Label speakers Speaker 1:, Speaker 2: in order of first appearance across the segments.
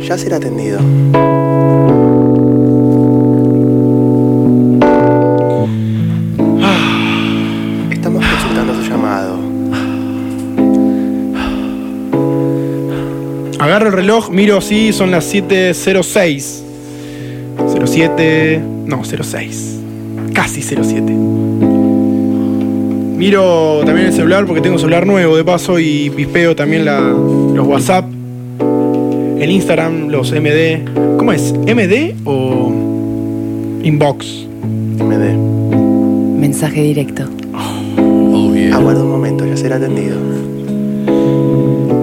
Speaker 1: ya será atendido. Estamos consultando su llamado.
Speaker 2: Agarro el reloj, miro, sí, son las 7.06. 07. No, 06. Casi 07. Miro también el celular porque tengo un celular nuevo de paso y pispeo también la- los WhatsApp, el Instagram, los MD. ¿Cómo es? ¿MD o inbox?
Speaker 1: Me dé.
Speaker 3: Mensaje directo.
Speaker 1: Aguarda un momento, ya será atendido.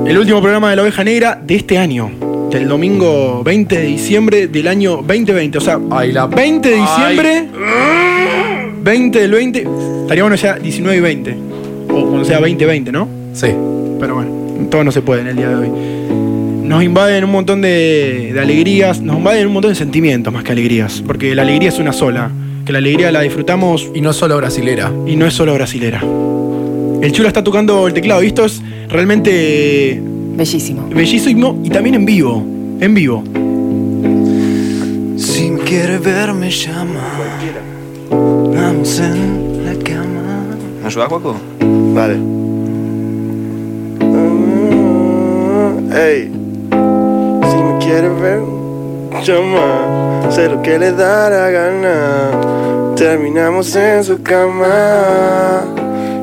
Speaker 2: El último programa de la oveja negra de este año, del domingo 20 de diciembre del año 2020. O sea,
Speaker 4: Ay, la
Speaker 2: 20 de
Speaker 4: Ay.
Speaker 2: diciembre, 20 del 20, estaría bueno ya 19 y 20, o cuando sea 20, 20, ¿no?
Speaker 4: Sí.
Speaker 2: Pero bueno, todo no se puede en el día de hoy. Nos invaden un montón de, de alegrías, nos invaden un montón de sentimientos más que alegrías, porque la alegría es una sola, que la alegría la disfrutamos
Speaker 4: Y no solo brasilera.
Speaker 2: y no es solo brasilera. El chulo está tocando el teclado y esto es realmente
Speaker 3: Bellísimo.
Speaker 2: bellísimo y también en vivo, en vivo.
Speaker 1: Sin querer verme llama. Vamos en la cama.
Speaker 5: ¿Me ayudás, Guaco?
Speaker 1: Vale. Mm, Ey, si me quiere ver, llama. Sé lo que le da la gana. Terminamos en su cama.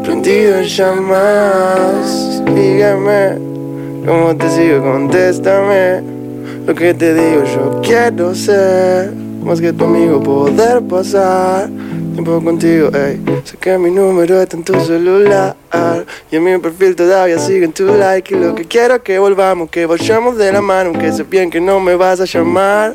Speaker 1: Prendido en llamas. Dígame, ¿cómo te sigo? Contéstame. Lo que te digo, yo quiero ser. Más que tu amigo, poder pasar tiempo contigo, ey. Sé que mi número está en tu celular Y en mi perfil todavía sigue en tu like Y lo que quiero es que volvamos, que vayamos de la mano Aunque sé bien que no me vas a llamar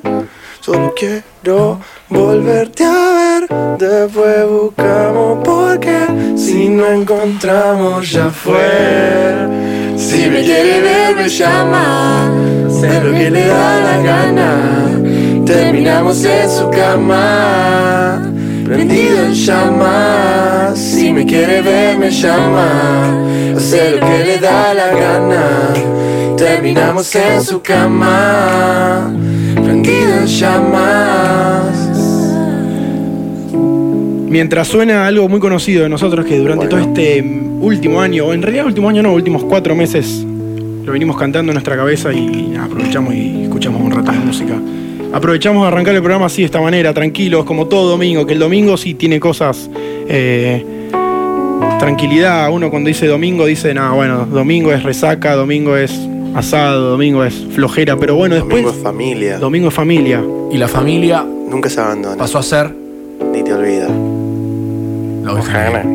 Speaker 1: Solo quiero volverte a ver Después buscamos porque Si no encontramos ya fue Si me quiere ver me llama Sé lo que le da la gana Terminamos en su cama prendido en llamas. Si me quiere ver, me llama. Hace lo que le da la gana. Terminamos en su cama, prendido en llamas.
Speaker 2: Mientras suena algo muy conocido de nosotros que durante todo este mm, último año, o en realidad último año no, últimos cuatro meses, lo venimos cantando en nuestra cabeza y aprovechamos y escuchamos un rato de música. Aprovechamos de arrancar el programa así de esta manera, tranquilos, como todo domingo, que el domingo sí tiene cosas. eh, tranquilidad, uno cuando dice domingo dice, nada, bueno, domingo es resaca, domingo es asado, domingo es flojera, pero bueno, después.
Speaker 1: familia,
Speaker 2: Domingo es familia.
Speaker 4: Y la familia
Speaker 1: nunca se abandona,
Speaker 4: pasó a ser
Speaker 1: ni te olvida.
Speaker 4: la oveja negra.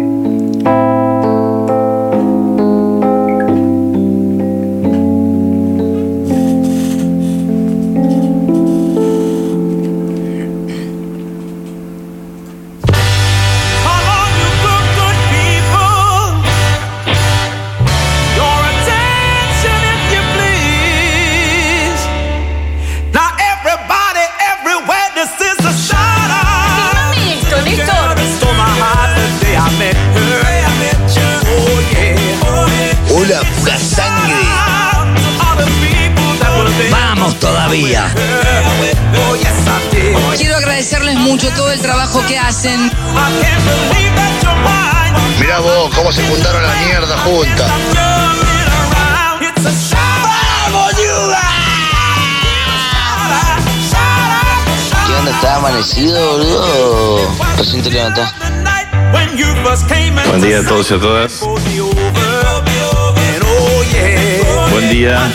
Speaker 6: Hola, pura sangre.
Speaker 7: Vamos todavía.
Speaker 8: Quiero agradecerles mucho todo el trabajo que hacen.
Speaker 6: Mirá vos, cómo se juntaron la mierda juntas.
Speaker 7: ¿Qué onda? ¿Estás amanecido, boludo? Recién te levantás.
Speaker 9: Buen día a todos y a todas. Buen día.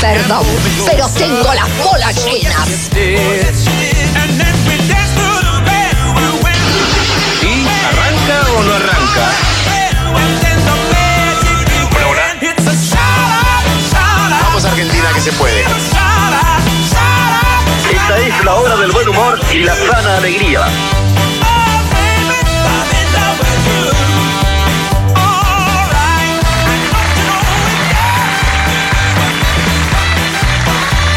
Speaker 8: Perdón, pero tengo las bolas llenas.
Speaker 9: ¿Y arranca o no arranca?
Speaker 6: Vamos Argentina, que se puede.
Speaker 9: Esta es la hora del buen humor y la sana alegría.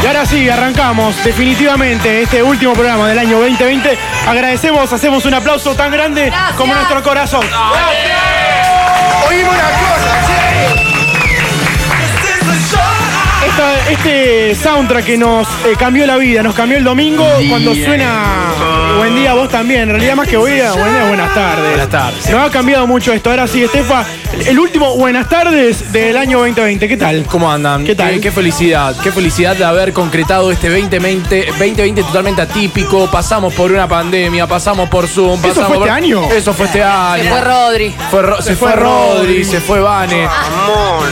Speaker 2: Y ahora sí, arrancamos definitivamente este último programa del año 2020. Agradecemos, hacemos un aplauso tan grande
Speaker 3: Gracias.
Speaker 2: como nuestro corazón.
Speaker 6: Oíme una cosa, che.
Speaker 2: esta- este soundtrack que nos eh, cambió la vida, nos cambió el domingo cuando suena Buen día, vos también. En realidad, más que buen día, buen día, buenas tardes.
Speaker 4: Buenas tardes.
Speaker 2: Nos ha cambiado mucho esto. Ahora sí, Estefa, el último Buenas tardes del año 2020. ¿Qué tal?
Speaker 4: ¿Cómo andan?
Speaker 2: ¿Qué tal?
Speaker 4: Eh, qué felicidad, qué felicidad de haber concretado este 2020, 2020 totalmente atípico. Pasamos por una pandemia, pasamos por Zoom,
Speaker 2: ¿Eso
Speaker 4: pasamos
Speaker 2: fue
Speaker 4: por-
Speaker 2: este año?
Speaker 4: Eso fue este año.
Speaker 3: Se fue Rodri.
Speaker 4: Fue Ro- se, fue,
Speaker 2: fue
Speaker 4: Rodri,
Speaker 2: Rodri.
Speaker 4: se fue Vane.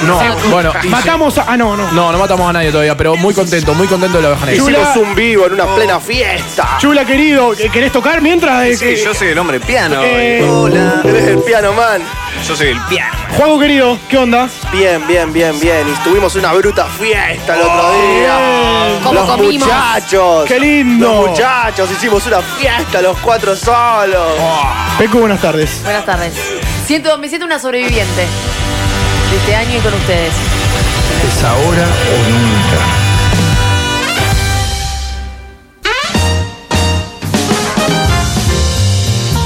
Speaker 4: No, bueno, y-
Speaker 2: Matamos a. Ah, no, no.
Speaker 4: No, no matamos a nadie todavía, pero muy contento, muy contento de la oveja negra.
Speaker 2: Yo-
Speaker 1: Hicimos un vivo en una plena fiesta.
Speaker 2: Chula, querido, ¿eh, ¿querés tocar mientras? Eh,
Speaker 7: Sí,
Speaker 2: eh,
Speaker 7: yo soy el hombre piano.
Speaker 2: eh,
Speaker 1: Hola. Eres el piano man.
Speaker 7: Yo soy el piano.
Speaker 2: Juago, querido, ¿qué onda?
Speaker 1: Bien, bien, bien, bien. Y tuvimos una bruta fiesta el otro día.
Speaker 3: ¿Cómo
Speaker 1: los
Speaker 3: comimos?
Speaker 1: muchachos.
Speaker 2: Qué lindo.
Speaker 1: Los muchachos, hicimos una fiesta los cuatro solos.
Speaker 2: Pecu, buenas tardes.
Speaker 3: Buenas tardes. Siento, me siento una sobreviviente de este año y con ustedes.
Speaker 4: ¿Es ahora o nunca?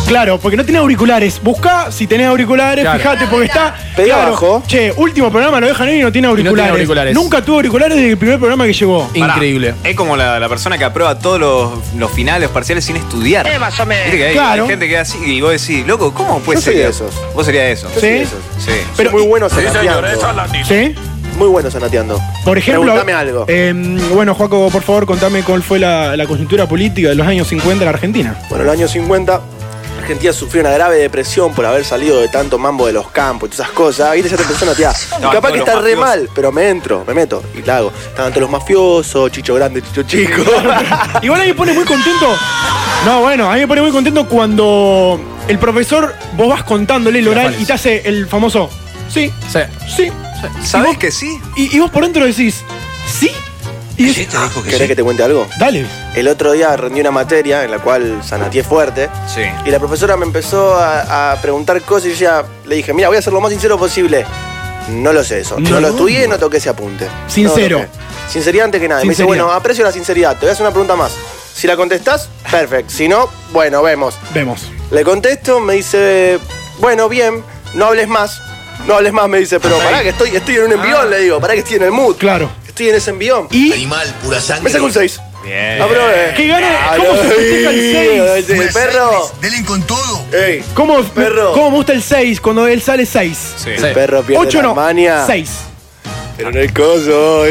Speaker 2: Claro, porque no tiene auriculares. Busca si tenés auriculares,
Speaker 4: Claro.
Speaker 2: fíjate, porque está.
Speaker 1: Pedí
Speaker 2: claro,
Speaker 1: abajo.
Speaker 2: Che, último programa, lo dejan ahí y no tiene
Speaker 4: tiene
Speaker 2: auriculares.
Speaker 4: auriculares.
Speaker 2: Nunca tuvo auriculares desde el primer programa que llegó.
Speaker 7: Pará,
Speaker 4: Increíble.
Speaker 7: es como la, la persona que aprueba todos los, los finales, parciales sin estudiar.
Speaker 9: Eh,
Speaker 7: Viste que hay,
Speaker 2: Claro.
Speaker 7: hay gente que es así y vos decís, loco, ¿cómo puede
Speaker 1: Yo
Speaker 7: ser?
Speaker 1: soy de
Speaker 7: eso?
Speaker 1: esos.
Speaker 7: Vos serías de esos.
Speaker 2: Sí.
Speaker 7: Sí.
Speaker 2: ¿Eh? Pero-
Speaker 1: Pero, muy buenos sanateando.
Speaker 2: ¿Sí?
Speaker 1: Muy buenos sanateando.
Speaker 2: Por ejemplo.
Speaker 1: Pregúntame algo.
Speaker 2: eh, bueno, Juaco, por favor, contame cuál fue la, la coyuntura política de los años 50 en la Argentina.
Speaker 1: Bueno, en los años 50, Argentina sufrió una grave depresión por haber salido de tanto mambo de los campos y todas esas cosas. Y ya te empezó a natear. Y
Speaker 7: No,
Speaker 1: capaz
Speaker 7: todos
Speaker 1: que
Speaker 7: los
Speaker 1: está re
Speaker 7: mafiosos.
Speaker 1: mal, pero me entro, me meto y la hago. Estaban todos los mafiosos, chicho grande, chicho chico.
Speaker 2: Igual a mí me pone muy contento. No, bueno, a mí me pone muy contento cuando el profesor, vos vas contándole el oral
Speaker 4: cuál es.
Speaker 2: y te hace el famoso. Sí,
Speaker 4: Sí.
Speaker 2: sí.
Speaker 7: ¿Sabés
Speaker 2: ¿Y vos-
Speaker 7: que sí?
Speaker 2: Y, y vos por dentro decís, ¿sí? Y es-
Speaker 1: ¿Querés que te cuente algo?
Speaker 2: Dale.
Speaker 1: El otro día rendí una materia en la cual sanateé fuerte.
Speaker 7: Sí.
Speaker 1: Y la profesora me empezó a, a preguntar cosas y yo ya le dije, mira, voy a ser lo más sincero posible. No lo sé eso. No,
Speaker 2: No.
Speaker 1: lo estudié, no toqué ese apunte.
Speaker 2: Sincero.
Speaker 1: No lo toqué. Sinceridad antes que nada. Y Me dice,
Speaker 2: Sinceridad.
Speaker 1: bueno, aprecio la sinceridad. Te voy a hacer una pregunta más. Si la contestás, perfecto. Si no, bueno, vemos.
Speaker 2: Vemos.
Speaker 1: Le contesto, me dice, bueno, bien, no hables más. No hables más, me dice, pero pará que estoy, estoy en un envión, le digo, pará que estoy en el mood.
Speaker 2: Ah. Claro.
Speaker 1: Estoy en ese envión.
Speaker 2: Y
Speaker 6: Animal, pura
Speaker 1: Me
Speaker 6: sangre.
Speaker 1: saco un 6.
Speaker 7: Bien.
Speaker 1: Aprobé.
Speaker 2: Qué gana- ¿cómo se
Speaker 1: Ay,
Speaker 2: festeja el seis?
Speaker 1: ay,
Speaker 6: Pura
Speaker 1: Perro.
Speaker 6: sangre, Delen con todo.
Speaker 1: Ey.
Speaker 2: cómo,
Speaker 1: Perro.
Speaker 2: cómo me gusta el 6 cuando él sale 6.
Speaker 7: Sí.
Speaker 4: Sí.
Speaker 1: Perro pierde
Speaker 2: 8
Speaker 1: la
Speaker 2: no.
Speaker 1: maña.
Speaker 2: 6.
Speaker 1: Pero en el coso.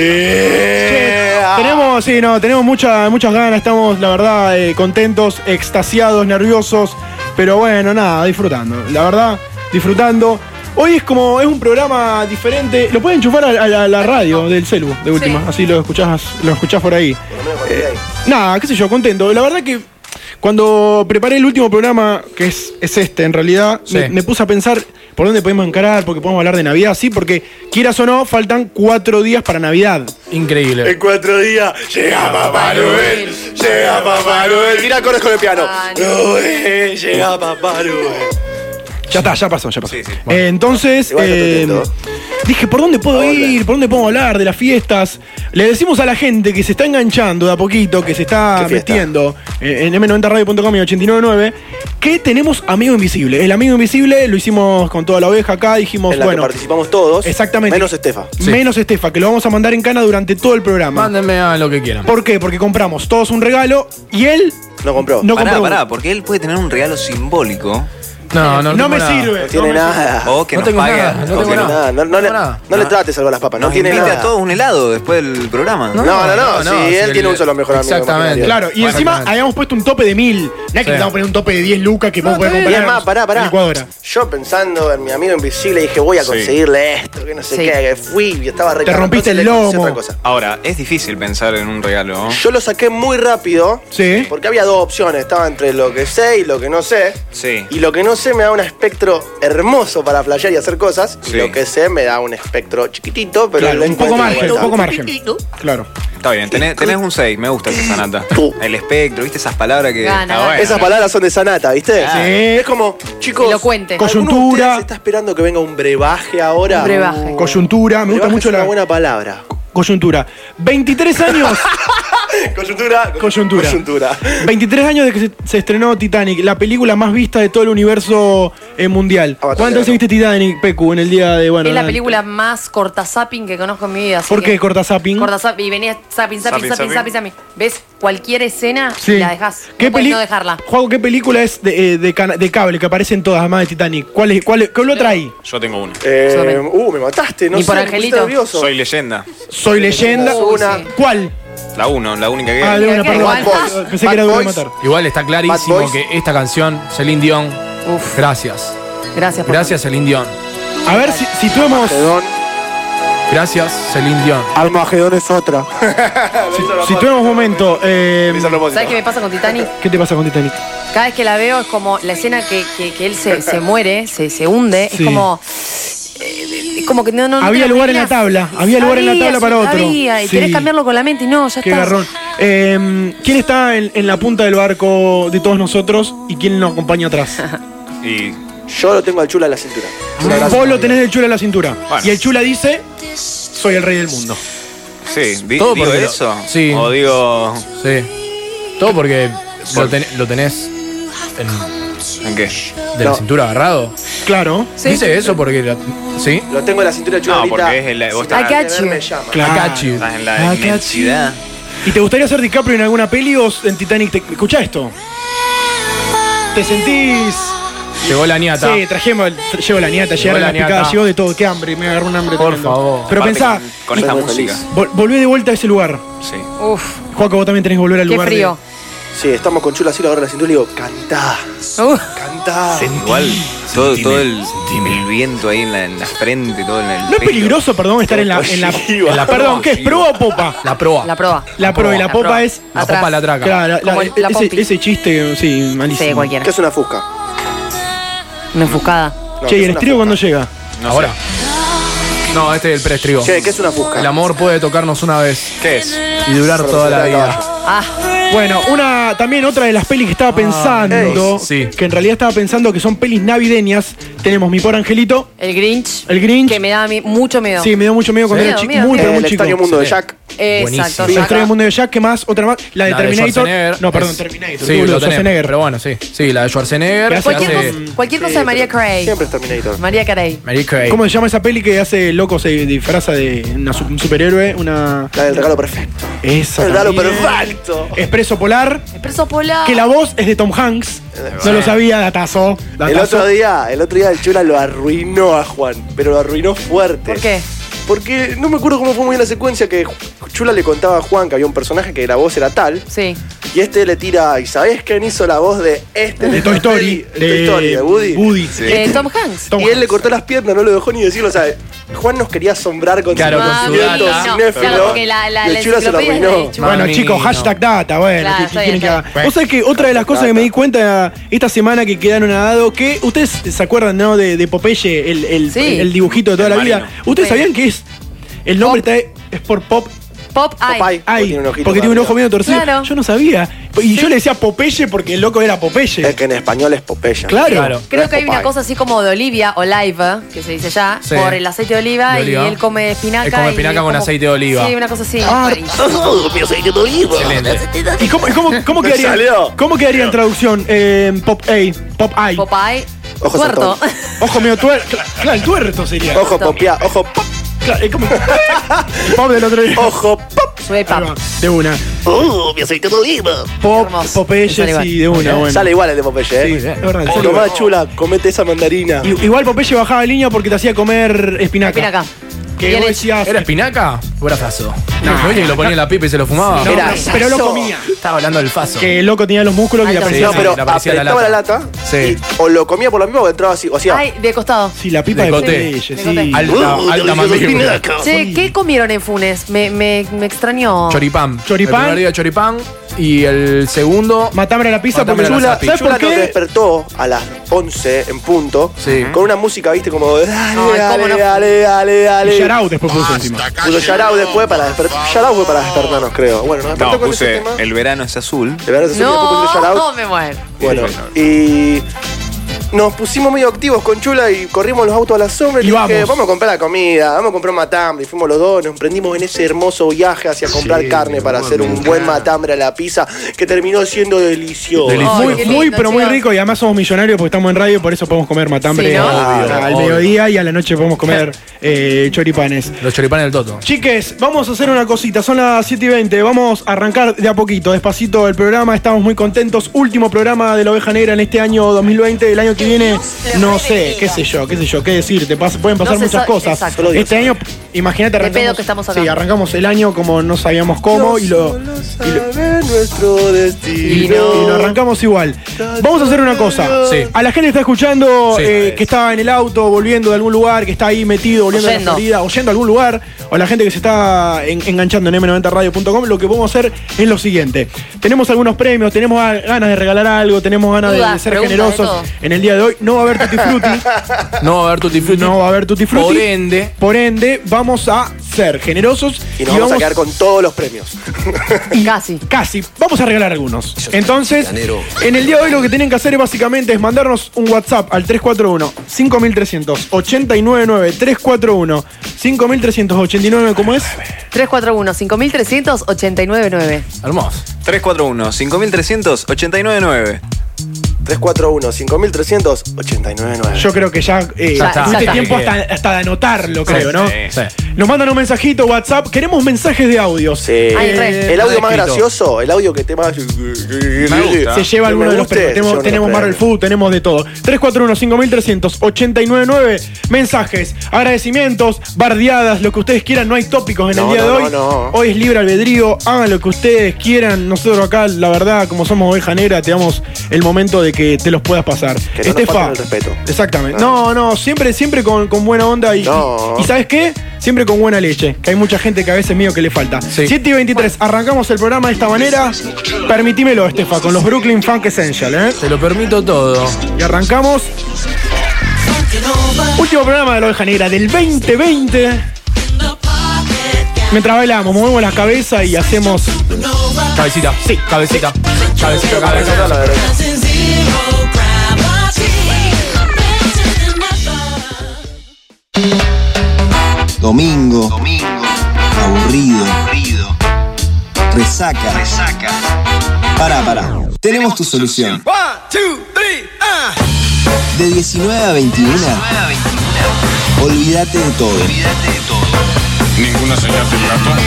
Speaker 1: eh.
Speaker 2: Tenemos, sí, no, tenemos mucha- muchas ganas, estamos, la verdad, eh, contentos, extasiados, nerviosos, pero bueno, nada, disfrutando, la verdad, disfrutando. Hoy es como, es un programa diferente, lo pueden enchufar a, a- a la radio del celu, de última,
Speaker 3: Sí.
Speaker 2: así lo escuchás, lo escuchás por ahí. Eh,
Speaker 1: Por lo menos cuando ahí.
Speaker 2: Nada, qué sé yo, contento. La verdad que cuando preparé el último programa, que es, es este en realidad,
Speaker 4: Sí.
Speaker 2: me, me puse a pensar por dónde podemos encarar, porque podemos hablar de Navidad, sí, porque quieras o no, faltan cuatro días para Navidad.
Speaker 4: Increíble.
Speaker 5: Eh,
Speaker 1: En cuatro días llega Papá Noel, llega Papá Noel. Mira acordes con el piano.
Speaker 3: Papá
Speaker 1: Noel, llega Papá Noel.
Speaker 2: Ya está, ya pasó, ya pasó.
Speaker 7: Sí, sí.
Speaker 2: Eh, entonces,
Speaker 1: Igual está
Speaker 2: eh,
Speaker 1: contento.
Speaker 2: dije, ¿por dónde puedo
Speaker 1: Hola.
Speaker 2: ir? ¿Por dónde puedo hablar de las fiestas? Le decimos a la gente que se está enganchando de a poquito, que se está
Speaker 1: ¿Qué fiesta?
Speaker 2: metiendo eh, en m90radio.com y 899, que tenemos Amigo Invisible. El Amigo Invisible lo hicimos con toda la oveja acá, dijimos,
Speaker 1: En la
Speaker 2: bueno,
Speaker 1: que participamos todos.
Speaker 2: exactamente.
Speaker 1: Menos Estefa.
Speaker 4: Sí.
Speaker 2: menos Estefa, que lo vamos a mandar en cana durante todo el programa.
Speaker 4: Mándenme a lo que quieran.
Speaker 2: ¿Por qué? Porque compramos todos un regalo y él
Speaker 1: No compró.
Speaker 2: no
Speaker 7: pará,
Speaker 2: compró.
Speaker 7: pará,
Speaker 2: uno.
Speaker 7: porque él puede tener un regalo simbólico
Speaker 4: No, no,
Speaker 2: Eh, No me
Speaker 4: tengo nada.
Speaker 2: sirve.
Speaker 1: No tiene
Speaker 2: no me
Speaker 1: nada.
Speaker 7: o que
Speaker 4: No
Speaker 7: nos
Speaker 4: tengo
Speaker 7: pague.
Speaker 4: nada, no
Speaker 7: o
Speaker 4: tengo
Speaker 7: que
Speaker 1: tiene
Speaker 4: nada.
Speaker 7: nos-
Speaker 1: nada. No, no le,
Speaker 4: nada.
Speaker 1: no le trates algo a las papas. No
Speaker 7: nos
Speaker 1: tiene
Speaker 7: invite
Speaker 1: nada.
Speaker 7: a todos un helado después del programa.
Speaker 1: No, no, no, sí, él tiene un solo mejor amigo,
Speaker 4: Exactamente.
Speaker 1: imagínate.
Speaker 2: Claro, y
Speaker 4: Bueno,
Speaker 2: encima
Speaker 4: exactamente.
Speaker 2: habíamos puesto un tope de mil. No es que le
Speaker 4: Sí.
Speaker 2: vamos a poner un tope de 10 lucas que vos podés comprar.
Speaker 1: Y es más, pará, pará.
Speaker 2: Licuadora.
Speaker 1: Yo pensando en mi amigo invisible dije, voy a conseguirle esto, que no sé
Speaker 3: Sí.
Speaker 1: qué, que fui y estaba re
Speaker 2: Te
Speaker 1: caro.
Speaker 2: rompiste
Speaker 1: Entonces
Speaker 2: el
Speaker 1: le hice
Speaker 2: lomo.
Speaker 1: otra cosa.
Speaker 7: Ahora, es difícil pensar en un regalo.
Speaker 1: Yo lo saqué muy rápido.
Speaker 2: Sí.
Speaker 1: Porque había dos opciones. Estaba entre lo que sé y lo que no sé.
Speaker 7: Sí.
Speaker 1: Y lo que no sé me da un espectro hermoso para flashear y hacer cosas.
Speaker 7: Sí.
Speaker 1: Y lo que sé me da un espectro chiquitito, pero
Speaker 2: Claro,
Speaker 1: le
Speaker 2: un poco
Speaker 1: encuentro
Speaker 2: margen,
Speaker 1: la
Speaker 2: un poco
Speaker 1: vuelta.
Speaker 2: margen. Claro.
Speaker 7: Está bien, tenés, tenés un 6, me gusta esa sanata.
Speaker 1: Tú.
Speaker 7: El espectro, viste esas palabras que.
Speaker 3: Gana,
Speaker 7: está
Speaker 3: gana.
Speaker 7: bueno,
Speaker 1: Esas
Speaker 7: ¿no?
Speaker 1: palabras son de Sanata, ¿viste?
Speaker 7: Sí.
Speaker 1: Es como, chicos.
Speaker 3: Elocuente.
Speaker 1: ¿alguno de
Speaker 2: Coyuntura.
Speaker 1: ustedes está esperando que venga un brebaje ahora?
Speaker 3: Un brebaje.
Speaker 2: Coyuntura, me gusta
Speaker 1: Brebaje
Speaker 2: mucho
Speaker 1: es una
Speaker 2: la
Speaker 1: buena palabra.
Speaker 2: coyuntura. 23 años.
Speaker 1: Coyuntura.
Speaker 2: Coyuntura. 23 años de que se, se estrenó Titanic, la película más vista de todo el universo eh, mundial.
Speaker 1: Ah,
Speaker 2: ¿Cuántas veces viste Titanic, Pecu, en el día de bueno?
Speaker 3: es la
Speaker 2: nada?
Speaker 3: película más cortazapping que conozco en mi vida. así
Speaker 2: ¿Por qué
Speaker 3: que-
Speaker 2: cortazapping?
Speaker 3: Cortazapping. Y venía zapping, zapping,
Speaker 2: Zapping,
Speaker 3: zapping, zapping,
Speaker 2: zapping.
Speaker 3: zapping. ¿Ves? Cualquier escena
Speaker 2: Sí.
Speaker 3: la dejas.
Speaker 2: ¿Qué
Speaker 3: no puedes
Speaker 2: peli-
Speaker 3: no dejarla.
Speaker 2: Juego, ¿qué película es de, eh, de cana- de cable que aparece en todas, además de Titanic? ¿Cuál es, cuál es- ¿Qué lo trae?
Speaker 10: Yo tengo una.
Speaker 1: Eh, uh, me mataste, no
Speaker 3: Ni
Speaker 1: sé,
Speaker 3: por
Speaker 1: me pusiste
Speaker 3: Angelito.
Speaker 1: nervioso.
Speaker 10: Soy leyenda.
Speaker 2: Soy leyenda.
Speaker 1: Hubo una-
Speaker 2: ¿Cuál?
Speaker 10: La uno, la única que
Speaker 2: Ah, de una,
Speaker 10: Bad
Speaker 2: perdón.
Speaker 10: Boys.
Speaker 2: Pensé que era duro de matar.
Speaker 4: Igual está
Speaker 2: Bad
Speaker 4: clarísimo
Speaker 2: Boys.
Speaker 4: que esta canción, Celine Dion. Gracias.
Speaker 3: Gracias,
Speaker 4: Gracias, Celine Dion.
Speaker 2: A ver si situemos.
Speaker 4: Gracias, Celine Dion.
Speaker 11: Armagedón es otra.
Speaker 2: Situemos un momento. eh,
Speaker 3: ¿Sabes qué me pasa con Titanic?
Speaker 2: ¿Qué te pasa con Titanic?
Speaker 3: Cada vez que la veo es como la escena que, que- que él se, se muere, se, se hunde.
Speaker 2: Sí.
Speaker 3: Es como. eh, es como que no, no- no
Speaker 2: Había
Speaker 3: te
Speaker 2: lugar en
Speaker 3: imaginas.
Speaker 2: la tabla, había lugar en la
Speaker 3: Sabías,
Speaker 2: tabla para otro.
Speaker 3: sabía, y
Speaker 2: Sí.
Speaker 3: querés cambiarlo con la mente y no, ya
Speaker 2: Qué
Speaker 3: está.
Speaker 2: garrón. Eh, ¿Quién está en, en la punta del barco de todos nosotros y quién nos acompaña atrás?
Speaker 10: Y
Speaker 1: Yo lo tengo al chula en la cintura.
Speaker 2: Vos lo tenés del chula en la cintura.
Speaker 10: Bueno.
Speaker 2: Y el chula dice: Soy el rey del mundo.
Speaker 10: Sí, di-
Speaker 4: Todo
Speaker 10: digo
Speaker 4: porque lo-
Speaker 10: eso.
Speaker 4: sí.
Speaker 10: O digo.
Speaker 4: Sí. Todo porque lo, ten- lo tenés en,
Speaker 10: ¿En qué?
Speaker 4: de la
Speaker 10: No.
Speaker 4: cintura agarrado.
Speaker 2: Claro.
Speaker 4: Dice eso porque. la- ¿Sí?
Speaker 1: Lo tengo en la cintura chula
Speaker 10: No,
Speaker 1: ahorita.
Speaker 10: porque es el- vos estás-
Speaker 1: Al tener me llama.
Speaker 2: Claro.
Speaker 4: Acachi.
Speaker 10: Estás en la
Speaker 2: Ah, qué
Speaker 10: inmensidad.
Speaker 2: ¿Y te gustaría ser DiCaprio en alguna peli o en Titanic? Te... Escucha esto. ¿Te sentís.?
Speaker 4: Llegó la niata.
Speaker 2: Sí, trajimos, tra- llevo la nieta,
Speaker 4: Llegó
Speaker 2: llegaron
Speaker 4: la
Speaker 2: las
Speaker 4: niata.
Speaker 2: picadas, llegó de todo, qué hambre, me agarró un hambre.
Speaker 4: Por
Speaker 2: tremendo.
Speaker 4: favor.
Speaker 2: Pero
Speaker 10: Aparte
Speaker 2: pensá,
Speaker 10: con- con esta música.
Speaker 2: vol- volvé de vuelta a ese lugar.
Speaker 10: Sí.
Speaker 3: Uf,
Speaker 2: Juaco, vos también tenés que volver al
Speaker 3: qué
Speaker 2: lugar. de-
Speaker 3: frío.
Speaker 1: Sí, estamos con chula así, lo agarro en la cintura y le digo, cantá.
Speaker 3: Uf.
Speaker 1: Cantá.
Speaker 10: Igual, todo, todo el, el viento ahí en la, en la frente, todo en el.
Speaker 2: ¿No es peligroso, perdón, estar en la. En la, en la- perdón, ¿qué es? ¿Proa o popa?
Speaker 4: La proa.
Speaker 3: La proa.
Speaker 2: La proa y la popa es.
Speaker 4: La popa la traca.
Speaker 2: Claro, la-
Speaker 3: Como el- la
Speaker 2: ese,
Speaker 3: pompi.
Speaker 2: ese chiste, sí, malísimo.
Speaker 3: Sí, cualquiera.
Speaker 1: ¿Qué es una fusca?
Speaker 3: Una enfuscada.
Speaker 1: No, que
Speaker 2: che, ¿y
Speaker 1: es
Speaker 2: el
Speaker 1: una
Speaker 2: estribo cuándo llega?
Speaker 4: Ahora. No, este es el preestribo.
Speaker 1: Che, ¿qué es una fusca? Eh,
Speaker 4: El amor puede tocarnos una vez
Speaker 10: ¿Qué es?
Speaker 4: y durar toda la
Speaker 1: Sorpresera de
Speaker 4: vida.
Speaker 2: Bueno, una también otra de las pelis que estaba pensando,
Speaker 4: sí.
Speaker 2: que en realidad estaba pensando que son pelis navideñas. Tenemos Mi Por Angelito,
Speaker 3: El Grinch.
Speaker 2: El Grinch.
Speaker 3: Que me daba mi- mucho miedo.
Speaker 2: Sí, me dio mucho miedo cuando
Speaker 3: Miedo,
Speaker 2: era chico.
Speaker 3: miedo,
Speaker 2: Muy,
Speaker 3: miedo.
Speaker 2: pero
Speaker 1: El
Speaker 2: muy chico.
Speaker 1: extraño mundo de Jack.
Speaker 3: Exacto.
Speaker 2: El
Speaker 4: Buenísimo.
Speaker 2: extraño mundo de Jack, ¿qué más? Otra más. La de
Speaker 4: La de
Speaker 2: Eh, Terminator.
Speaker 4: Schwarzenegger
Speaker 2: no, perdón,
Speaker 4: es-
Speaker 2: Terminator.
Speaker 4: Sí,
Speaker 2: Uy,
Speaker 4: lo
Speaker 2: de
Speaker 4: tenés,
Speaker 2: Schwarzenegger.
Speaker 4: pero bueno, sí. Sí, la de Schwarzenegger.
Speaker 2: Gracias.
Speaker 4: que
Speaker 3: Cualquier,
Speaker 4: hace-
Speaker 3: cosa- cualquier cosa de María Cray.
Speaker 1: Siempre es Terminator.
Speaker 3: María Carey.
Speaker 4: Mary Kay.
Speaker 2: ¿Cómo se llama esa peli que hace el loco, se disfraza de una su- un superhéroe? Una.
Speaker 1: La del regalo perfecto.
Speaker 2: Esa.
Speaker 1: El regalo
Speaker 2: también.
Speaker 1: perfecto.
Speaker 2: Expreso Polar,
Speaker 3: Expreso Polar.
Speaker 2: que la voz es de Tom Hanks. No lo sabía, datazo.
Speaker 1: El
Speaker 2: datazo.
Speaker 1: otro día, Ah, el otro día el Chula lo arruinó a Juan, pero lo arruinó fuerte.
Speaker 3: ¿Por qué?
Speaker 1: Porque no me acuerdo cómo fue muy bien la secuencia que Chula le contaba a Juan que había un personaje que la voz era tal.
Speaker 3: Sí.
Speaker 1: Y este le tira, ¿y sabés quién hizo la voz de este?
Speaker 2: De Toy Story.
Speaker 1: De Toy Story, de Woody.
Speaker 2: Sí.
Speaker 3: Eh, Tom Hanks.
Speaker 2: Tom
Speaker 1: y él le
Speaker 2: Hanks.
Speaker 1: cortó las piernas, no lo dejó ni decirlo. O sea, Juan nos quería asombrar con
Speaker 4: Claro,
Speaker 1: su
Speaker 4: con su
Speaker 1: conocimiento
Speaker 4: data.
Speaker 1: cinéfilo,
Speaker 3: Claro, porque la- la-
Speaker 1: y el
Speaker 3: la
Speaker 1: Chula se lo
Speaker 3: enciclopedia
Speaker 1: arruinó.
Speaker 3: de Chula.
Speaker 2: Bueno,
Speaker 4: Mami,
Speaker 2: chicos,
Speaker 4: no.
Speaker 2: hashtag data, bueno,
Speaker 3: Claro,
Speaker 2: ¿qué-
Speaker 3: está
Speaker 2: qué quieren
Speaker 3: bien,
Speaker 2: que
Speaker 3: está
Speaker 2: haga? Vos sabés que otra de las cosas que me di cuenta esta semana que quedaron nadados, que ustedes se acuerdan, ¿no? De, de Popeye, el, el-
Speaker 3: Sí.
Speaker 2: el dibujito de toda
Speaker 10: El
Speaker 2: la vida.
Speaker 10: marino.
Speaker 2: ¿Ustedes
Speaker 3: Sí.
Speaker 2: sabían que es? El nombre está, es por Pop
Speaker 3: Pop Eye.
Speaker 1: Popeye,
Speaker 2: Ay, porque tiene un ojo medio torcido.
Speaker 3: Claro.
Speaker 2: Yo no sabía. Y yo le decía Popeye porque el loco era Popeye.
Speaker 1: Es que en español es Popeye.
Speaker 2: Claro.
Speaker 4: Claro.
Speaker 1: No
Speaker 3: Creo
Speaker 1: es
Speaker 3: que hay una
Speaker 1: Popeye.
Speaker 3: cosa así como de Olivia, Olive, que se dice ya,
Speaker 4: Sí.
Speaker 3: por el aceite de oliva,
Speaker 4: De oliva.
Speaker 3: y él come espinaca.
Speaker 4: Él come
Speaker 3: y
Speaker 4: espinaca con
Speaker 3: como-
Speaker 4: aceite de oliva.
Speaker 3: Sí, una cosa así.
Speaker 2: Ah,
Speaker 6: Mi aceite de oliva.
Speaker 4: Excelente.
Speaker 2: ¿Y cómo, y cómo, cómo quedaría,
Speaker 1: salió.
Speaker 2: cómo quedaría en traducción? Eh, pop Eye. Pop Eye.
Speaker 3: Popeye,
Speaker 1: Ojo
Speaker 3: tuerto.
Speaker 1: saltón.
Speaker 2: Ojo medio tuerto. Claro, el tuerto sería.
Speaker 1: Ojo popia, ojo pop,
Speaker 2: Claro, es como. el pop del otro día.
Speaker 1: ojo pop. uh,
Speaker 3: Sube
Speaker 2: Ahí va,
Speaker 3: pap.
Speaker 2: De una.
Speaker 6: Oh, mi aceite de oliva.
Speaker 2: Pop,
Speaker 3: Hermoso. Sale
Speaker 2: Popeye,
Speaker 3: igual.
Speaker 2: sí, de una, bueno.
Speaker 1: Sale igual el de Popeye,
Speaker 2: Sí,
Speaker 1: ¿eh?
Speaker 2: es verdad, sale
Speaker 1: Tomá
Speaker 2: igual.
Speaker 1: chula, comete esa mandarina.
Speaker 2: I- Igual Popeye bajaba de línea porque te hacía comer espinaca.
Speaker 3: Espinaca.
Speaker 2: Que
Speaker 3: Bien
Speaker 2: vos
Speaker 3: hecho.
Speaker 2: decías.
Speaker 4: ¿Era espinaca? ¿O era faso? No, oye, que lo ponía en la pipa y se lo fumaba.
Speaker 2: No,
Speaker 1: Era
Speaker 2: pero lo
Speaker 1: eso.
Speaker 2: comía.
Speaker 4: Estaba hablando del faso.
Speaker 2: Que el loco tenía los músculos y la
Speaker 3: Alto
Speaker 2: presión.
Speaker 1: no,
Speaker 4: sí,
Speaker 1: pero
Speaker 4: le aparecía la
Speaker 1: apretaba la lata,
Speaker 4: Sí.
Speaker 1: y o lo comía por la misma o entraba así. O sea,
Speaker 3: Ay, de costado.
Speaker 2: Sí, la pipa
Speaker 4: De
Speaker 2: de
Speaker 4: coté.
Speaker 2: Popeye, sí.
Speaker 3: De coté.
Speaker 1: Uh,
Speaker 4: Alta,
Speaker 6: Oh,
Speaker 4: alta
Speaker 6: delicioso
Speaker 4: mandíbula.
Speaker 6: espinaca.
Speaker 3: Che, ¿qué comieron en Funes? Me, me, me extrañó.
Speaker 4: Choripán.
Speaker 2: Choripán.
Speaker 4: El primer día choripán. Y el segundo.
Speaker 2: Matambre a la pizza
Speaker 4: Matambre
Speaker 2: porque
Speaker 4: a
Speaker 2: Chula.
Speaker 4: la zapi.
Speaker 2: ¿Sabes
Speaker 1: Chula
Speaker 2: por
Speaker 1: nos
Speaker 2: qué?
Speaker 1: despertó a las 11 en punto
Speaker 4: Sí.
Speaker 1: con una música, viste, como de, dale,
Speaker 3: Ay,
Speaker 1: dale,
Speaker 3: cómo no.
Speaker 1: dale, dale,
Speaker 2: Y
Speaker 1: dale.
Speaker 2: Yarao después puso encima.
Speaker 1: Puso Yarao después para despertar. Yarao fue para despertarnos, creo. Bueno, nos despertó
Speaker 10: No,
Speaker 1: con ese
Speaker 10: puse
Speaker 1: tema.
Speaker 10: el verano es azul.
Speaker 1: De verdad, se subió, después puso
Speaker 3: No,
Speaker 1: Yarao.
Speaker 3: no me muero.
Speaker 1: Bueno,
Speaker 10: Sí, sí,
Speaker 1: y nos pusimos medio activos con Chula y corrimos los autos a la sombra y,
Speaker 2: Y
Speaker 1: le dije,
Speaker 2: vamos.
Speaker 1: vamos a comprar la comida, vamos a comprar matambre. Y fuimos los dos, nos prendimos en ese hermoso viaje hacia comprar carne para hacer un buen matambre a la pizza que terminó siendo delicioso.
Speaker 2: muy, muy, pero muy rico y además somos millonarios porque estamos en radio y por eso podemos comer matambre
Speaker 1: Sí, ¿no?
Speaker 2: a-
Speaker 1: Obvio,
Speaker 2: al
Speaker 1: obvio.
Speaker 2: mediodía y a la noche podemos comer eh, choripanes.
Speaker 4: Los choripanes del Toto.
Speaker 2: Chiques, vamos a hacer una cosita, son las 7 y 20, vamos a arrancar de a poquito, despacito el programa, estamos muy contentos, último programa de la oveja negra en este año 2020, el año que viene, no sé, qué sé yo, qué sé yo, qué decirte, pas- pueden pasar
Speaker 3: No se
Speaker 2: muchas
Speaker 3: sa-
Speaker 2: cosas.
Speaker 3: exacto. Solo Dios
Speaker 2: Este año, imagínate,
Speaker 3: De
Speaker 2: arrancamos,
Speaker 3: pedo que estamos acá.
Speaker 2: sí, arrancamos el año como no sabíamos cómo y lo,
Speaker 1: nuestro
Speaker 2: y lo, y lo arrancamos igual. Vamos a hacer una cosa.
Speaker 4: Sí.
Speaker 2: A la gente que está escuchando,
Speaker 4: Sí.
Speaker 2: eh, que está en el auto, volviendo de algún lugar, que está ahí metido, volviendo de
Speaker 3: Oyendo.
Speaker 2: la salida, oyendo a algún lugar, o a la gente que se está en- enganchando en m90radio.com, lo que podemos hacer es lo siguiente. Tenemos algunos premios, tenemos a- ganas de regalar algo, tenemos ganas de- de,
Speaker 3: Dudas,
Speaker 2: ser
Speaker 3: preguntas, de
Speaker 2: generosos.
Speaker 3: todo.
Speaker 2: En el día de hoy no va a haber tutti frutti.
Speaker 4: No va a haber tutti frutti.
Speaker 2: No va a haber tutti frutti.
Speaker 4: Por ende.
Speaker 2: Por ende, vamos a ser generosos
Speaker 1: Y nos vamos a quedar con todos los premios.
Speaker 3: Casi.
Speaker 2: Casi. Vamos a regalar algunos. Entonces, en el día de hoy lo que tienen que hacer es básicamente es mandarnos un WhatsApp al 341 5300 899 341 5389, ¿cómo es?
Speaker 3: 341-5389-9.
Speaker 4: Hermoso.
Speaker 7: 341 5300 899.
Speaker 1: 341 5300 899.
Speaker 2: Yo creo que ya eh,
Speaker 4: Ya está,
Speaker 2: tuviste
Speaker 4: ya está.
Speaker 2: tiempo hasta, hasta de anotarlo, creo,
Speaker 4: Sí,
Speaker 2: ¿no?
Speaker 4: sí.
Speaker 2: Nos mandan un mensajito WhatsApp, queremos mensajes de audio.
Speaker 1: Sí.
Speaker 3: Ay, re.
Speaker 4: eh,
Speaker 1: El audio más
Speaker 4: escrito.
Speaker 1: gracioso, el audio que te más.
Speaker 7: gusta.
Speaker 2: Se lleva
Speaker 1: Que me
Speaker 2: alguno de
Speaker 1: guste, se lleva uno de los
Speaker 2: los premios. Tenemos, tenemos Marvel
Speaker 1: premios.
Speaker 2: Food, tenemos de todo. 341-5300-899. Mensajes, agradecimientos, bardeadas, lo que ustedes quieran. No hay tópicos en
Speaker 1: No,
Speaker 2: el día
Speaker 1: no,
Speaker 2: de
Speaker 1: no,
Speaker 2: hoy.
Speaker 1: no.
Speaker 2: Hoy es libre albedrío. Hagan lo que ustedes quieran. Nosotros acá, la verdad, como somos oveja negra, te damos el momento de que te los puedas pasar.
Speaker 1: Que no nos falten el respeto.
Speaker 2: Exactamente. No, no, siempre, siempre con, con buena onda y,
Speaker 1: No.
Speaker 2: y, y ¿sabes qué? Siempre con buena leche, que hay mucha gente que a veces mío que le falta. 7 y 23, arrancamos el programa de esta manera. Permitímelo, Estefa, con los Brooklyn Funk Essential, ¿eh?
Speaker 4: Te lo permito todo.
Speaker 2: Y arrancamos. Último programa de la oveja negra del 2020. Mientras bailamos, movemos la cabeza y hacemos.
Speaker 4: Cabecita. Sí. Cabecita. Cabecita, cabecita.
Speaker 6: Domingo. Domingo. Aburrido. Aburrido. Resaca. Resaca. Pará, pará. Tenemos tu solución. De 19 a 21. Olvídate de todo.
Speaker 11: Ninguna señal de plato.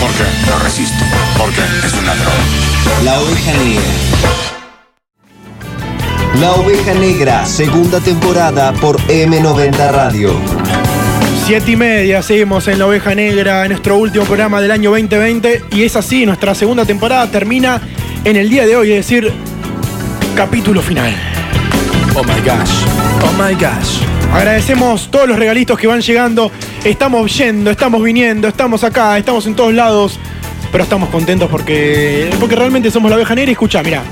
Speaker 11: ¿Por qué? Lo resisto. Porque es una droga.
Speaker 6: La oveja negra. La oveja negra, segunda temporada por M90 Radio.
Speaker 2: Siete y media, seguimos en La Oveja Negra, en nuestro último programa del año 2020. Y es así, nuestra segunda temporada termina en el día de hoy, es decir, capítulo final.
Speaker 4: Oh my gosh. Oh my gosh.
Speaker 2: Agradecemos todos los regalitos que van llegando. Estamos yendo, estamos viniendo, estamos acá, estamos en todos lados. Pero estamos contentos porque, porque realmente somos la oveja negra. y Escucha, mira.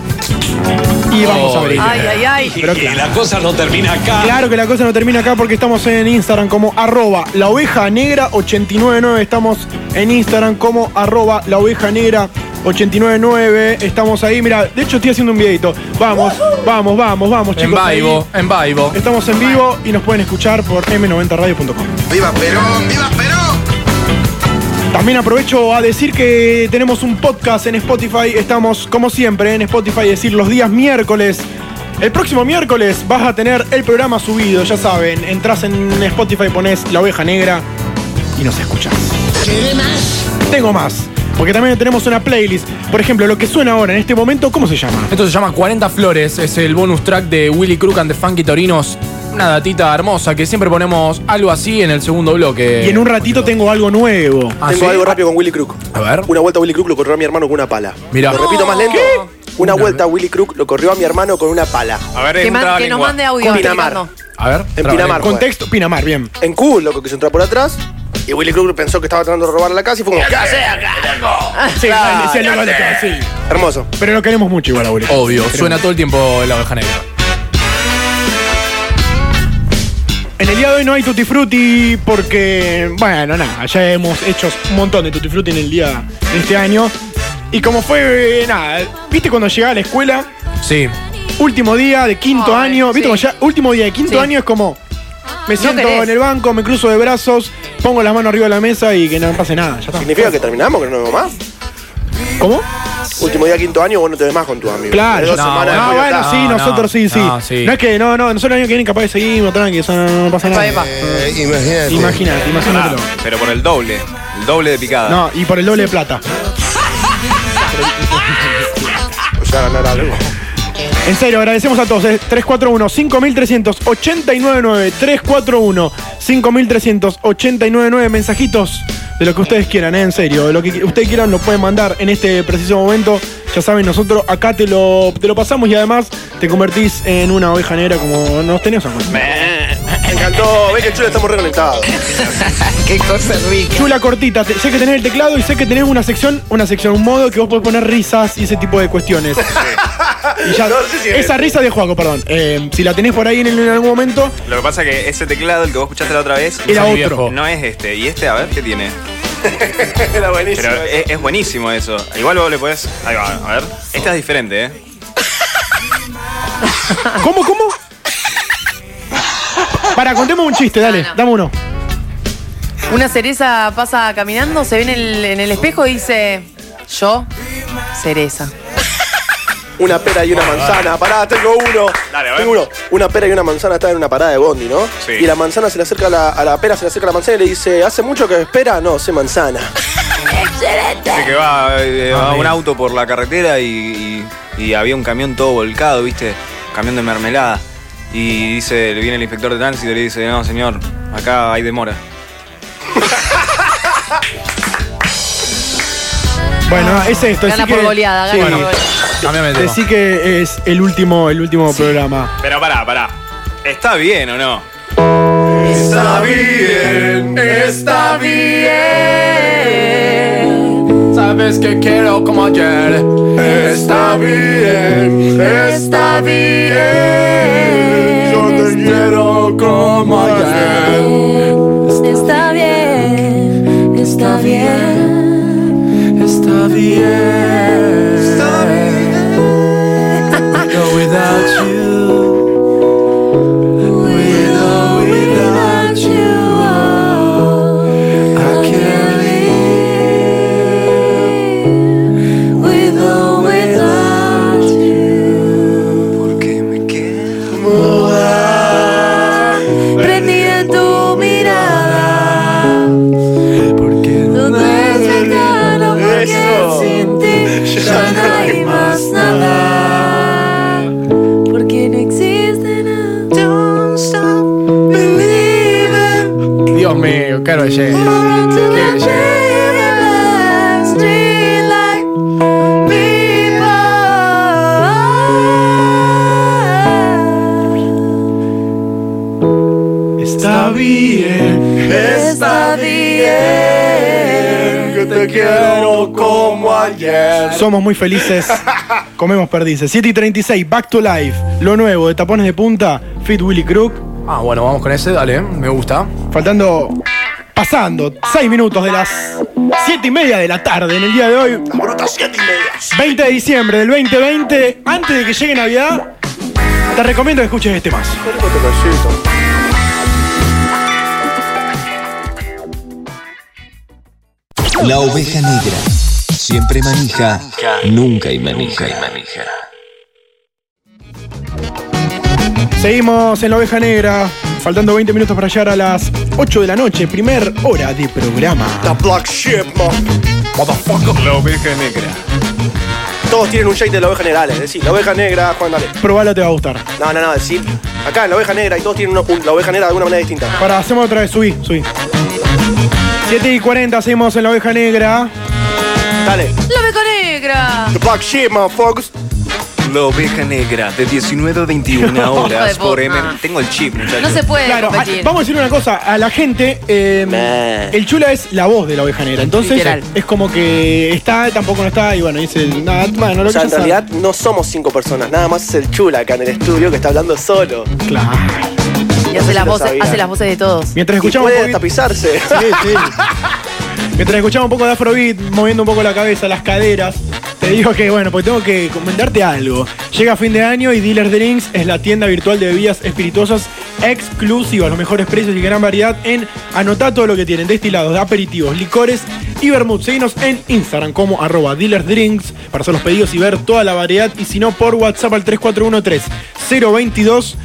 Speaker 2: Y vamos a abrir.
Speaker 3: Ay, ay, ay.
Speaker 2: Pero claro.
Speaker 12: La cosa no termina acá.
Speaker 2: Claro que la cosa no termina acá porque estamos en Instagram como arroba la oveja negra 899. Estamos en Instagram como arroba la oveja negra 899. Estamos ahí, mira, de hecho estoy haciendo un videito. Vamos, vamos, vamos, vamos,
Speaker 4: En
Speaker 2: chicos. ahí.
Speaker 4: vivo. En vivo.
Speaker 2: Estamos en vivo y nos pueden escuchar por m90radio.com.
Speaker 5: ¡Viva Perón! ¡Viva Perón!
Speaker 2: También aprovecho a decir que tenemos un podcast en Spotify. Estamos, como siempre, en Spotify, es decir, los días miércoles. El próximo miércoles vas a tener el programa subido, ya saben. Entrás en Spotify, pones La Oveja Negra y nos escuchás. Tengo más, porque también tenemos una playlist. Por ejemplo, lo que suena ahora en este momento, ¿cómo se llama?
Speaker 4: Esto se llama 40 Flores, es el bonus track de Willy Crook and the Funky Torinos. Una datita hermosa que siempre ponemos algo así en el segundo bloque.
Speaker 2: Y en un ratito tengo algo nuevo.
Speaker 4: Ah,
Speaker 1: Tengo
Speaker 4: ¿sí?
Speaker 1: algo rápido con Willy Crook.
Speaker 4: A ver.
Speaker 1: Una vuelta a Willy Crook lo corrió a mi hermano con una pala.
Speaker 4: Mirá.
Speaker 1: Lo repito más lento. Una vuelta a Willy Crook lo corrió a mi hermano con una pala.
Speaker 7: A ver,
Speaker 3: Que, man- que
Speaker 7: en un
Speaker 3: nos
Speaker 7: trabalengua.
Speaker 3: mande audio.
Speaker 1: Con Pinamar.
Speaker 3: Ricardo.
Speaker 4: A ver.
Speaker 1: En
Speaker 4: traba-
Speaker 1: Pinamar.
Speaker 2: Contexto, Pinamar, bien.
Speaker 1: En Q, loco que se entró por atrás. Y Willy Crook pensó que estaba tratando de robar la casa y fue como. ¿Qué haces acá?
Speaker 2: Sí, sí, sí, loco, sí.
Speaker 1: Hermoso.
Speaker 2: Pero lo queremos mucho igual, abuelo.
Speaker 4: Obvio, suena todo el tiempo la oveja negra.
Speaker 2: En el día de hoy no hay Tutti Frutti porque, bueno, nada, ya hemos hecho un montón de Tutti Frutti en el día de este año. Y como fue, eh, nada, viste cuando llegaba a la escuela
Speaker 4: Sí.
Speaker 2: último día de quinto año. ¿Viste? Como ya, último día de quinto año es como. Me
Speaker 1: No
Speaker 2: siento
Speaker 1: querés.
Speaker 2: en el banco, me cruzo de brazos, pongo las manos arriba de la mesa y que no pase nada. Ya está.
Speaker 1: ¿Significa que terminamos, que no nos vemos más?
Speaker 2: ¿Cómo?
Speaker 1: Último día, quinto año, vos no te ves más con tus amigos.
Speaker 2: Claro,
Speaker 1: Dos
Speaker 2: no,
Speaker 1: semanas
Speaker 2: no,
Speaker 1: después ya
Speaker 2: bueno,
Speaker 1: está.
Speaker 2: sí, nosotros sí, sí.
Speaker 1: no,
Speaker 2: No,
Speaker 1: sí.
Speaker 2: es que, no, no, nosotros el año que viene capaz de seguimos, tranqui, eso no, no pasa nada.
Speaker 1: Eh,
Speaker 7: imagínate.
Speaker 2: Imagínate, imagínatelo.
Speaker 7: pero por el doble. El doble de picada.
Speaker 2: No, y por el doble de plata.
Speaker 1: Ya ganar algo.
Speaker 2: En serio, agradecemos a todos. eh. 341-5389-9. 341-5389-9. Mensajitos de lo que ustedes quieran, ¿eh? en serio. De lo que ustedes quieran lo pueden mandar en este preciso momento. Ya saben, nosotros acá te lo, te lo pasamos y además te convertís en una oveja negra como nos tenías acá.
Speaker 1: Me encantó, ve que chulo, estamos reconectados.
Speaker 13: Qué cosa rica.
Speaker 2: Chula cortita, te- sé que tenés el teclado y sé que tenés una sección, una sección, un modo que vos podés poner risas y ese tipo de cuestiones. Y ya- esa risa de Juaco, perdón. Eh, si la tenés por ahí en, el- en algún momento,
Speaker 7: Lo que pasa es que ese teclado, el que vos escuchaste la otra vez,
Speaker 2: Era otro. Viejo.
Speaker 7: No es este. Y este, a ver qué tiene.
Speaker 1: Era buenísimo.
Speaker 7: Pero es, es buenísimo eso. Igual vos le podés. Ahí va, a ver. Esta es diferente, ¿eh?
Speaker 2: ¿Cómo, cómo? Para, contemos un chiste, dale, dame uno.
Speaker 3: Una cereza pasa caminando, se ve en el, en el espejo y dice, yo, cereza.
Speaker 1: Una pera y una manzana. Pará, tengo uno. tengo uno. Una pera y una manzana están en una parada de bondi, ¿no?
Speaker 7: Sí.
Speaker 1: Y la manzana se le acerca a la, a la pera, se le acerca a la manzana y le dice, ¿hace mucho que espera? No, sé manzana.
Speaker 7: Dice que va, eh,
Speaker 2: Ah,
Speaker 7: va un auto por la carretera y, y- y había un camión todo volcado, ¿viste? Camión de mermelada. Y dice, le viene el inspector de tránsito y le dice, no, señor, acá hay demora.
Speaker 2: Bueno, es esto.
Speaker 3: Ah, Gana
Speaker 2: así
Speaker 3: por
Speaker 2: que-
Speaker 3: goleada, gana por goleada.
Speaker 4: Cambiame de tema.
Speaker 2: Decí que es el último, el último programa.
Speaker 7: Pero pará, pará. ¿Está bien o no?
Speaker 5: Está bien, está bien. Sabes que quiero como ayer. Está bien, está bien. Yo te quiero como ayer. Está bien, está bien. Está bien. Está bien. Go without you. Without you, I can't live. Without, without you, porque me quedo muda, prendida en tu mirada, porque no te llegado, porque sin ti ya no hay más nada, porque no existe nada. Don't stop believing.
Speaker 4: Dios mío, caro ayer.
Speaker 5: Está bien, está bien, que te quiero como ayer.
Speaker 2: Somos muy felices. Comemos perdices. 7 y 36, Back to Life. Lo nuevo de Tapones de Punta, Fit Willy Crook.
Speaker 4: Ah, bueno, vamos con ese, dale, me gusta.
Speaker 2: Faltando, pasando 6 minutos de las 7 y media de la tarde en el día de hoy. 20 de diciembre del 2020. Antes de que llegue Navidad, te recomiendo que escuches este más.
Speaker 12: La oveja negra. Siempre manija, nunca hay manija.
Speaker 2: Seguimos en la oveja negra, faltando 20 minutos para llegar a las 8 de la noche, primer hora de programa.
Speaker 1: The Black Sheep, Motherfucker.
Speaker 7: La oveja negra.
Speaker 1: Todos tienen un shake de la oveja negra, es decir, la oveja negra, Juan, dale.
Speaker 2: Probala, te va a gustar.
Speaker 1: No, no, no, decir. Acá en la oveja negra y todos tienen uno- un- la oveja negra de alguna manera distinta.
Speaker 2: Para, hacemos otra vez, subí, subí. 7 y 40 seguimos en la oveja negra.
Speaker 1: Dale.
Speaker 3: La beca negra.
Speaker 1: The Black Sheep, motherfuckers.
Speaker 7: La oveja negra, de 19 a 21
Speaker 2: Hijo de
Speaker 7: horas por
Speaker 2: puta.
Speaker 7: M. Tengo el chip, muchachos.
Speaker 2: Claro, a- vamos a decir una cosa, a la gente, eh, el chula es la voz de la oveja negra, entonces
Speaker 1: Literal.
Speaker 2: es como que está, tampoco no está, y bueno, dice, nada, bueno, lo
Speaker 1: o sea,
Speaker 2: que
Speaker 1: en
Speaker 2: ya
Speaker 1: realidad no somos cinco personas, nada más es el chula acá en el estudio que está hablando solo.
Speaker 2: Claro.
Speaker 3: Y hace las, voces, hace las voces de todos.
Speaker 2: Mientras escuchamos
Speaker 1: puede
Speaker 2: un poquito-
Speaker 1: tapizarse.
Speaker 2: Sí, sí. Mientras escuchamos un poco de Afrobeat, moviendo un poco la cabeza, las caderas, Te digo que, bueno, pues tengo que comentarte algo. Llega fin de año y Dealer Drinks es la tienda virtual de bebidas espirituosas exclusivas, los mejores precios y gran variedad en anotá todo lo que tienen, destilados, aperitivos, licores y vermut. Seguinos en Instagram como arroba Dealer Drinks para hacer los pedidos y ver toda la variedad y si no por WhatsApp al 3413 022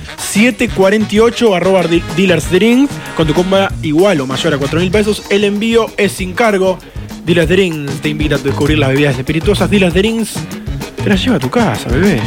Speaker 2: 748 arroba Di- Dealers Drinks con tu compra igual o mayor a 4 mil pesos. El envío es sin cargo. Dealers Drinks te invita a descubrir las bebidas espirituosas. Dealers Drinks te las lleva a tu casa, bebé.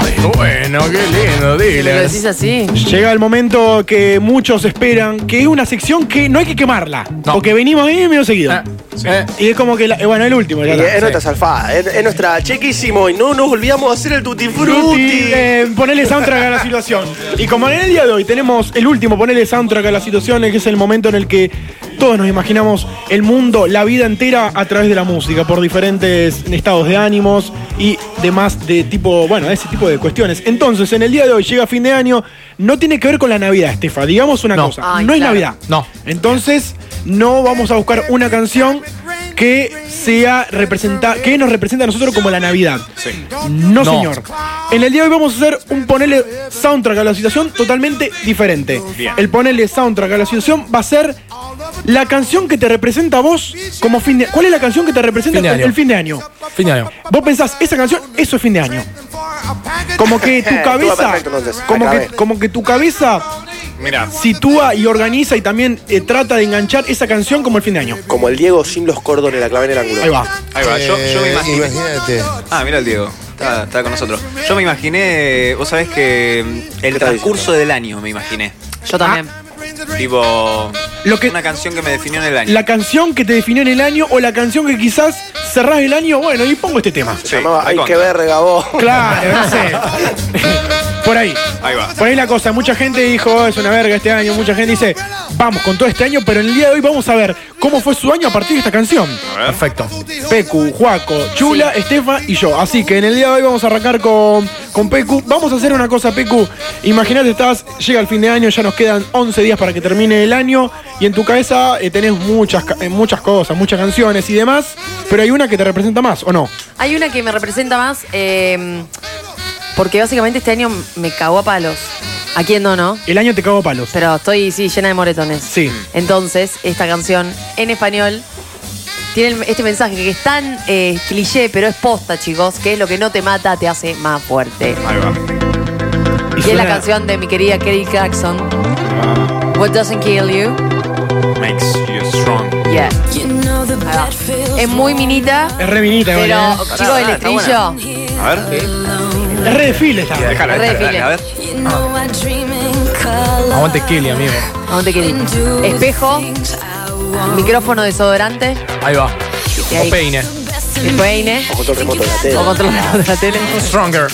Speaker 4: Ay, bueno, qué
Speaker 3: ¿Me
Speaker 4: lindo,
Speaker 3: lo
Speaker 4: Dealer.
Speaker 3: decís así?
Speaker 2: Llega el momento que muchos esperan, que es una sección que no hay que quemarla, porque venimos ahí medio seguido.
Speaker 4: Ah.
Speaker 2: Eh, y es como que, la- eh, bueno, el último.
Speaker 1: Y
Speaker 2: Ya está.
Speaker 1: es nuestra salfada, es, es nuestra chequísimo y no nos olvidamos de hacer el tutti frutti.
Speaker 2: Eh, ponele soundtrack a la situación. Y como en el día de hoy tenemos el último, ponele soundtrack a la situación, que es el momento en el que todos nos imaginamos el mundo, la vida entera a través de la música, por diferentes estados de ánimos y demás de tipo, bueno, de ese tipo de cuestiones. Entonces, en el día de hoy llega fin de año, no tiene que ver con la Navidad, Estefa. Digamos una cosa,
Speaker 3: Ay,
Speaker 2: no es
Speaker 3: claro.
Speaker 2: Navidad.
Speaker 4: No.
Speaker 2: Entonces, no vamos a buscar una canción que sea representa que nos representa a nosotros como la Navidad. No,
Speaker 4: No.
Speaker 2: señor. En el día de hoy vamos a hacer un ponele soundtrack a la situación totalmente diferente.
Speaker 5: Bien.
Speaker 2: El ponele soundtrack a la situación va a ser la canción que te representa a vos como fin de ¿Cuál es la canción que te representa
Speaker 4: Fin de
Speaker 2: el-
Speaker 4: año.
Speaker 2: el fin de año?
Speaker 4: Fin de año.
Speaker 2: Vos pensás, esa canción, eso es fin de año. Como que tu
Speaker 1: Estuvo
Speaker 2: cabeza.
Speaker 1: perfecto, entonces.
Speaker 2: como, que,
Speaker 1: Acabé.
Speaker 2: como que tu cabeza
Speaker 7: Mira,
Speaker 2: sitúa y organiza y también eh, trata de enganchar esa canción como el fin de año.
Speaker 1: Como el Diego sin los cordones, la clave en el ángulo.
Speaker 2: Ahí va.
Speaker 7: ahí va, yo, yo me
Speaker 10: Eh,
Speaker 7: imaginé.
Speaker 10: Imagínate.
Speaker 7: Ah, mira el Diego. Está, está con nosotros. Yo me imaginé, vos sabés que mm, el transcurso del año me imaginé.
Speaker 3: Yo también.
Speaker 7: Tipo,
Speaker 2: Lo que-
Speaker 7: una canción que me definió en el año.
Speaker 2: La canción que te definió en el año o la canción que quizás cerrás el año, bueno, y pongo este tema.
Speaker 7: Sí,
Speaker 1: Llamaba, hay
Speaker 7: recontra.
Speaker 1: que ver, regabó.
Speaker 2: Claro, no sé. Por ahí.
Speaker 7: Ahí va.
Speaker 2: Por ahí la cosa, mucha gente dijo, "Oh, es una verga este año, mucha gente dice, vamos con todo este año, pero en el día de hoy vamos a ver cómo fue su año a partir de esta canción.
Speaker 4: Perfecto.
Speaker 2: Pecu, Juaco, Chula, Estefa y yo. Así que en el día de hoy vamos a arrancar con, con Pecu. Vamos a hacer una cosa, Pecu. Imagínate, estás, llega el fin de año, ya nos quedan 11 días para que termine el año y en tu cabeza eh, tenés muchas, ca- eh, muchas cosas, muchas canciones y demás, pero hay una que te representa más, ¿o no?
Speaker 3: Hay una que me representa más eh, porque básicamente este año me cagó a palos. ¿A quién no, no?
Speaker 2: El año te cago a palos.
Speaker 3: Pero estoy, sí, llena de moretones.
Speaker 2: Sí.
Speaker 3: Entonces, esta canción en español tiene el- este mensaje que es tan eh, cliché, pero es posta, chicos, que es lo que no te mata te hace más fuerte.
Speaker 7: Ahí va.
Speaker 3: Y, es
Speaker 2: suena-
Speaker 3: la canción de mi querida Kelly Clarkson. What doesn't kill you?
Speaker 7: Makes you strong.
Speaker 3: Yeah. Ahí va. Es
Speaker 5: Es
Speaker 3: muy minita,
Speaker 2: Es re minita,
Speaker 3: pero,
Speaker 2: igual, ¿eh?
Speaker 3: chicos, el estribillo.
Speaker 7: A ver,
Speaker 2: Es re desfile esta.
Speaker 7: déjala,
Speaker 3: Re
Speaker 7: déjala, dale,
Speaker 3: file.
Speaker 7: a ver.
Speaker 4: Aguante Kelly, amigo.
Speaker 3: Aguante, Kelly. Espejo, micrófono desodorante,
Speaker 4: Ahí va.
Speaker 3: Y ahí.
Speaker 4: O peine.
Speaker 3: el peine
Speaker 1: Con control remoto de la tele.
Speaker 3: o control de la tele.
Speaker 4: Stronger.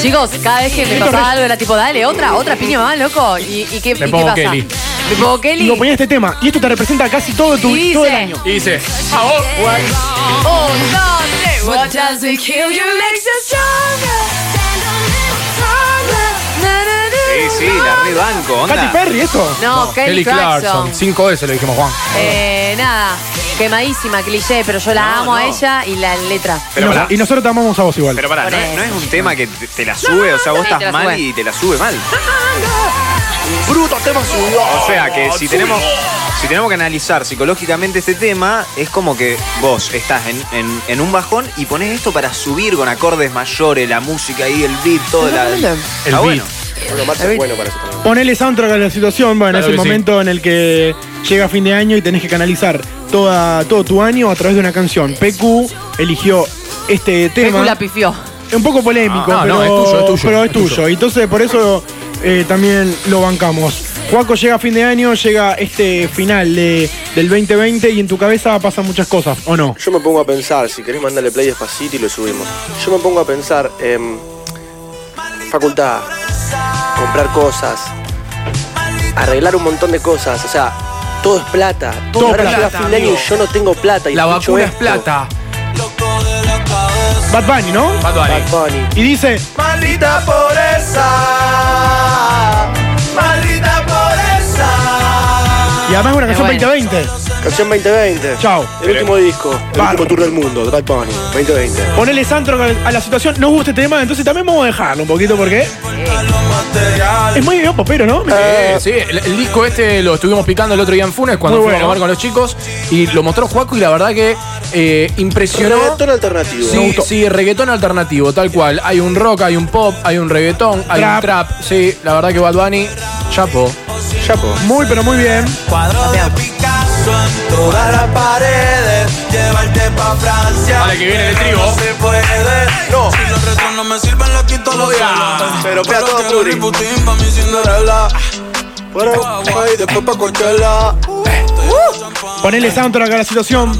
Speaker 3: Chicos, cada vez que me pasaba algo era tipo, dale, otra, otra piña más, loco. ¿Y, y qué, y qué
Speaker 4: pongo
Speaker 3: pasa?
Speaker 4: Kelly.
Speaker 3: Le pongo
Speaker 2: Y
Speaker 1: pues.
Speaker 3: Kelly.
Speaker 2: vos ponías este tema, y esto te representa casi todo, tu,
Speaker 3: Y
Speaker 2: todo el
Speaker 3: dice-
Speaker 2: año.
Speaker 4: Y dice.
Speaker 3: Oh, no, tres. What doesn't kill you makes you stronger. Na, na, na,
Speaker 7: Sí, sí, la rebanco,
Speaker 2: Katy
Speaker 7: onda.
Speaker 2: Perry, esto.
Speaker 3: No, Kelly,
Speaker 4: Kelly
Speaker 3: Clarkson.
Speaker 4: Clarkson. 5 veces lo dijimos, Juan.
Speaker 3: Eh, nada, quemadísima, cliché, pero yo la
Speaker 7: No,
Speaker 3: amo a
Speaker 7: no.
Speaker 3: ella y la letra.
Speaker 7: Pero
Speaker 2: y, nos-
Speaker 7: pará.
Speaker 2: y nosotros te amamos a vos igual.
Speaker 7: Pero pará,
Speaker 3: Por
Speaker 7: no, es-
Speaker 3: eso.
Speaker 7: no es un tema que te, te la sube, o sea, vos
Speaker 3: Sí, te la
Speaker 7: estás
Speaker 3: sube.
Speaker 7: mal y te la sube mal.
Speaker 1: Bruto tema subió.
Speaker 7: O sea que si tenemos, si tenemos que analizar psicológicamente este tema, es como que vos estás en, en- en un bajón y pones esto para subir con acordes mayores, la música y el beat, todo la.
Speaker 3: Exactamente.
Speaker 4: El
Speaker 7: Está bueno.
Speaker 1: Bueno, Marta es bueno para eso.
Speaker 2: Ponele soundtrack a la situación, bueno,
Speaker 4: Claro
Speaker 2: es el
Speaker 4: que sí.
Speaker 2: momento en el que llega fin de año y tenés que canalizar toda, todo tu año a través de una canción. PQ eligió este tema.
Speaker 3: Pecu la pifió.
Speaker 2: Es un poco polémico,
Speaker 4: Ah,
Speaker 2: pero,
Speaker 4: no, es tuyo, es tuyo,
Speaker 2: pero es,
Speaker 4: es
Speaker 2: tuyo.
Speaker 4: tuyo.
Speaker 2: Entonces, por eso eh, también lo bancamos. Juaco llega a fin de año, llega este final de- del 2020 y en tu cabeza pasan muchas cosas, ¿o no?
Speaker 1: Yo me pongo a pensar, si querés mandarle play despacito y lo subimos. Yo me pongo a pensar, em, facultad, comprar cosas, arreglar un montón de cosas, o sea, todo es plata.
Speaker 4: Todo
Speaker 1: Y ahora
Speaker 4: plata,
Speaker 1: llega fin de año y
Speaker 4: amigo.
Speaker 1: yo no tengo plata. Y
Speaker 4: La
Speaker 1: escucho
Speaker 4: vacuna es
Speaker 1: esto.
Speaker 4: plata.
Speaker 2: Bad Bunny, ¿no?
Speaker 4: Bad
Speaker 1: Bad
Speaker 4: Bunny.
Speaker 1: Bunny.
Speaker 2: Y dice,
Speaker 1: Maldita pobreza, maldita pobreza.
Speaker 2: Y además es
Speaker 1: Qué
Speaker 2: una canción
Speaker 1: bueno.
Speaker 2: 2020.
Speaker 1: Canción 2020.
Speaker 2: Chao.
Speaker 1: El último disco, el último tour del mundo, Bad Bunny, 2020.
Speaker 2: Ponele Santro a la situación. Nos gusta este tema, entonces también vamos a dejarlo un poquito porque. Es muy bien popero, ¿no?
Speaker 4: Eh, sí, el, el disco este lo estuvimos picando el otro día en Funes cuando
Speaker 2: Muy
Speaker 4: fuimos
Speaker 2: bueno.
Speaker 4: a comer con los chicos y lo mostró Juaco y la verdad que eh, impresionó.
Speaker 1: Reggaetón alternativo. Me
Speaker 4: Sí,
Speaker 1: gustó.
Speaker 4: sí, reggaetón alternativo, tal cual. Hay un rock, hay un pop, hay un reggaetón, hay un
Speaker 2: Trap.
Speaker 4: trap. Sí, la verdad que Bad Bunny, chapo.
Speaker 1: Chapo.
Speaker 2: Muy, pero muy bien.
Speaker 5: Todas las paredes, llevarte pa' Francia.
Speaker 4: Vale, que viene el estribo.
Speaker 5: No se puede. No. Si los retos no me sirven, los quito los Pero pega todo Turi. Putin pa' mi Cinderella. Para Guay, después pa' Coachella.
Speaker 2: Ponele soundtrack a la situación.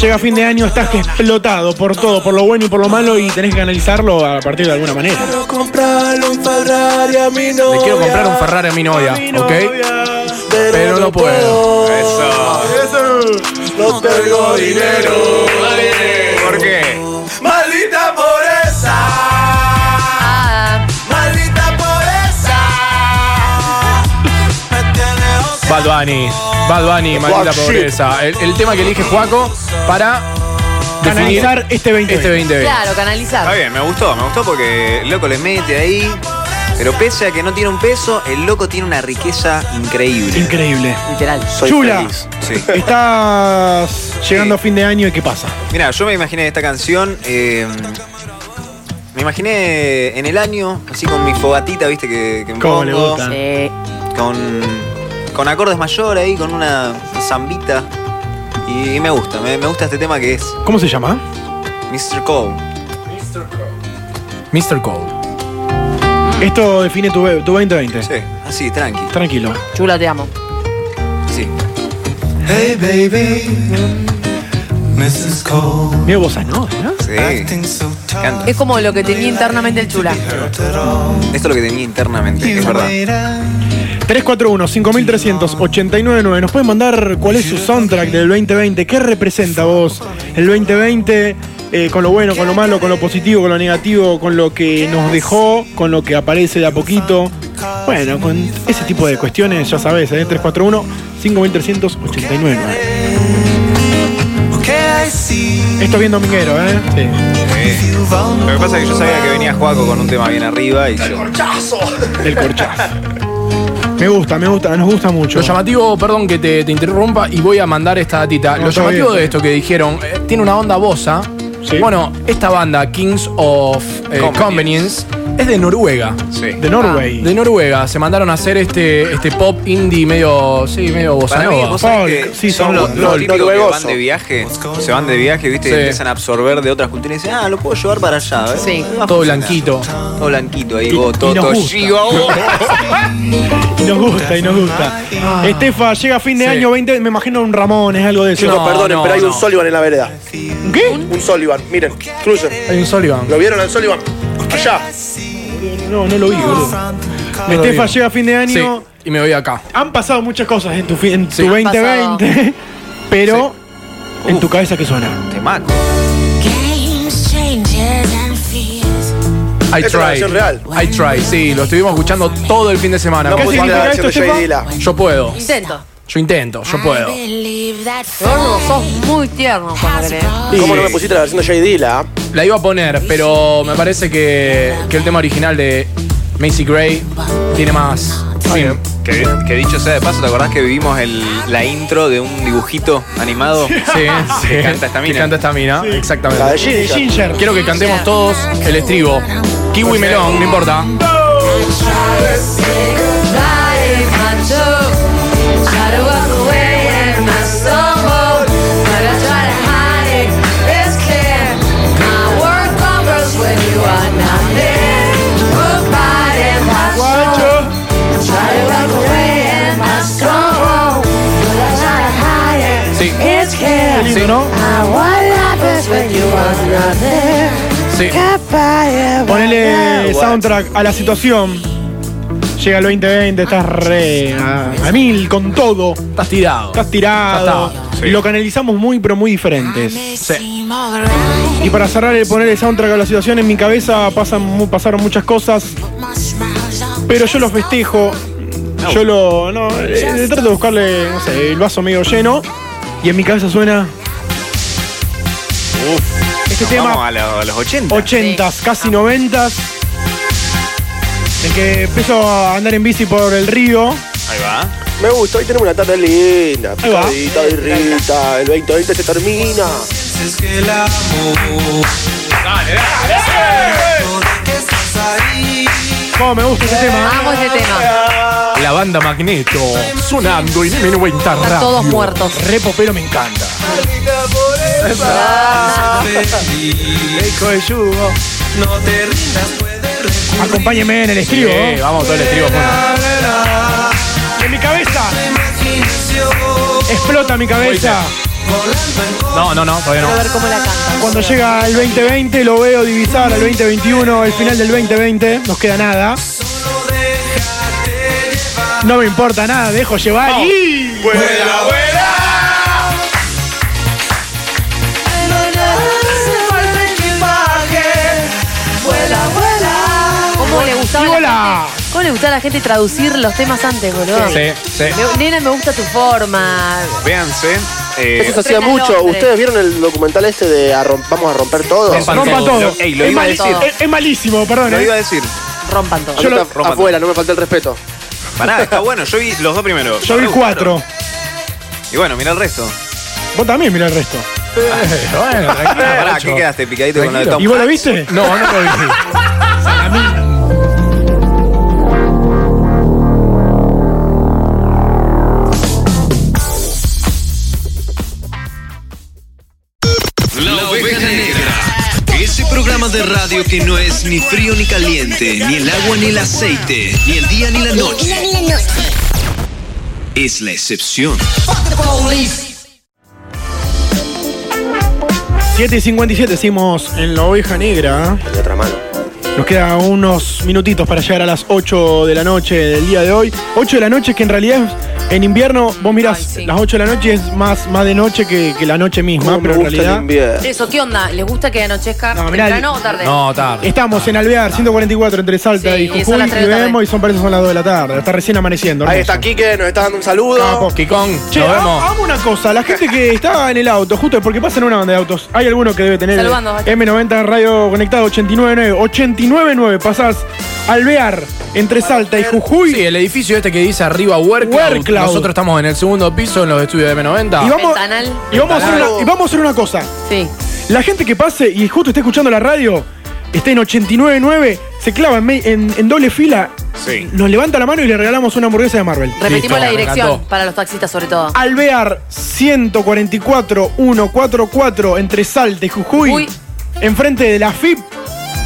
Speaker 2: Llega fin de año, estás que explotado por todo, por lo bueno y por lo malo, y tenés que canalizarlo a partir de alguna manera.
Speaker 5: Quiero comprarle un Ferrari a mi novia.
Speaker 4: Le quiero comprar un Ferrari a mi novia, ¿ok? Pero no puedo.
Speaker 5: No tengo dinero.
Speaker 7: ¿Por qué?
Speaker 5: Maldita pobreza. Maldita pobreza.
Speaker 4: Bad Bunny, Bad Bunny, maldita pobreza. El, el tema que elige Juaco para definir
Speaker 2: Canalizar este 2020.
Speaker 4: Este 2020.
Speaker 3: Claro, canalizar.
Speaker 7: Está bien, me gustó, me gustó porque el loco le mete ahí. Pero pese a que no tiene un peso, el loco tiene una riqueza increíble.
Speaker 2: Increíble.
Speaker 3: Literal.
Speaker 7: Soy
Speaker 2: Chula.
Speaker 7: feliz. Sí.
Speaker 2: Estás llegando a fin de año y ¿qué pasa?
Speaker 7: Mira, yo me imaginé esta canción. eh, me imaginé en el año, así con mi fogatita, viste, que, que me
Speaker 2: Cómo le
Speaker 7: pongo,
Speaker 2: gusta.
Speaker 3: Sí.
Speaker 7: Con, con acordes mayores ahí, con una zambita. Y, me gusta, me, me gusta este tema que es
Speaker 2: ¿Cómo se llama?
Speaker 7: Mr. Cole.
Speaker 4: Mr. Cole.
Speaker 2: Esto define tu, tu 2020.
Speaker 7: Sí, así, tranqui.
Speaker 2: Tranquilo.
Speaker 3: Chula, te amo.
Speaker 7: Sí.
Speaker 5: Hey baby, Mrs. Cole.
Speaker 2: Mira vos, ¿no? ¿no?
Speaker 7: Sí.
Speaker 5: so
Speaker 7: Canta.
Speaker 3: Es como lo que tenía internamente el chula.
Speaker 7: Esto es lo que tenía internamente, es verdad.
Speaker 2: 341-5389. Nos pueden mandar cuál es su soundtrack del 2020. ¿Qué representa vos el 2020? eh, con lo bueno, con lo malo, con lo positivo, con lo negativo, con lo que nos dejó, con lo que aparece de a poquito. Bueno, con ese tipo de cuestiones, ya sabes, ¿eh? 341-5389.
Speaker 5: Okay, I see
Speaker 2: Esto es bien dominguero, ¿eh? Sí.
Speaker 7: Sí. Lo que pasa es que yo sabía que venía Juaco con un tema bien arriba y yo.
Speaker 2: El corchazo. Me gusta, me gusta, nos gusta mucho.
Speaker 4: Lo llamativo, perdón que te, te interrumpa y voy a mandar esta datita.
Speaker 2: No,
Speaker 4: lo
Speaker 2: está
Speaker 4: llamativo
Speaker 2: bien.
Speaker 4: de esto que dijeron, eh, tiene una onda bosa.
Speaker 2: Sí.
Speaker 4: Bueno, esta banda, Kings of eh, Convenience. es de Noruega.
Speaker 7: Sí.
Speaker 2: De Norway.
Speaker 4: De Noruega. Se mandaron a hacer este, este pop indie medio. Sí, medio bossa
Speaker 7: Para mí,
Speaker 4: nova.
Speaker 7: vos sabés
Speaker 2: Folk,
Speaker 7: que
Speaker 2: sí, son
Speaker 7: son los,
Speaker 2: folk.
Speaker 7: los típicos que
Speaker 1: Noruegoso.
Speaker 7: van de viaje, se van de viaje, viste,
Speaker 4: Sí.
Speaker 7: y empiezan a absorber de otras culturas y dicen, ah, lo puedo llevar para allá, ¿eh?
Speaker 3: Sí.
Speaker 7: Va a
Speaker 4: Todo
Speaker 7: funcionar.
Speaker 4: blanquito.
Speaker 7: Todo blanquito ahí,
Speaker 2: Y-
Speaker 7: vos,
Speaker 2: y
Speaker 7: todo
Speaker 2: nos gusta.
Speaker 7: toshigo.
Speaker 4: Ah,
Speaker 2: Y nos gusta, y nos gusta. Estefa, llega fin de
Speaker 4: Sí.
Speaker 2: año 20, me imagino un Ramón, es algo de eso.
Speaker 1: Chicos,
Speaker 4: No,
Speaker 1: perdonen,
Speaker 4: no,
Speaker 1: pero hay
Speaker 4: no.
Speaker 1: un Sullivan en la vereda.
Speaker 2: ¿Qué?
Speaker 1: Un Sullivan, miren, crucen.
Speaker 4: Hay un Sullivan.
Speaker 1: ¿Lo vieron al Sullivan? Allá.
Speaker 2: No, no lo vi, boludo.
Speaker 4: Ah. No lo
Speaker 2: Estefa,
Speaker 4: vi.
Speaker 2: llega fin de
Speaker 4: Sí,
Speaker 2: año.
Speaker 4: y me voy acá.
Speaker 2: Han pasado muchas cosas en tu, fi- en tu
Speaker 4: Sí.
Speaker 3: Han
Speaker 2: 2020, pero en
Speaker 7: Uf.
Speaker 2: tu cabeza que suena.
Speaker 7: Temaco.
Speaker 4: I
Speaker 1: Es una
Speaker 4: try.
Speaker 1: canción real.
Speaker 4: I try, sí. Lo estuvimos escuchando todo el fin de semana.
Speaker 1: No
Speaker 2: ¿Qué
Speaker 5: pues,
Speaker 1: pudiste
Speaker 2: significa
Speaker 1: la
Speaker 2: esto,
Speaker 1: versión de
Speaker 2: Estefa?
Speaker 1: Jay Dila.
Speaker 4: Yo puedo.
Speaker 3: Intento.
Speaker 4: Yo intento, yo puedo.
Speaker 3: Gordo, sos muy tierno cuando querés.
Speaker 1: ¿Cómo no me pusiste la versión de Jay Dila?
Speaker 4: La iba a poner, pero me parece que, que el tema original de Macy Gray tiene más. Sí.
Speaker 7: Que, que dicho sea de paso, ¿te acordás que vivimos el- la intro de un dibujito animado?
Speaker 4: Sí, sí.
Speaker 7: Que canta esta mina.
Speaker 4: Que canta esta mina,
Speaker 1: La de
Speaker 4: exactamente.
Speaker 2: De
Speaker 1: Ginger.
Speaker 2: Ginger.
Speaker 4: Quiero que cantemos todos el estribo. Kiwi melón, no importa. Sí,
Speaker 2: Qué lindo, ¿no?
Speaker 4: sí. Ah,
Speaker 2: Ponele soundtrack a la situación. Llega el 2020, estás re a, a mil con todo.
Speaker 4: Estás tirado.
Speaker 2: Estás tirado.
Speaker 4: Ya
Speaker 7: está, sí.
Speaker 2: Lo canalizamos muy, pero muy diferentes.
Speaker 4: Sí.
Speaker 2: Y para cerrar el poner el soundtrack a la situación, en mi cabeza pasan, mu- pasaron muchas cosas. Pero yo los festejo. Yo lo. No, eh, le trato de buscarle, no sé, el vaso medio lleno. Y en mi cabeza suena. Este
Speaker 7: Nos
Speaker 2: tema-
Speaker 7: Vamos a, lo- a los 80.
Speaker 2: 80s, casi 90s. El que empiezo a andar en bici por el río.
Speaker 7: Ahí va.
Speaker 1: Me gusta, hoy tenemos una tarde linda,
Speaker 2: Ahí va.
Speaker 1: picadita y rica. El 2020 se termina.
Speaker 2: Cómo me gusta ese tema.
Speaker 3: Amo ese tema.
Speaker 4: La banda Magneto, sonando y menos en
Speaker 3: Están todos muertos.
Speaker 2: Repo, pero me encanta. Hijo de yugo.
Speaker 5: No te rindas,
Speaker 2: Acompáñeme en el estribo.
Speaker 4: Sí, vamos, todo el estribo,
Speaker 2: Y en mi cabeza. Explota mi cabeza.
Speaker 4: No, no, no, todavía no.
Speaker 3: Quiero ver cómo la canta.
Speaker 2: Cuando llega el 2020 lo veo divisar al 2021, el final del 2020, nos queda nada. No me importa nada, dejo llevar y...
Speaker 3: ¿Cómo le gustaba?
Speaker 2: Y
Speaker 3: a la
Speaker 2: hola.
Speaker 3: gente- ¿Cómo le gustaba a la gente traducir los temas antes, boludo?
Speaker 7: Sí, sí.
Speaker 3: Me- nena, me gusta tu forma.
Speaker 7: Véanse. eh,
Speaker 1: Eso se hacía
Speaker 3: Frena
Speaker 1: mucho.
Speaker 3: Londres.
Speaker 1: ¿Ustedes vieron el documental este de a romp- Vamos a romper todo?
Speaker 7: Rompan
Speaker 2: Rompa todo.
Speaker 7: Lo- ey, lo
Speaker 2: es,
Speaker 7: iba a
Speaker 2: mali-
Speaker 7: decir.
Speaker 2: es- es malísimo, perdón.
Speaker 7: Lo
Speaker 2: eh.
Speaker 7: iba a decir.
Speaker 3: Rompan todo.
Speaker 1: Yo
Speaker 7: Yo lo-
Speaker 1: afuera, no me falta el respeto.
Speaker 7: Para nada, está bueno. Yo vi los dos primeros.
Speaker 2: Yo vi
Speaker 7: Me
Speaker 2: cuatro.
Speaker 7: gustaron. Y bueno, mira el resto.
Speaker 2: Vos también mirá el resto.
Speaker 4: bueno,
Speaker 7: Ah,
Speaker 4: tranquilo.
Speaker 7: pará,
Speaker 4: Nacho.
Speaker 7: ¿qué quedaste? Picadito con la de Tom.
Speaker 2: ¿Y vos lo viste?
Speaker 4: No, no lo vi.
Speaker 12: La Oveja Negra. Ese programa de radio que no es ni frío ni caliente, ni el agua ni el aceite, ni el día ni la noche. Es la excepción.
Speaker 2: 7 y 57 hicimos en la oveja negra.
Speaker 1: De otra mano.
Speaker 2: Nos quedan unos minutitos para llegar a las 8 de la noche del día de hoy. 8 de la noche que en realidad es- en invierno, vos mirás,
Speaker 3: Ay, sí.
Speaker 2: las 8 de la noche es más, más de noche que, que la noche misma,
Speaker 1: ¿Cómo me
Speaker 2: pero en
Speaker 1: gusta el
Speaker 2: realidad...
Speaker 1: invierno?
Speaker 3: Eso, ¿qué onda? ¿Les gusta que anochezca
Speaker 2: No, mirá,
Speaker 3: temprano o tarde?
Speaker 4: No, tarde.
Speaker 2: Estamos en Alvear, 144 entre Salta
Speaker 3: Sí,
Speaker 2: y
Speaker 3: y son
Speaker 2: Jujuy,
Speaker 3: las
Speaker 2: y,
Speaker 3: tres de la tarde.
Speaker 2: vemos y son parece que son las 2 de la tarde. Está recién amaneciendo.
Speaker 1: Ahí
Speaker 2: hermoso.
Speaker 1: está Quique, nos está dando un saludo.
Speaker 2: Capo.
Speaker 4: Kikong,
Speaker 2: Che, ah,
Speaker 4: nos
Speaker 2: ha-
Speaker 4: vemos.
Speaker 2: hagamos una cosa, la gente que está en el auto, justo porque pasa en una banda de autos, hay alguno que debe tener el
Speaker 3: Saludando, Bachi.
Speaker 2: M90 Radio Conectado 899, 899, pasás Alvear entre Salta y Jujuy
Speaker 4: Sí, el edificio este que dice arriba Workout.
Speaker 2: Workout.
Speaker 4: Nosotros estamos en el segundo piso en los estudios de
Speaker 2: y
Speaker 4: M90.
Speaker 2: vamos,
Speaker 3: Ventanal.
Speaker 2: y, vamos a hacer una, y vamos a hacer una cosa,
Speaker 3: Sí.
Speaker 2: la gente que pase y justo esté escuchando la radio, esté en 899, se clava en, me- en- en doble fila,
Speaker 7: Sí.
Speaker 2: nos levanta la mano y le regalamos una hamburguesa de Marvel.
Speaker 3: Repetimos
Speaker 4: Listo,
Speaker 3: la
Speaker 4: me
Speaker 3: dirección
Speaker 4: encantó.
Speaker 3: para los taxistas, sobre todo.
Speaker 2: Alvear 144-144 entre Salta y Jujuy,
Speaker 3: Jujuy.
Speaker 2: enfrente de la FIP.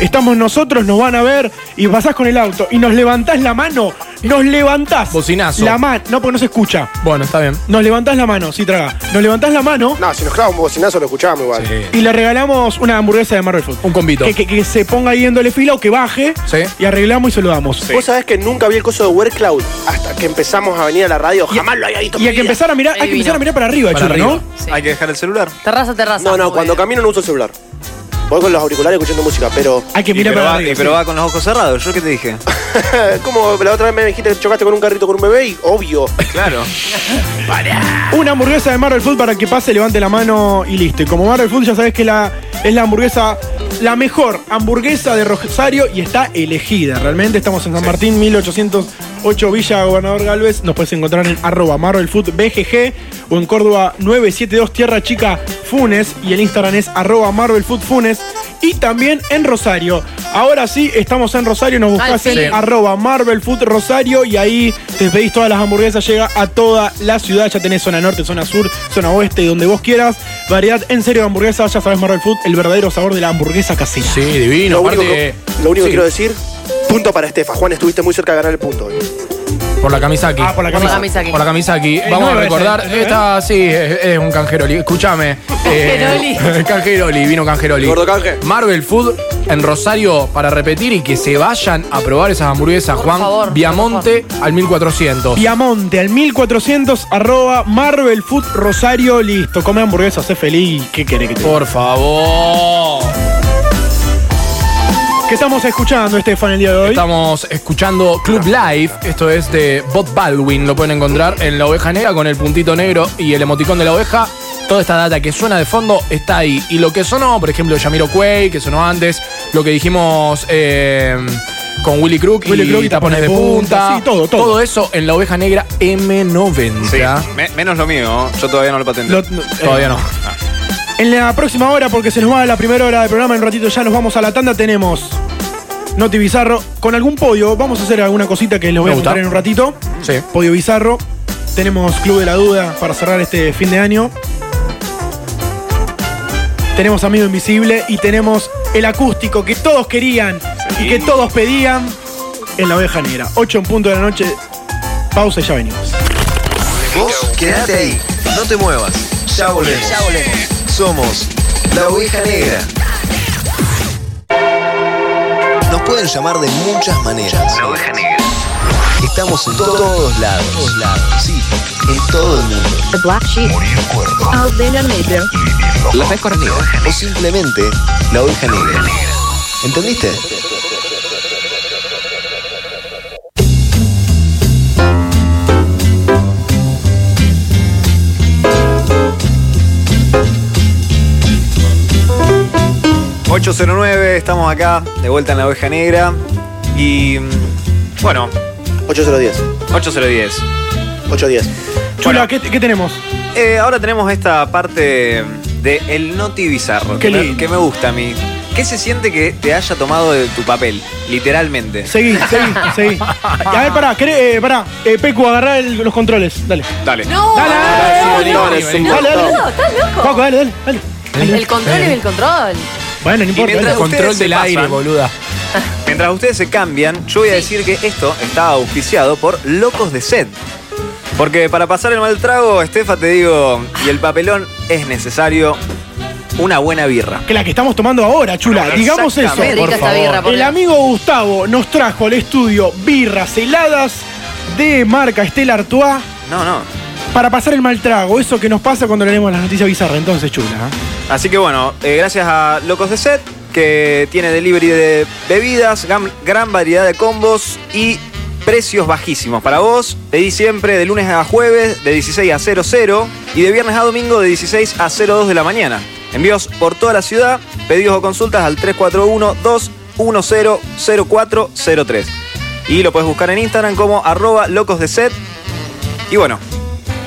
Speaker 2: Estamos nosotros, nos van a ver y pasás con el auto y nos levantás la mano, nos levantás.
Speaker 4: Bocinazo.
Speaker 2: La mano, no, porque no se escucha.
Speaker 4: Bueno, está bien.
Speaker 2: Nos levantás la mano, sí, traga. Nos levantás la mano
Speaker 1: No, si nos clava un bocinazo lo escuchamos igual.
Speaker 2: y le regalamos una hamburguesa de Marvel Food.
Speaker 4: Un convito.
Speaker 2: Que, que- que se ponga ahí en doble fila o que baje
Speaker 4: Sí.
Speaker 2: y arreglamos y saludamos.
Speaker 1: Vos sabés que nunca vi el coso de Wear Cloud hasta que empezamos a venir a la radio. Jamás lo había visto. en
Speaker 2: Y
Speaker 1: mi
Speaker 2: hay que
Speaker 1: vida.
Speaker 2: empezar a mirar, hay que
Speaker 3: Divino.
Speaker 2: empezar a mirar para arriba,
Speaker 4: Para
Speaker 2: Churri,
Speaker 4: arriba.
Speaker 2: ¿no?
Speaker 3: Sí.
Speaker 7: Hay que dejar el celular.
Speaker 3: Terraza, terraza.
Speaker 1: No, no,
Speaker 3: Muy
Speaker 2: eh.
Speaker 1: cuando
Speaker 3: bien.
Speaker 1: camino no uso el celular. Voy con los auriculares escuchando música, pero.
Speaker 2: Hay que
Speaker 7: Y
Speaker 2: mirar
Speaker 7: pero,
Speaker 2: para
Speaker 7: va,
Speaker 2: arriba.
Speaker 7: y pero
Speaker 2: sí.
Speaker 7: va con los ojos cerrados. ¿Yo qué te dije?
Speaker 1: eh, Como la otra vez me dijiste que chocaste con un carrito con un bebé y obvio.
Speaker 7: Claro.
Speaker 2: Una hamburguesa de Marvel Food para que pase, levante la mano y listo. Y como Marvel Food ya sabes que la, es la hamburguesa, la mejor hamburguesa de Rosario y está elegida. Realmente estamos en San Martín, 1808 Villa Gobernador Galvez. Nos puedes encontrar en arroba Marvel Food BGG o en Córdoba 972 Tierra Chica Funes y el Instagram es arroba Marvel Food Funes. Y también en Rosario. Ahora sí, estamos en Rosario. Nos buscas
Speaker 3: Al fin.
Speaker 2: en arroba Marvel Food Rosario y ahí te pedís todas las hamburguesas, llega a toda la ciudad, ya tenés zona norte, zona sur, zona oeste, donde vos quieras, variedad en serio de hamburguesas, ya sabes Marvel Food, el verdadero sabor de la hamburguesa casera.
Speaker 4: Sí, divino.
Speaker 1: lo único,
Speaker 4: aparte,
Speaker 1: que, lo único
Speaker 4: sí,
Speaker 1: que quiero decir, punto para Estefa. Juan, estuviste muy cerca de ganar el punto hoy.
Speaker 4: Por la Kamisaki.
Speaker 2: Ah, por la
Speaker 3: Por la
Speaker 2: camisa.
Speaker 3: camisa aquí.
Speaker 4: Por la Kamisaki.
Speaker 2: Eh,
Speaker 4: Vamos
Speaker 2: no
Speaker 4: a
Speaker 2: lo
Speaker 4: recordar.
Speaker 2: ves, eh,
Speaker 4: Esta sí, es, es un canjeroli. Escúchame.
Speaker 3: Canjeroli.
Speaker 4: canjeroli, vino canjeroli.
Speaker 1: Gordo canje.
Speaker 4: Marvel Food en Rosario para repetir y que se vayan a probar esas hamburguesas,
Speaker 3: Por
Speaker 4: Juan.
Speaker 3: favor, por
Speaker 4: Viamonte al 1400.
Speaker 2: Piamonte al 1400 arroba Marvel Food Rosario, listo, come hamburguesas, sé feliz, ¿qué querés que te diga?
Speaker 4: Por favor.
Speaker 2: ¿Qué estamos escuchando, Estefan, el día de hoy?
Speaker 4: Oh. Estamos escuchando Club Live, esto es de Bob Baldwin, lo pueden encontrar en la oveja negra con el puntito negro y el emoticón de la oveja. Toda esta data que suena de fondo está ahí. Y lo que sonó, por ejemplo, Yamiro Quay, que sonó antes, lo que dijimos eh, con Willy Crook
Speaker 2: Willy
Speaker 4: y,
Speaker 2: Crook y
Speaker 4: Tapones de Punta.
Speaker 2: sí, todo, todo.
Speaker 4: eso en la oveja negra M90.
Speaker 7: Sí, Eh, me- menos lo mío, yo todavía no lo patenté.
Speaker 2: Lo- eh, no,
Speaker 4: Todavía no.
Speaker 2: En la próxima hora, porque se nos va la primera hora del programa, en un ratito ya nos vamos a la tanda, tenemos Noti Bizarro con algún podio. Vamos a hacer alguna cosita que les voy
Speaker 4: Me
Speaker 2: a
Speaker 4: gusta.
Speaker 2: contar en un ratito.
Speaker 4: Sí.
Speaker 2: Podio Bizarro. Tenemos Club de la Duda para cerrar este fin de año. Tenemos Amigo Invisible y tenemos el acústico que todos querían y que todos pedían en la oveja negra. 8 en punto de la noche. Pausa y ya venimos.
Speaker 12: Vos quédate ahí, no te muevas. Ya volvemos. Somos la oveja negra. Nos pueden llamar de muchas maneras. La oveja negra. Estamos en todos lados. Sí, en todo el mundo.
Speaker 14: The Black Sheep. Aldea Negro.
Speaker 12: La oveja negra. O simplemente la oveja negra. ¿Entendiste?
Speaker 7: Bueno, 809, estamos acá, de vuelta en la oveja negra. Y. mm, Bueno.
Speaker 1: 8010.
Speaker 7: 8010.
Speaker 1: 810.
Speaker 2: Chula, ¿qué, qué tenemos?
Speaker 7: Eh, ahora tenemos esta parte de el noti bizarro.
Speaker 2: Qué
Speaker 7: que me-
Speaker 2: lindo.
Speaker 7: Que me gusta a mí. ¿Qué se siente que te haya tomado de tu papel? Literalmente.
Speaker 2: Seguí, seguí, seguí. A ver, pará, queré- eh, pará. Eh, Pecu, agarrá el- los controles. Dale.
Speaker 7: Dale.
Speaker 3: No,
Speaker 2: Dale, dale,
Speaker 7: No,
Speaker 2: dale,
Speaker 7: es
Speaker 2: dale,
Speaker 7: un
Speaker 2: dale, dale.
Speaker 3: No, estás
Speaker 2: Paco,
Speaker 3: loco.
Speaker 2: dale, dale, dale.
Speaker 3: El control es el control.
Speaker 2: Bueno, no
Speaker 7: Y
Speaker 2: importa.
Speaker 7: mientras
Speaker 2: dale.
Speaker 7: ustedes se pasan,
Speaker 4: boluda.
Speaker 7: Mientras ustedes se cambian, yo voy a decir que esto está auspiciado por Locos de Sed. Porque para pasar el mal trago, Estefa, te digo, y el papelón es necesario una buena birra.
Speaker 2: Que la que estamos tomando ahora, chula.
Speaker 7: Bueno,
Speaker 2: Digamos eso.
Speaker 7: exactamente, Qué rica por esta favor. birra, por
Speaker 2: el
Speaker 7: Dios.
Speaker 2: amigo Gustavo nos trajo al estudio birras heladas de marca Estela Artois
Speaker 7: No, no.
Speaker 2: para pasar el mal trago. Eso que nos pasa cuando leemos las noticias bizarras. Entonces, chula. ¿eh?
Speaker 7: Así que bueno, eh, gracias a Locos de Set, que tiene delivery de bebidas, gam- gran variedad de combos y precios bajísimos. Para vos, pedí siempre de lunes a jueves de 16 a 00 y de viernes a domingo de 16 a 02 de la mañana. Envíos por toda la ciudad, pedidos o consultas al 341-210-0403. Y lo puedes buscar en Instagram como arroba locos de set. Y bueno,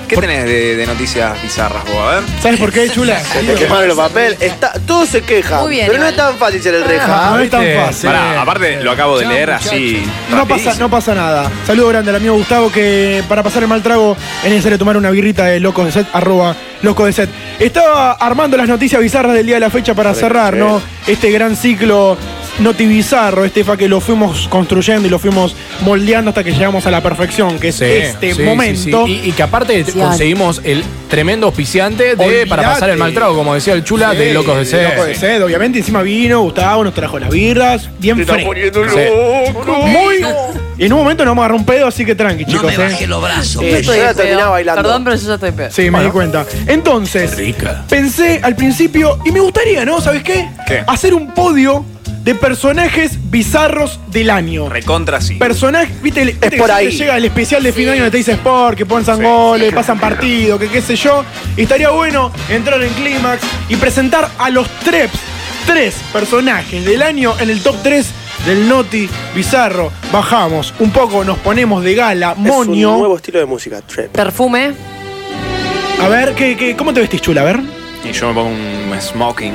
Speaker 7: ¿qué tenés de, de noticias bizarras vos? A ver.
Speaker 2: ¿Sabes por qué, chula?
Speaker 1: Se te quemaron los papeles. Está, todo se queja.
Speaker 3: Muy bien, Ah,
Speaker 1: pero no
Speaker 3: igual.
Speaker 1: es tan fácil ser el reja.
Speaker 2: no
Speaker 4: Ah,
Speaker 2: es tan fácil.
Speaker 7: Pará, aparte lo acabo de leer así.
Speaker 2: No pasa, no pasa nada. Saludo grande al amigo Gustavo que para pasar el mal trago es necesario tomar una birrita de locos de set, arroba locos de set. Estaba armando las noticias bizarras del día de la fecha para cerrar, ¿no? Este gran ciclo noti bizarro, Estefa, que lo fuimos construyendo y lo fuimos moldeando hasta que llegamos a la perfección, que es
Speaker 4: Sí,
Speaker 2: este
Speaker 4: sí, sí,
Speaker 2: momento.
Speaker 4: sí. Y, y que aparte
Speaker 2: Oficial.
Speaker 4: conseguimos el tremendo auspiciante de
Speaker 2: Olvídate.
Speaker 4: para pasar el mal trago, como decía el chula, de Locos de Sed.
Speaker 2: Locos de Sed, obviamente. Encima vino, Gustavo nos trajo las birras. Bien fresco. Muy. Y en un momento nos vamos a agarrar un pedo, así que tranqui, chicos. ¿eh?
Speaker 3: Yo estoy
Speaker 1: yo la
Speaker 3: pedo.
Speaker 1: terminaba bailando.
Speaker 3: Perdón, pero yo ya estoy peor.
Speaker 2: Sí, me di cuenta. Entonces, pensé al principio, y me gustaría, ¿no? ¿Sabes qué?
Speaker 7: ¿Qué?
Speaker 2: Hacer un podio de personajes bizarros del año.
Speaker 7: Recontra sí.
Speaker 2: Personajes, viste, viste que
Speaker 1: por
Speaker 2: siempre
Speaker 1: ahí.
Speaker 2: llega el especial de fin de año donde te dice Sport, que pasan
Speaker 7: Sí.
Speaker 2: goles, pasan partido, que qué sé yo. Y estaría bueno entrar en Clímax y presentar a los tres, tres personajes del año en el top 3 del Noti Bizarro. Bajamos un poco, nos ponemos de gala, moño.
Speaker 1: Es un nuevo estilo de música, trap.
Speaker 3: Perfume.
Speaker 2: A ver, ¿qué, qué, cómo te vestís, chula? A ver.
Speaker 7: Y yo me pongo un smoking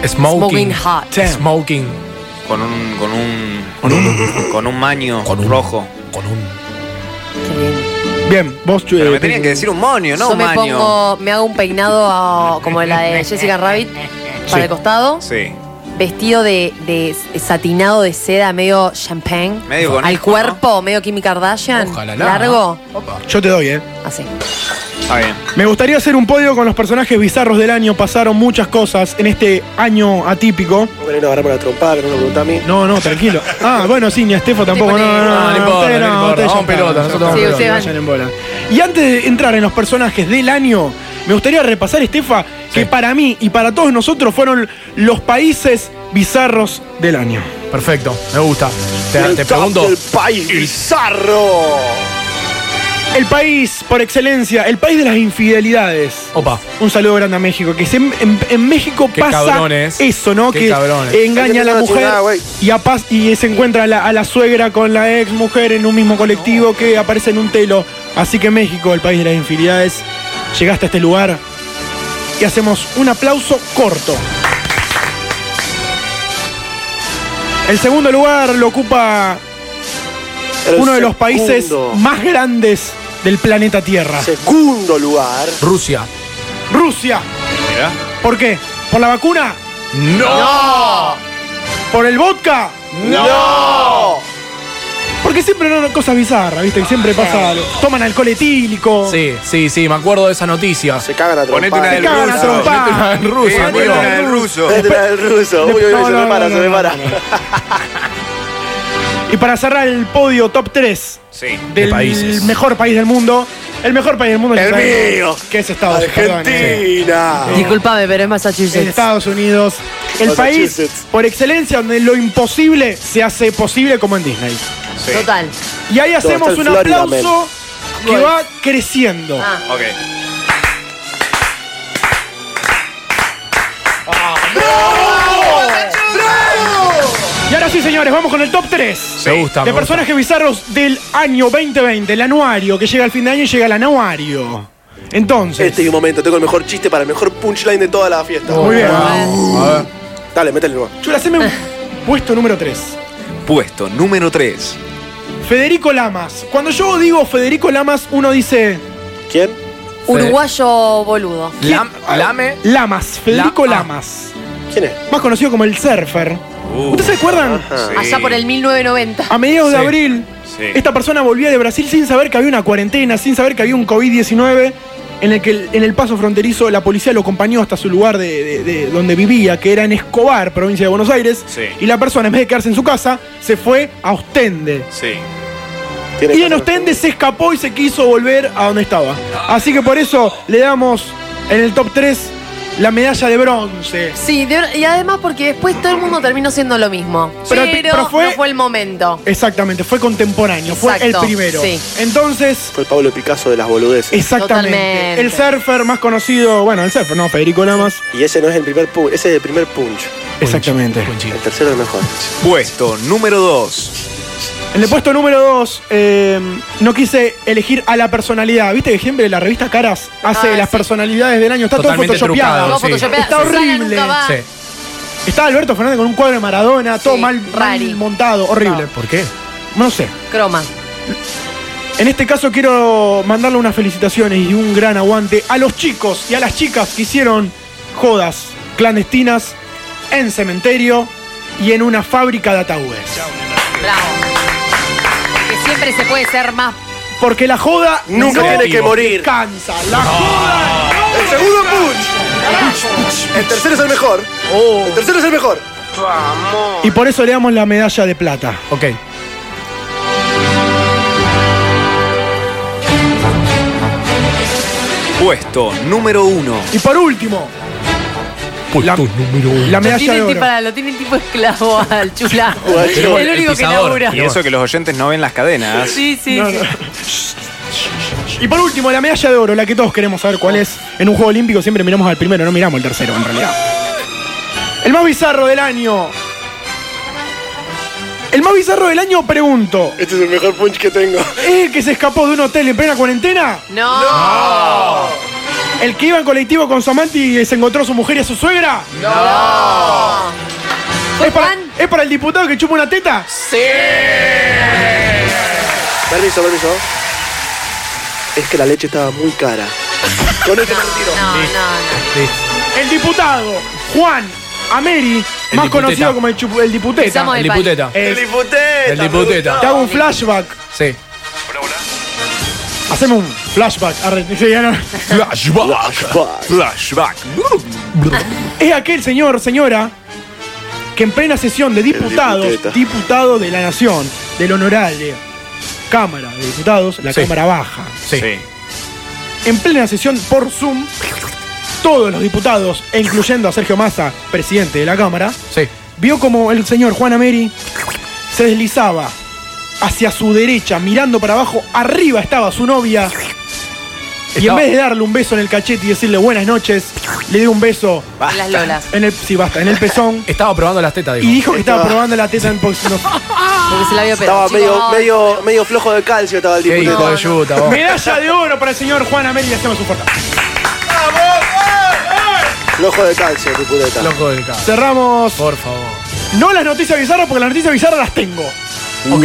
Speaker 4: Smoking.
Speaker 3: Smoking hot.
Speaker 4: Smoking.
Speaker 7: con un. con un. con un. maño rojo.
Speaker 2: Bien, vos, eh, chula.
Speaker 7: Pero me tenían que decir un moño, no
Speaker 3: yo
Speaker 7: un
Speaker 3: me
Speaker 7: maño.
Speaker 3: pongo, me hago un peinado ah, como la de Jessica Rabbit para
Speaker 2: Sí.
Speaker 3: el costado,
Speaker 7: Sí.
Speaker 3: vestido de, de satinado de seda, medio champagne,
Speaker 7: Medio con
Speaker 3: al
Speaker 7: hijo,
Speaker 3: cuerpo, medio Kim Kardashian,
Speaker 4: Ojalá, Ah. la.
Speaker 3: largo,
Speaker 2: Yo te doy, ¿eh?
Speaker 3: así.
Speaker 7: Está bien.
Speaker 2: Me gustaría hacer un podio con los personajes bizarros del año. Pasaron muchas cosas en este año atípico.
Speaker 1: No querés agarrarme la trompada, que no me preguntás a mí.
Speaker 2: No, no, tranquilo. Ah, bueno, sí, ni a Estefo tampoco. No, no, no,
Speaker 4: No, no
Speaker 2: ustedes
Speaker 4: importa, no importa.
Speaker 2: ustedes ya
Speaker 4: Vamos
Speaker 2: están,
Speaker 4: pelota,
Speaker 2: ya
Speaker 4: nosotros
Speaker 2: están.
Speaker 4: vamos
Speaker 3: Sí, pelota. ustedes van.
Speaker 2: Vayan en bola. Y antes de entrar en los personajes del año, Me gustaría repasar, Estefa, que para mí y para todos nosotros fueron los países bizarros del año.
Speaker 4: Perfecto, me gusta. Te, te pregunto.
Speaker 1: El país bizarro.
Speaker 2: El país por excelencia, el país de las infidelidades.
Speaker 4: Opa.
Speaker 2: Un saludo grande a México, que se- en, en México
Speaker 4: Qué
Speaker 2: pasa
Speaker 4: cabrones.
Speaker 2: eso, ¿no?
Speaker 4: Qué
Speaker 2: que
Speaker 4: cabrones.
Speaker 2: engaña a la
Speaker 1: Hay que tener
Speaker 2: mujer
Speaker 1: nacionalidad, güey.
Speaker 2: y, a paz- y se encuentra a la, a la suegra con la ex mujer en un mismo colectivo que aparece en un telo. Así que México, el país de las infidelidades, llegaste a este lugar y hacemos un aplauso corto. El segundo lugar lo ocupa
Speaker 1: El
Speaker 2: uno de los países
Speaker 1: segundo.
Speaker 2: más grandes del planeta Tierra.
Speaker 1: Segundo lugar.
Speaker 4: Rusia.
Speaker 2: Rusia.
Speaker 7: Mirá.
Speaker 2: ¿Por qué? ¿Por la vacuna?
Speaker 4: ¡No!
Speaker 2: ¿Por el vodka?
Speaker 1: ¡No!
Speaker 2: Porque siempre no cosas bizarras, ¿viste? Que siempre pasa algo. Toman alcohol etílico.
Speaker 4: Sí, sí, sí, me acuerdo de esa noticia.
Speaker 1: Se cagan a
Speaker 7: Ponete una
Speaker 1: trompadas.
Speaker 7: del
Speaker 2: cagan a
Speaker 7: ruso.
Speaker 2: trompadas.
Speaker 4: Ponete una del ruso,
Speaker 7: Sí,
Speaker 2: Ah,
Speaker 7: ponete
Speaker 1: Ponete
Speaker 4: amigo.
Speaker 7: una del ruso.
Speaker 1: la del ruso. Uy, uy, uy,
Speaker 2: No,
Speaker 1: se
Speaker 2: no,
Speaker 1: me para,
Speaker 2: no,
Speaker 1: se me
Speaker 2: no,
Speaker 1: para.
Speaker 2: Y para cerrar el podio top 3
Speaker 7: Sí.
Speaker 2: del
Speaker 4: países.
Speaker 2: mejor país del mundo, el mejor país del mundo ya
Speaker 1: El
Speaker 2: sabemos
Speaker 1: mío.
Speaker 2: que es Estados Unidos. perdón, eh.
Speaker 1: Argentina.
Speaker 3: Disculpame, pero es
Speaker 2: Es
Speaker 3: Massachusetts.
Speaker 2: Estados Unidos, el país
Speaker 1: Massachusetts.
Speaker 2: por excelencia donde lo imposible se hace posible como en Disney.
Speaker 7: Sí.
Speaker 3: Total.
Speaker 2: Y ahí hacemos
Speaker 1: está
Speaker 2: un
Speaker 1: el Florida,
Speaker 2: aplauso que
Speaker 3: Right.
Speaker 2: va creciendo.
Speaker 3: Ah.
Speaker 7: Ok.
Speaker 2: Y ahora sí, señores, vamos con el top 3
Speaker 4: Me gusta,
Speaker 2: de
Speaker 4: me gusta.
Speaker 2: personajes bizarros del año 2020, el anuario, que llega al fin de año y llega al anuario. Entonces,
Speaker 1: Este es un momento, tengo el mejor chiste para el mejor punchline de toda la fiesta.
Speaker 2: muy bien.
Speaker 1: Ah. Dale, métele nuevo.
Speaker 2: Chula, haceme un puesto número 3.
Speaker 10: Puesto número 3.
Speaker 2: Federico Lamas. Cuando yo digo Federico Lamas, uno dice
Speaker 1: ¿Quién?
Speaker 3: Uruguayo boludo.
Speaker 4: Lam- lame.
Speaker 2: Lamas, Federico
Speaker 4: La- ah.
Speaker 2: Lamas.
Speaker 1: ¿Quién es?
Speaker 2: Más conocido como el surfer.
Speaker 7: Uh,
Speaker 2: ¿Ustedes se acuerdan?
Speaker 1: Ajá.
Speaker 3: Allá por el 1990.
Speaker 2: A mediados de
Speaker 4: Sí.
Speaker 2: abril,
Speaker 7: Sí.
Speaker 2: esta persona volvía de Brasil sin saber que había una cuarentena, sin saber que había un COVID-19, en el que el- en el paso fronterizo la policía lo acompañó hasta su lugar de, de- de donde vivía, que era en Escobar, provincia de Buenos Aires,
Speaker 7: Sí.
Speaker 2: y la persona en vez de quedarse en su casa, se fue a Ostende.
Speaker 7: Sí.
Speaker 1: ¿Tiene
Speaker 2: Y en
Speaker 1: que-
Speaker 2: Ostende se escapó y se quiso volver a donde estaba. Así que por eso le damos en el top 3 la medalla de bronce.
Speaker 3: Sí, de- y además porque después todo el mundo terminó siendo lo mismo.
Speaker 2: Pero
Speaker 3: Pero,
Speaker 2: el pi- pero fue-
Speaker 3: no fue el momento.
Speaker 2: Exactamente, fue contemporáneo, fue el
Speaker 3: Exacto,
Speaker 2: primero.
Speaker 3: sí.
Speaker 2: Entonces,
Speaker 1: Fue el Pablo Picasso de las boludeces.
Speaker 2: exactamente.
Speaker 3: Totalmente.
Speaker 2: El surfer más conocido, bueno, el surfer, no, Federico Lamas.
Speaker 1: Y ese no es el primer punch, ese es el primer punch.
Speaker 2: Exactamente.
Speaker 1: El tercero es el mejor.
Speaker 10: Puesto número 2.
Speaker 2: En el puesto número 2, no quise elegir a la personalidad. Viste que siempre la revista Caras hace
Speaker 3: Ah,
Speaker 2: las
Speaker 3: sí.
Speaker 2: personalidades del año. Está
Speaker 4: Totalmente
Speaker 2: todo photoshopeado.
Speaker 3: Todo
Speaker 4: trucado, sí.
Speaker 3: photoshopeado.
Speaker 2: Está
Speaker 3: Susana
Speaker 2: horrible.
Speaker 3: nunca va.
Speaker 4: Sí.
Speaker 2: Está Alberto Fernández con un cuadro de Maradona, todo
Speaker 3: Sí,
Speaker 2: mal, mal
Speaker 3: rari.
Speaker 2: montado, horrible.
Speaker 4: ¿Por qué?
Speaker 2: No sé.
Speaker 3: Croma.
Speaker 2: En este caso quiero mandarle unas felicitaciones y un gran aguante a los chicos y a las chicas que hicieron jodas clandestinas en cementerio y en una fábrica de ataúdes.
Speaker 3: Bravo. Porque siempre se puede ser más.
Speaker 2: Porque la joda
Speaker 1: Nunca
Speaker 2: no
Speaker 1: tiene que morir.
Speaker 2: Cansa, la joda.
Speaker 1: El segundo punch. Oh. El tercero es el mejor. El tercero es el mejor.
Speaker 2: Y por eso le damos la medalla de plata.
Speaker 4: Ok.
Speaker 10: Puesto número 1.
Speaker 2: Y por último,
Speaker 4: Puesto número
Speaker 2: la
Speaker 3: Lo
Speaker 2: medalla de
Speaker 3: tienen, tipo,
Speaker 2: oro.
Speaker 3: para, lo tienen tipo esclavo al chula.
Speaker 1: Guacho.
Speaker 3: el único
Speaker 4: El
Speaker 3: que
Speaker 4: pisador.
Speaker 3: labura.
Speaker 7: Y eso que los oyentes no ven las cadenas.
Speaker 3: Sí, sí, sí.
Speaker 2: Y por último, la medalla de oro, la que todos queremos saber cuál es. En un juego olímpico siempre miramos al primero, no miramos al tercero en realidad. El más bizarro del año. El más bizarro del año, pregunto.
Speaker 1: Este es el mejor punch que tengo.
Speaker 2: ¿Es el que se escapó de un hotel en plena cuarentena?
Speaker 3: No.
Speaker 2: ¿El que iba en colectivo con su amante y se encontró a su mujer y a su suegra? ¿Es para,
Speaker 3: Juan?
Speaker 2: ¿Es para el diputado que chupa una teta?
Speaker 1: Permiso, permiso. Es que la leche estaba muy cara. Con este me retiro.
Speaker 3: No, no, no.
Speaker 2: El diputado Juan Ameri,
Speaker 4: El
Speaker 2: más
Speaker 4: diputeta.
Speaker 2: conocido como el, chupu- el diputeta.
Speaker 3: Empezamos
Speaker 4: El
Speaker 3: El
Speaker 4: diputeta.
Speaker 2: Eh,
Speaker 1: El diputeta.
Speaker 4: El diputeta.
Speaker 2: te hago un flashback.
Speaker 4: Sí.
Speaker 2: Haceme un flashback. Arre, sí, ya no.
Speaker 1: Flashback.
Speaker 10: Flashback.
Speaker 2: Es aquel señor, señora, que en plena sesión de diputados,
Speaker 1: diputeta.
Speaker 2: diputado de la nación, del honorable Cámara de Diputados, la
Speaker 4: Sí.
Speaker 2: Cámara Baja,
Speaker 4: Sí.
Speaker 7: Sí.
Speaker 2: en plena sesión por Zoom, todos los diputados, e incluyendo a Sergio Massa, presidente de la Cámara, vio como el señor Juan Ameri se deslizaba hacia su derecha, mirando para abajo, arriba estaba su novia. Y en
Speaker 4: Estaba-
Speaker 2: vez de darle un beso en el cachete y decirle buenas noches, le dio un beso
Speaker 3: En las lolas.
Speaker 2: en el, sí, basta, en el pezón.
Speaker 4: Estaba probando las tetas, dijo.
Speaker 2: Y dijo que estaba probando la teta en box. No.
Speaker 3: Porque se la vio pedo.
Speaker 1: Estaba
Speaker 3: chicos.
Speaker 1: medio, medio, medio flojo de calcio estaba el
Speaker 4: Qué
Speaker 1: diputado.
Speaker 4: hijo de yuta, vos.
Speaker 2: Medalla de oro para el señor Juan Ameri, hacemos un fuerte.
Speaker 1: Flojo de calcio, diputeta.
Speaker 4: Loco del caso.
Speaker 2: Cerramos.
Speaker 4: Por favor.
Speaker 2: No las noticias bizarras, porque las noticias bizarras las tengo.
Speaker 4: Ok.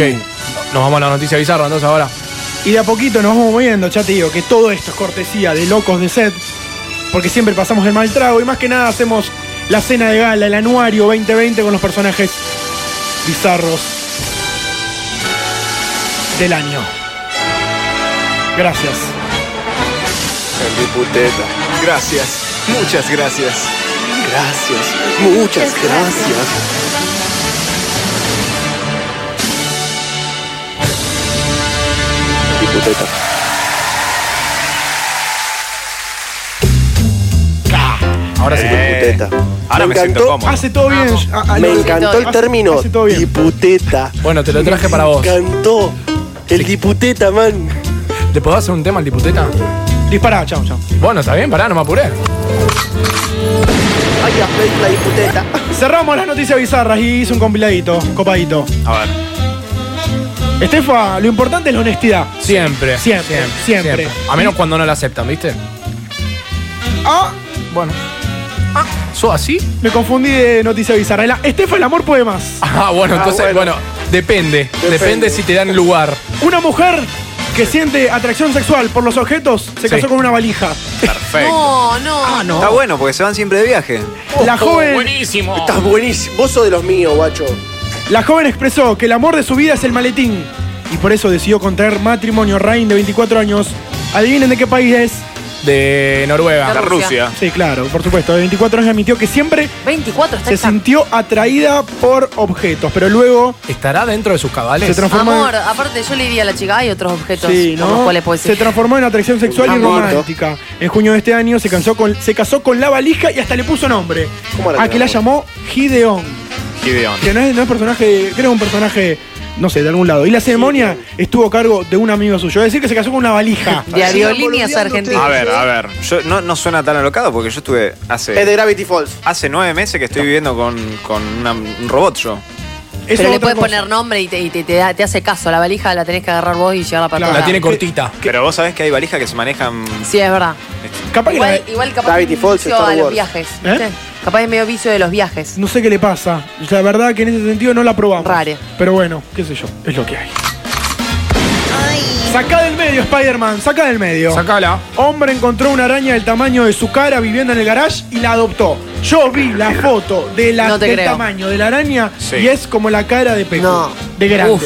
Speaker 4: Nos vamos a la noticia bizarra entonces ahora.
Speaker 2: Y de a poquito nos vamos moviendo, ya te digo que todo esto es cortesía de locos de set, porque siempre pasamos el mal trago y más que nada hacemos la cena de gala, el anuario 2020 con los personajes bizarros del año. Gracias.
Speaker 1: El diputeta.
Speaker 10: Gracias. Muchas gracias.
Speaker 1: Gracias. Muchas gracias. Diputeta.
Speaker 4: Ahora sí.
Speaker 5: Eh,
Speaker 2: Eh.
Speaker 1: Diputeta.
Speaker 10: Ahora me siento
Speaker 1: encantó.
Speaker 2: Hace todo bien. Ah, a- a-
Speaker 1: Me
Speaker 2: lo-
Speaker 1: encantó el
Speaker 2: hace-
Speaker 1: término
Speaker 2: hace todo bien.
Speaker 1: diputeta.
Speaker 4: Bueno, te lo traje para vos.
Speaker 1: Me encantó. El diputeta, man.
Speaker 4: ¿Le puedo hacer un tema al diputeta?
Speaker 2: Dispará, chao, chao.
Speaker 4: Bueno, está bien, pará, no me apuré.
Speaker 1: Ay, aplauso la Ah, diputeta.
Speaker 2: Cerramos las noticias bizarras y hice un compiladito, un copadito.
Speaker 10: A ver.
Speaker 2: Estefa, lo importante es la honestidad.
Speaker 4: Siempre.
Speaker 2: Siempre, siempre.
Speaker 4: A menos cuando no la aceptan, ¿viste?
Speaker 2: Ah,
Speaker 4: Bueno. Ah, ¿so así?
Speaker 2: me confundí de noticia bizarra. La- Estefa, el amor puede más.
Speaker 4: Ah, bueno, entonces, bueno. depende. depende. si te dan lugar.
Speaker 2: Una mujer que siente atracción sexual por los objetos se casó
Speaker 10: Sí.
Speaker 2: con una valija.
Speaker 10: Perfecto.
Speaker 3: No, no. Ah,
Speaker 10: Está bueno porque se van siempre de viaje.
Speaker 4: Ah,
Speaker 2: La joven-
Speaker 4: Buenísimo.
Speaker 1: Estás buenísimo. Vos sos de los míos, guacho.
Speaker 2: La joven expresó que el amor de su vida es el maletín y por eso decidió contraer matrimonio Rain de 24 años. Adivinen de qué país es.
Speaker 4: De Noruega.
Speaker 3: De Rusia.
Speaker 2: Sí, claro, por supuesto. De 24 años admitió que siempre
Speaker 3: 24 está
Speaker 2: se
Speaker 3: esta-
Speaker 2: sintió atraída por objetos, pero luego
Speaker 4: ¿Estará dentro de sus cabales?
Speaker 2: Se transforma-
Speaker 3: Amor, aparte yo le diría a la chica, hay otros objetos
Speaker 2: Sí,
Speaker 3: por los
Speaker 2: ¿no?
Speaker 3: cuales puedes
Speaker 2: se
Speaker 3: ir.
Speaker 2: transformó en atracción sexual y
Speaker 1: Amor.
Speaker 2: romántica. En junio de este año se, cansó con, se casó con la valija y hasta le puso nombre.
Speaker 1: ¿Cómo la
Speaker 2: A que la llamó Gideon.
Speaker 10: Gideon.
Speaker 2: Que no es, no es personaje, creo que es un personaje, no sé, de algún lado. Y la ceremonia estuvo a cargo de un amigo suyo. Es decir, que se casó con una valija.
Speaker 3: De Ariolini a Argentina.
Speaker 10: A ver, a ver. Yo, no, no suena tan alocado porque yo estuve
Speaker 1: Es de
Speaker 10: hace.
Speaker 1: Gravity Falls.
Speaker 10: Hace nueve meses que estoy viviendo con, con una- un robot yo.
Speaker 2: Eso
Speaker 3: Pero
Speaker 2: es
Speaker 3: le
Speaker 2: otra
Speaker 3: puedes
Speaker 2: cosa.
Speaker 3: poner nombre y, te, y te- te da- te hace caso. La valija la tenés que agarrar vos y llevarla para
Speaker 2: Claro.
Speaker 3: todos
Speaker 4: La tiene
Speaker 3: lados.
Speaker 4: cortita.
Speaker 10: Pero vos sabés que hay valijas que se manejan.
Speaker 3: Sí, es verdad.
Speaker 2: Capaz que la-
Speaker 3: Igual, igual capaz
Speaker 1: Gravity
Speaker 3: es
Speaker 1: Falls,
Speaker 3: vicio
Speaker 1: Star
Speaker 3: a los
Speaker 1: Wars.
Speaker 3: viajes.
Speaker 2: ¿Eh?
Speaker 3: ¿viste? Capaz es medio vicio de los viajes.
Speaker 2: No sé qué le pasa. La verdad que en ese sentido no la probamos.
Speaker 3: Rare.
Speaker 2: Pero bueno, qué sé yo. Es lo que hay. Sacá del medio, Spider-Man. Sacá del medio.
Speaker 4: Sacala.
Speaker 2: Hombre encontró una araña del tamaño de su cara viviendo en el garage y la adoptó. Yo vi la foto de la-
Speaker 3: No te
Speaker 2: del
Speaker 3: creo.
Speaker 2: tamaño de la araña
Speaker 10: Sí.
Speaker 2: y es como la cara de Pepe.
Speaker 3: No.
Speaker 2: De grande.
Speaker 3: Uf.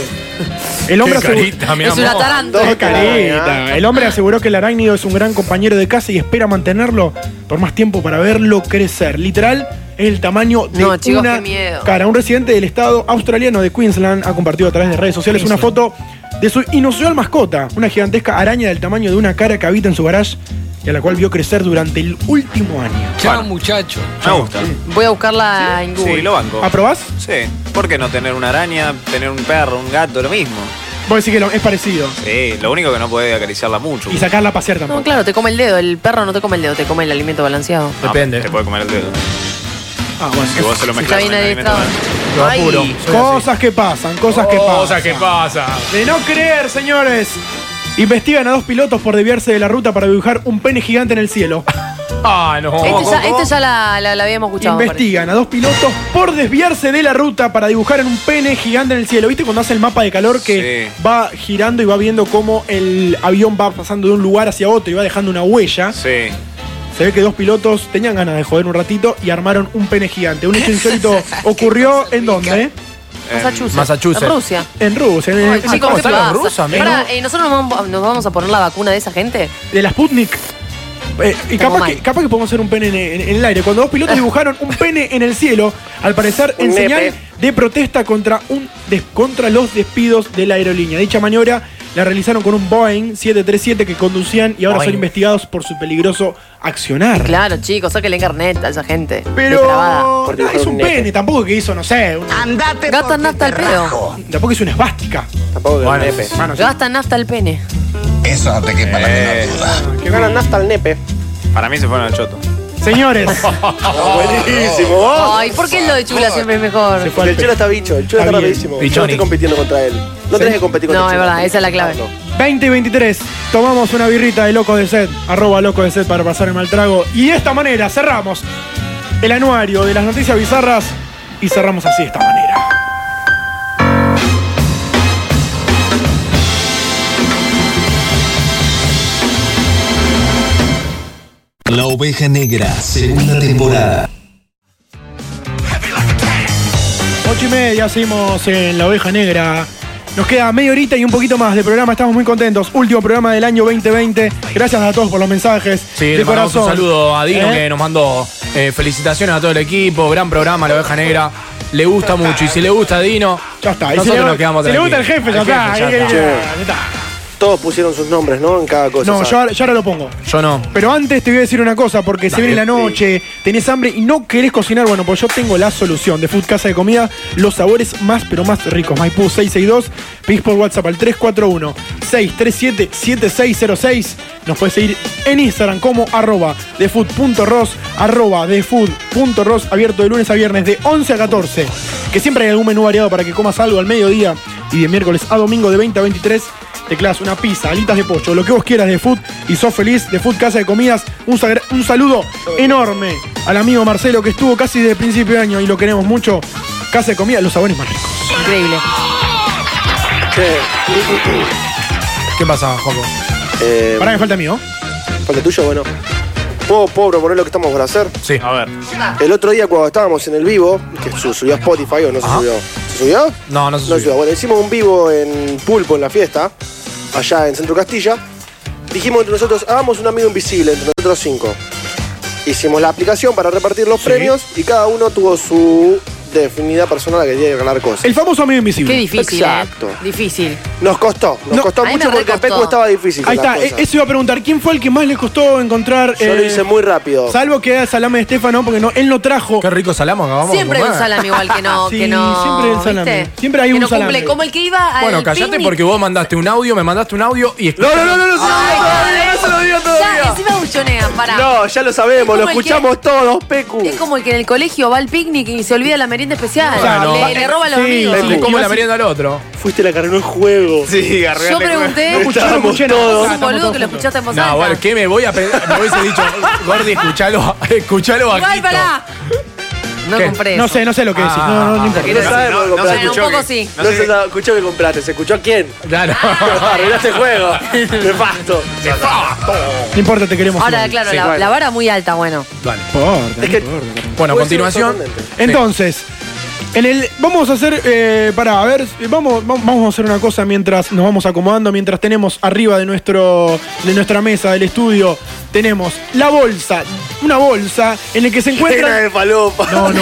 Speaker 2: El hombre
Speaker 4: Qué
Speaker 2: aseguró.
Speaker 4: carita, mi
Speaker 3: es una
Speaker 4: amor.
Speaker 3: tarántula.
Speaker 2: Qué carita. El hombre aseguró que el arácnido es un gran compañero de casa y espera mantenerlo por más tiempo para verlo crecer. Literal, es el tamaño de
Speaker 3: No, chicos,
Speaker 2: una
Speaker 3: qué miedo.
Speaker 2: cara. Un residente del estado australiano de Queensland ha compartido a través de redes sociales una foto de su inusual mascota, una gigantesca araña del tamaño de una cara que habita en su garage y a la cual vio crecer durante el último año.
Speaker 10: Chao,
Speaker 4: muchacho.
Speaker 10: Me gusta.
Speaker 3: Voy a buscarla en Google.
Speaker 10: Sí, lo banco.
Speaker 2: ¿Aprobás?
Speaker 10: Sí. ¿Por qué no tener una araña, tener un perro, un gato, lo mismo?
Speaker 2: Vos decís que lo- es parecido.
Speaker 10: Sí, lo único que no puede acariciarla mucho.
Speaker 2: Y sacarla a pasear
Speaker 3: No,
Speaker 2: tampoco.
Speaker 3: claro, te come el dedo. El perro no te come el dedo, te come el alimento balanceado.
Speaker 10: No,
Speaker 4: Depende.
Speaker 10: Ah, Te puede comer el dedo.
Speaker 2: Ah, bueno.
Speaker 10: Si vos se lo
Speaker 3: Si
Speaker 10: mezclas con
Speaker 3: está bien
Speaker 10: el alimento.
Speaker 3: adiestrado.
Speaker 4: Lo apuro.
Speaker 2: Cosas que pasan, cosas que pasan.
Speaker 4: Cosas que pasan.
Speaker 2: De no creer, señores. Investigan a dos pilotos por desviarse de la ruta para dibujar un pene gigante en el cielo.
Speaker 4: Ah, no.
Speaker 3: Este ya, este ya la, la- la habíamos escuchado. me parece.
Speaker 2: Investigan a dos pilotos por desviarse de la ruta para dibujar en un pene gigante en el cielo. ¿Viste cuando hace el mapa de calor que
Speaker 10: Sí.
Speaker 2: va girando y va viendo cómo el avión va pasando de un lugar hacia otro y va dejando una huella?
Speaker 10: Sí.
Speaker 2: Se ve que dos pilotos tenían ganas de joder un ratito y armaron un pene gigante. Un hecho insólito ocurrió en dónde?
Speaker 3: Massachusetts.
Speaker 4: Massachusetts. Eh,
Speaker 3: En Rusia.
Speaker 2: En Rusia, en
Speaker 3: Ay,
Speaker 2: el
Speaker 3: chicos, ¿qué
Speaker 4: están los
Speaker 3: pasa?
Speaker 4: rusos, amigo?
Speaker 3: Pará, eh, ¿nosotros nos vamos, nos vamos a poner la vacuna de esa gente?
Speaker 2: de la Sputnik. Eh, y
Speaker 3: Como
Speaker 2: capaz que,
Speaker 3: mal.
Speaker 2: capaz que podemos hacer un pene en, en- en el aire. Cuando dos pilotos dibujaron un pene en el cielo, al parecer en
Speaker 1: Un nepe.
Speaker 2: señal de protesta contra, un des- contra los despidos de la aerolínea. Dicha maniobra la realizaron con un Boeing 737 que conducían y ahora son
Speaker 3: Boeing.
Speaker 2: investigados por su peligroso accionar.
Speaker 3: Claro, chicos, sáquenle internet a esa gente.
Speaker 2: Pero-
Speaker 3: Depravada.
Speaker 2: Porque es un pene, tampoco que hizo, no sé. una-
Speaker 3: Gasta nafta al pedo.
Speaker 2: Tampoco es una esvástica.
Speaker 1: Tampoco que
Speaker 2: Bueno,
Speaker 1: nepe.
Speaker 2: hermano, sí.
Speaker 3: Gasta nafta al pene.
Speaker 11: Eso no te quepa
Speaker 12: Eh.
Speaker 11: la menor duda.
Speaker 1: Que ganan hasta el nepe.
Speaker 7: Para mí se fueron al choto.
Speaker 2: Señores.
Speaker 1: buenísimo.
Speaker 3: Ay, ¿por qué lo de chula siempre es mejor?
Speaker 1: Porque el chula está bicho, el chula está,
Speaker 2: Está bien.
Speaker 1: rapidísimo. Yo no
Speaker 2: Bichoni.
Speaker 1: estoy compitiendo contra él. No tenés que competir contra
Speaker 3: No,
Speaker 1: el
Speaker 3: es
Speaker 1: chula.
Speaker 3: verdad, esa es la clave.
Speaker 2: 20 y 23, tomamos una birrita de loco de sed, arroba loco de sed para pasar el mal trago. Y de esta manera cerramos el anuario de las noticias bizarras y cerramos así de esta manera.
Speaker 12: La oveja negra, segunda temporada.
Speaker 2: 8 y media seguimos en La Oveja Negra. Nos queda media horita y un poquito más de programa, estamos muy contentos. Último programa del año 2020. Gracias a todos por los mensajes.
Speaker 4: Sí,
Speaker 2: de
Speaker 4: le mandamos
Speaker 2: corazón.
Speaker 4: un saludo a Dino
Speaker 2: ¿Eh?
Speaker 4: que nos mandó eh, felicitaciones a todo el equipo. Gran programa, La Oveja Negra. Le gusta mucho. Y si le gusta a Dino,
Speaker 2: Ya está, y
Speaker 4: nosotros
Speaker 2: si le-
Speaker 4: nos quedamos
Speaker 2: si le gusta el
Speaker 4: tranquilos.
Speaker 2: jefe, ya está, ahí que-
Speaker 1: Che.
Speaker 2: ya está.
Speaker 1: Todos pusieron sus nombres, ¿no? En cada cosa.
Speaker 2: No,
Speaker 1: ¿sabes?
Speaker 2: yo ahora- yo ahora lo pongo.
Speaker 4: Yo no.
Speaker 2: Pero antes te voy a decir una cosa, porque se
Speaker 4: Dale.
Speaker 2: viene la noche, tenés hambre y no querés cocinar, bueno, pues yo tengo la solución de Food Casa de Comida, los sabores más pero más ricos. Maipú 662, pedís por WhatsApp al 341-637-7606. Nos puedes seguir en Instagram como arroba defood.ros, arroba defood.ros, abierto de lunes a viernes de 11 a 14. Que siempre hay algún menú variado para que comas algo al mediodía y de miércoles a domingo de 20 a 23 Teclas, una pizza, alitas de pollo, lo que vos quieras de Food y sos feliz de Food Casa de Comidas. Un, sagra- un saludo enorme al amigo Marcelo que estuvo casi desde el principio de año y lo queremos mucho. Casa de Comidas, los sabores más ricos.
Speaker 3: Increíble.
Speaker 1: Che,
Speaker 4: ¿Qué pasa, Joco?
Speaker 1: eh,
Speaker 2: Pará, me falta mío.
Speaker 1: falta tuyo, bueno. ¿Puedo, puedo proponer lo que estamos por hacer?
Speaker 4: Sí. A ver.
Speaker 1: El otro día cuando estábamos en el vivo, que su- subió a Spotify o no se subió. ¿Se subió?
Speaker 4: No, no se
Speaker 1: No
Speaker 4: subió.
Speaker 1: subió. Bueno, hicimos un vivo en Pulpo, en la fiesta, allá en Centro Castilla. Dijimos entre nosotros, hagamos un amigo invisible entre nosotros cinco. Hicimos la aplicación para repartir los premios y cada uno tuvo su definida personal a que tiene que ganar cosas.
Speaker 2: El famoso amigo invisible.
Speaker 3: Qué difícil,
Speaker 1: Exacto.
Speaker 3: ¿eh? Difícil.
Speaker 1: Nos costó, nos
Speaker 2: No.
Speaker 1: costó
Speaker 3: A mí me
Speaker 1: mucho porque
Speaker 3: recostó.
Speaker 1: Pecu estaba difícil. con
Speaker 2: Ahí
Speaker 1: las
Speaker 2: está, e-
Speaker 1: cosas.
Speaker 2: eso iba a preguntar, ¿quién fue el que más les costó encontrar?
Speaker 1: Yo lo
Speaker 2: eh,
Speaker 1: hice muy rápido.
Speaker 2: Salvo que era el salame de Estefano, porque no, él no trajo.
Speaker 4: Qué rico salamo acabamos de
Speaker 3: Siempre hay un
Speaker 4: comer.
Speaker 3: salami igual que no,
Speaker 2: Sí,
Speaker 3: que no.
Speaker 2: siempre el salami.
Speaker 3: ¿viste?
Speaker 2: Siempre hay
Speaker 3: que
Speaker 2: un
Speaker 3: no cumple.
Speaker 2: salami.
Speaker 3: Como el que iba a.
Speaker 4: Bueno, callate porque vos mandaste un audio, me mandaste un audio y
Speaker 1: No, no, no, no, no se lo digo todavía, no se lo digo
Speaker 3: Ya,
Speaker 1: todavía.
Speaker 3: encima buchonean, pará.
Speaker 1: No, ya lo sabemos, lo
Speaker 3: Es como el que-
Speaker 1: escuchamos todos, Pecu.
Speaker 3: Es como el que en el colegio va al picnic y se olvida la merienda especial.
Speaker 4: Bueno,
Speaker 3: le,
Speaker 4: va-
Speaker 3: le roba a los
Speaker 2: sí,
Speaker 3: amigos.
Speaker 4: Le como
Speaker 2: Y
Speaker 4: la
Speaker 2: vas y-
Speaker 4: merienda al otro.
Speaker 1: Fuiste la que arruinó el juego.
Speaker 7: Sí, agarré
Speaker 3: Yo pregunté.
Speaker 2: No escuché, no
Speaker 1: Estábamos
Speaker 2: escuché nada.
Speaker 1: todos.
Speaker 3: Sos un
Speaker 2: Estamos
Speaker 3: boludo
Speaker 2: todos
Speaker 3: que lo
Speaker 2: juntos.
Speaker 3: escuchaste en voz
Speaker 4: No,
Speaker 3: alta.
Speaker 4: bueno, ¿qué me voy a pensar? Me hubiese dicho, Gordi, escuchalo, escuchalo
Speaker 3: Igual,
Speaker 4: bajito.
Speaker 3: pará. No
Speaker 4: ¿Qué?
Speaker 3: compré
Speaker 2: No
Speaker 3: eso. Ah,
Speaker 2: sé, no sé lo que decís. No, no, no importa.
Speaker 1: No sabemos lo que
Speaker 7: se
Speaker 1: compraste.
Speaker 3: Bueno,
Speaker 7: escuchó
Speaker 3: un poco
Speaker 7: que-
Speaker 3: sí.
Speaker 7: no
Speaker 1: No
Speaker 7: se-
Speaker 1: se sabe- escuchó que compraste, se escuchó a quién.
Speaker 4: Claro.
Speaker 3: Ah.
Speaker 1: Arruinaste el juego. De pasto.
Speaker 2: No importa, te queremos.
Speaker 3: Ahora,
Speaker 2: igual.
Speaker 3: claro,
Speaker 1: Sí,
Speaker 3: la,
Speaker 1: bueno.
Speaker 3: la vara muy alta, bueno.
Speaker 4: Vale.
Speaker 2: No importa,
Speaker 1: Es que-
Speaker 2: no importa.
Speaker 4: Bueno, a
Speaker 1: Puede ser
Speaker 4: continuación.
Speaker 1: sorprendente.
Speaker 2: Entonces, en el, vamos a hacer, eh, para, a ver, vamos, va- vamos a hacer una cosa mientras nos vamos acomodando, mientras tenemos arriba de, nuestro, de nuestra mesa del estudio, tenemos la bolsa, una bolsa en la que se
Speaker 1: Reina
Speaker 2: encuentran...
Speaker 1: de falopa.
Speaker 2: No, no,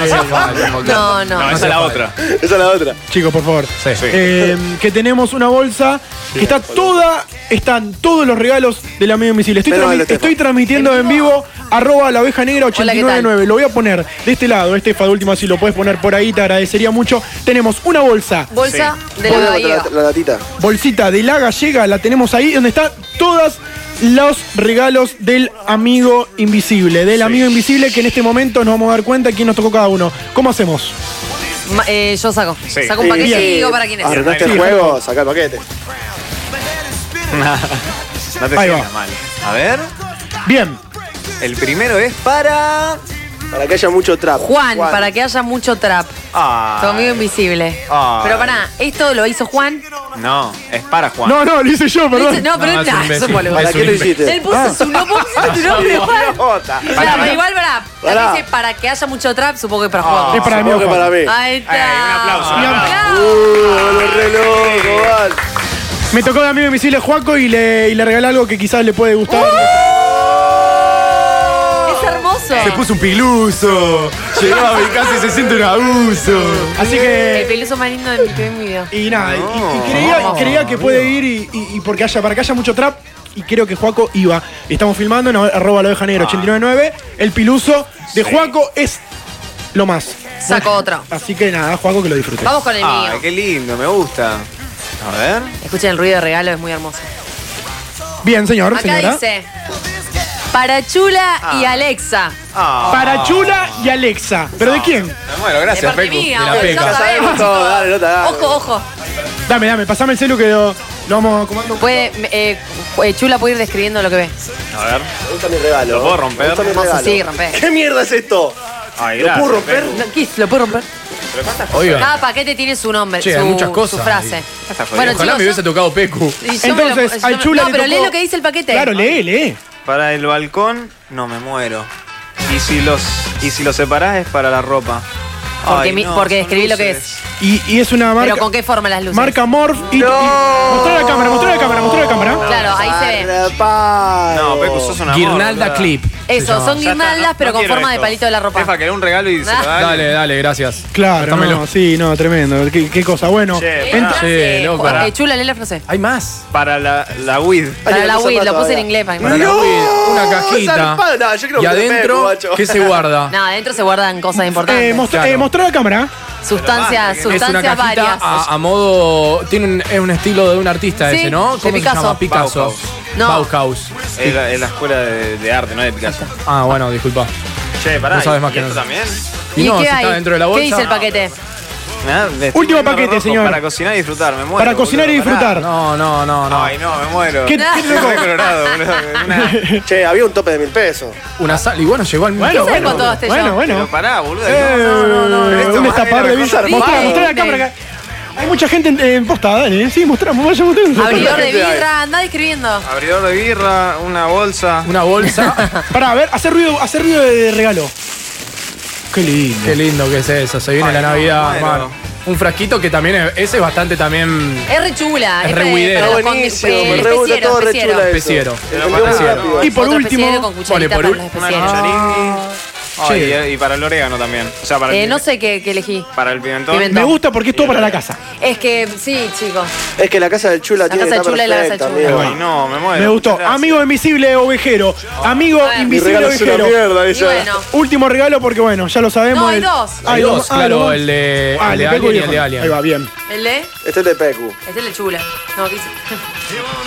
Speaker 2: no,
Speaker 4: No, no, no, no,
Speaker 3: No, no.
Speaker 7: No, esa es la otra.
Speaker 1: Esa es la otra.
Speaker 2: chicos, por favor.
Speaker 4: Sí, sí.
Speaker 2: Eh, que tenemos una bolsa que está toda, están todos los regalos del amigo invisible. Estoy,
Speaker 1: Menos
Speaker 2: transmi-
Speaker 1: el de Estefa.
Speaker 2: estoy transmitiendo en vivo arroba la oveja negra
Speaker 3: Hola, ¿qué tal?
Speaker 2: 899. Lo voy a poner de este lado, Estefa, de última, si lo puedes poner por ahí, te agradecería mucho. Tenemos una bolsa,
Speaker 3: Bolsa de
Speaker 1: Ponle otra,
Speaker 3: la bahía.
Speaker 1: la, la latita.
Speaker 2: bolsita de la gallega, la tenemos ahí, donde están todas los regalos del amigo invisible, del amigo invisible que en este momento nos vamos a dar cuenta quién nos tocó cada uno. ¿Cómo hacemos?
Speaker 3: Ma- eh, yo saco.
Speaker 7: Sí.
Speaker 3: Saco un paquete
Speaker 1: Bien.
Speaker 3: y digo para quién es.
Speaker 1: Arruinaste
Speaker 2: Sí,
Speaker 1: el juego, saca el paquete.
Speaker 7: No te
Speaker 2: Ahí
Speaker 7: sientas
Speaker 2: va.
Speaker 7: mal. A ver.
Speaker 2: Bien,
Speaker 7: El primero es para.
Speaker 1: Para que haya mucho trap.
Speaker 3: Juan, para que haya mucho trap.
Speaker 7: Ah.
Speaker 3: Tu amigo invisible.
Speaker 7: Ay.
Speaker 3: Pero pará, ¿esto lo hizo Juan?
Speaker 7: No, es para Juan.
Speaker 2: no, no, lo hice yo,
Speaker 3: Lo
Speaker 2: perdón.
Speaker 3: hizo- no, pero
Speaker 4: No,
Speaker 3: él
Speaker 4: es un
Speaker 3: nah, es un
Speaker 4: imbécil.
Speaker 3: boludo.
Speaker 1: ¿Para
Speaker 4: Es
Speaker 1: qué
Speaker 4: un
Speaker 1: lo
Speaker 4: imbécil.
Speaker 3: Él
Speaker 1: hiciste?
Speaker 3: puso su no puso tu nombre, Juan.
Speaker 1: Idiota.
Speaker 3: Claro, pero igual pará.
Speaker 1: Pará.
Speaker 3: La que dice para que haya mucho trap, supongo que para Juan.
Speaker 2: Es para mí,
Speaker 1: Supongo que
Speaker 2: Juan.
Speaker 1: para mí.
Speaker 3: Ahí está.
Speaker 7: Ay, un aplauso,
Speaker 2: un aplauso.
Speaker 3: Bravo.
Speaker 1: Uh, los relojes, Juan.
Speaker 2: Me tocó de amigo invisible Juaco y le, y le regalé algo que quizás le puede
Speaker 3: Uh,
Speaker 2: gustar.
Speaker 3: Es hermoso.
Speaker 4: Se puso un piluso. Llegó a mi casa y se siente un abuso.
Speaker 2: Así que-
Speaker 3: El peluso más lindo de mi, que vi en mi vida.
Speaker 2: Y nada, y- y, creía, creía que puede ir y, y- y porque haya, para que haya mucho trap. Y creo que Juaco iba. Estamos filmando en a- arroba la oveja
Speaker 7: Ah.
Speaker 2: negra 899. El piluso de Juaco es lo más.
Speaker 3: Saco otro.
Speaker 2: Así que nada, Juaco que lo disfrutes.
Speaker 3: Vamos con el
Speaker 7: Ay,
Speaker 3: mío.
Speaker 7: qué lindo, me gusta. A ver.
Speaker 3: Escuchen el ruido de regalo, es muy hermoso.
Speaker 2: Bien, señor,
Speaker 3: Acá
Speaker 2: señora.
Speaker 3: dice. Para Chula y
Speaker 2: Ah.
Speaker 3: Alexa.
Speaker 2: Para Chula y Alexa. ¿Pero de quién?
Speaker 7: Bueno, gracias,
Speaker 3: De parte
Speaker 7: Pecu.
Speaker 3: mía,
Speaker 7: De la
Speaker 3: obvio,
Speaker 7: Peca.
Speaker 3: ya sabemos todo.
Speaker 7: Dale, no te hagas.
Speaker 3: Ojo, ojo.
Speaker 2: Dame, dame, pasame el celu que lo, lo vamos comando.
Speaker 3: Puede, eh, eh, Chula puede ir describiendo lo que ve.
Speaker 7: A ver.
Speaker 1: Me gusta mi regalo.
Speaker 7: ¿Lo puedo
Speaker 1: ¿eh?
Speaker 7: romper?
Speaker 1: Me gusta mi
Speaker 3: Hermoso,
Speaker 1: regalo.
Speaker 3: sí, rompe.
Speaker 1: ¿Qué mierda es esto?
Speaker 7: Ay,
Speaker 1: ¿Lo
Speaker 7: gracias.
Speaker 1: puedo romper?
Speaker 7: Pecu.
Speaker 3: No, Kiss, ¿Lo puedo romper?
Speaker 4: Oiga.
Speaker 3: Cada paquete tiene su nombre,
Speaker 4: Che,
Speaker 3: su,
Speaker 4: hay muchas cosas
Speaker 3: su frase.
Speaker 4: Bueno, Ojalá
Speaker 3: chicos,
Speaker 4: me hubiese tocado Pecu.
Speaker 3: yo- y yo me lo-
Speaker 7: Entonces,
Speaker 3: yo
Speaker 7: al
Speaker 3: me-
Speaker 7: Chula
Speaker 3: No,
Speaker 7: le
Speaker 3: pero
Speaker 7: tocó-
Speaker 3: lee lo que dice el paquete.
Speaker 2: lee, lee.
Speaker 7: Para el balcón, no me muero. Y si los, y si los separás es para la ropa.
Speaker 3: Porque,
Speaker 7: Ay,
Speaker 3: mi-
Speaker 7: no,
Speaker 3: porque
Speaker 7: son
Speaker 3: describí lo que
Speaker 7: luces.
Speaker 3: es.
Speaker 2: Y, y es una marca.
Speaker 3: Pero con qué forma las luces.
Speaker 2: Marca Morph y. y- Mostrá la cámara, mostrá la cámara, mostrá la cámara.
Speaker 3: Claro, ahí se ve.
Speaker 7: No, Pecu, sos una
Speaker 4: Guirnalda clip.
Speaker 3: Eso, son
Speaker 7: Ya está,
Speaker 3: guirnaldas,
Speaker 7: no-
Speaker 3: pero
Speaker 7: no
Speaker 3: con
Speaker 7: quiero
Speaker 3: forma de
Speaker 7: esto.
Speaker 3: palito de la ropa.
Speaker 7: Jefa, querés un regalo y se lo da.
Speaker 4: Dale, dale, gracias.
Speaker 2: Claro,
Speaker 4: Préstamelo.
Speaker 2: no, sí, no, tremendo. Qué, qué cosa. Bueno,
Speaker 7: Che,
Speaker 2: ent-
Speaker 7: pará.
Speaker 4: Sí, loco.
Speaker 7: pará.
Speaker 3: Eh, Chula, lee la frase.
Speaker 4: Hay más.
Speaker 7: Para la, la weed.
Speaker 3: Para la WID, lo puse en inglés. para que-
Speaker 4: Para la Wii, una cajita.
Speaker 1: zarpado. No, yo creo
Speaker 4: y
Speaker 1: que me pego,
Speaker 4: adentro,
Speaker 1: guacho.
Speaker 4: ¿qué se guarda?
Speaker 3: No, adentro se guardan cosas
Speaker 2: eh,
Speaker 3: importantes.
Speaker 2: mostrá- eh, mostrá la cámara.
Speaker 3: Sustancias,
Speaker 4: Es una
Speaker 3: sustancias
Speaker 4: cajita
Speaker 3: varias.
Speaker 4: a, a modo. Tiene un, es un estilo de un artista
Speaker 3: Sí,
Speaker 4: ese, ¿no?
Speaker 3: de
Speaker 4: ¿Cómo se
Speaker 3: Picasso.
Speaker 4: llama? Picasso.
Speaker 3: Bauhaus. No.
Speaker 4: Bauhaus.
Speaker 7: Es la, es la escuela de, de arte, no de Picasso.
Speaker 4: Ah, bueno, disculpa.
Speaker 7: Che, pará.
Speaker 4: No sabes
Speaker 7: ¿y-
Speaker 4: más
Speaker 7: y
Speaker 4: que
Speaker 7: esto
Speaker 4: nosotros.
Speaker 7: también?
Speaker 4: Y,
Speaker 3: ¿Y
Speaker 4: no,
Speaker 3: qué
Speaker 4: si
Speaker 3: hay?
Speaker 4: está dentro de la bolsa.
Speaker 3: ¿Qué dice el paquete?
Speaker 7: Nada, me estoy
Speaker 2: Último
Speaker 7: poniendo
Speaker 2: paquete,
Speaker 7: rojo
Speaker 2: señor.
Speaker 7: Para cocinar y disfrutar, me muero.
Speaker 2: Para cocinar y
Speaker 7: boludo,
Speaker 2: disfrutar.
Speaker 4: No, no, no, no.
Speaker 7: pará. Ay, no, me muero.
Speaker 2: ¿Qué-
Speaker 7: Estoy
Speaker 2: qué te
Speaker 7: re
Speaker 2: tocó?
Speaker 7: colorado, boludo. Una-
Speaker 1: Che, había un tope de mil pesos.
Speaker 4: Una sal. Y bueno, llegó al
Speaker 2: Bueno,
Speaker 3: ¿Qué
Speaker 2: bueno,
Speaker 3: saco todo este
Speaker 2: bueno,
Speaker 3: yo?
Speaker 2: bueno.
Speaker 7: Pero pará, boludo.
Speaker 2: Eh,
Speaker 7: no, no, no, no.
Speaker 2: un
Speaker 7: Esto
Speaker 2: destapar
Speaker 7: madre,
Speaker 2: de
Speaker 7: una
Speaker 2: Bizarre.
Speaker 7: cosa
Speaker 2: Mostrá,
Speaker 3: horrible.
Speaker 2: mostrá la cámara. acá. Hay mucha gente en, en postada, dale. Sí, mostrá, vaya mostrando.
Speaker 3: Abridor de
Speaker 1: gente hay?
Speaker 3: birra, anda describiendo.
Speaker 7: Abridor de birra, una bolsa.
Speaker 4: Una bolsa.
Speaker 2: Pará, a ver, hacer ruido, hacer ruido de, de regalo. Qué lindo.
Speaker 4: Qué lindo que es eso. Se viene
Speaker 7: Ay,
Speaker 4: la
Speaker 7: no,
Speaker 4: Navidad,
Speaker 7: bueno.
Speaker 4: hermano. Un frasquito que también es, ese es bastante también
Speaker 3: Es re chula.
Speaker 4: Es
Speaker 3: Es
Speaker 4: re huidero.
Speaker 3: para los
Speaker 1: Está
Speaker 3: condi-
Speaker 1: buenísimo,
Speaker 3: eh,
Speaker 1: me re gusta,
Speaker 3: especiero,
Speaker 1: todo re
Speaker 3: especiero.
Speaker 1: chula eso.
Speaker 4: Especiero.
Speaker 1: Entendió muy
Speaker 7: Especiero.
Speaker 1: rápido.
Speaker 2: Y por
Speaker 3: Otro
Speaker 2: último,
Speaker 3: especiero con cucharita
Speaker 4: pone por
Speaker 3: para
Speaker 4: ul-
Speaker 3: los
Speaker 7: Una
Speaker 3: especiales.
Speaker 7: cucharini. Ay, eh,
Speaker 4: Che.
Speaker 7: y para el orégano también. O sea, para
Speaker 3: Eh,
Speaker 7: el,
Speaker 3: no sé qué, qué elegí.
Speaker 7: para el pimentón.
Speaker 3: Pimentón.
Speaker 2: me gusta porque es todo para la casa.
Speaker 3: Es que, sí, chicos.
Speaker 1: Es que la casa del chula
Speaker 3: La
Speaker 1: tiene
Speaker 3: casa
Speaker 1: que
Speaker 3: del
Speaker 1: estar
Speaker 3: chula es la casa
Speaker 1: perfecta,
Speaker 3: del chula.
Speaker 7: Ay,
Speaker 1: amigo.
Speaker 7: no, me muero.
Speaker 2: Me gustó.
Speaker 7: Muchas gracias.
Speaker 2: Amigo invisible ovejero. Amigo
Speaker 3: Bueno.
Speaker 1: Mi
Speaker 2: invisible
Speaker 1: regalo es una
Speaker 2: ovejero.
Speaker 1: mierda,
Speaker 3: Y
Speaker 1: dice.
Speaker 3: bueno,
Speaker 2: Último regalo porque bueno, ya lo sabemos.
Speaker 3: No, hay
Speaker 2: el-
Speaker 3: dos.
Speaker 4: Hay dos,
Speaker 2: ah,
Speaker 4: claro,
Speaker 2: dos.
Speaker 4: el de-
Speaker 2: Ah,
Speaker 4: el de
Speaker 2: Pecu
Speaker 4: Alien y el
Speaker 2: Juan.
Speaker 4: de Alien.
Speaker 2: Ahí va, bien.
Speaker 3: el de.
Speaker 1: Este es de Pecu.
Speaker 3: Este es el chula. No, ¿qué dice?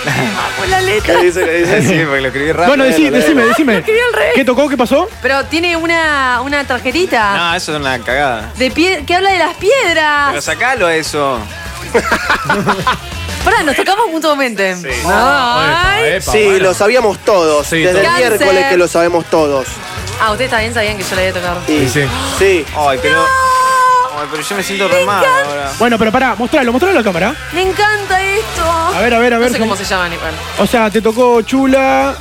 Speaker 3: Ah, por la letra.
Speaker 1: ¿Qué dice? ¿Qué dice?
Speaker 7: Sí, porque lo escribí rápido.
Speaker 2: Bueno, decí-
Speaker 1: dale.
Speaker 2: decime, decime.
Speaker 3: escribió al revés.
Speaker 2: ¿Qué tocó? ¿Qué pasó?
Speaker 3: Pero tiene una, una tarjetita
Speaker 7: No, eso es una cagada.
Speaker 3: de pie que habla de las piedras.
Speaker 7: Pero sacalo a eso.
Speaker 3: Pará, nos tocamos mutuamente. Ay.
Speaker 4: Oh, Epa,
Speaker 1: Sí,
Speaker 4: bueno.
Speaker 1: lo sabíamos todos.
Speaker 4: Sí,
Speaker 1: Desde
Speaker 3: todos.
Speaker 1: el miércoles
Speaker 3: Cáncer.
Speaker 1: que lo sabemos todos.
Speaker 3: Ah, ustedes también sabían que yo la había tocado.
Speaker 1: Y-
Speaker 4: Sí, sí.
Speaker 1: Sí.
Speaker 7: Ay, pero. Ay, pero yo me siento re mal ahora.
Speaker 2: Bueno, pero pará, mostralo, mostralo a la cámara.
Speaker 3: Me encanta esto.
Speaker 2: A ver, a ver, a ver.
Speaker 3: Oh, No sé
Speaker 2: cómo-
Speaker 3: cómo se llaman igual.
Speaker 2: O sea, te tocó chula.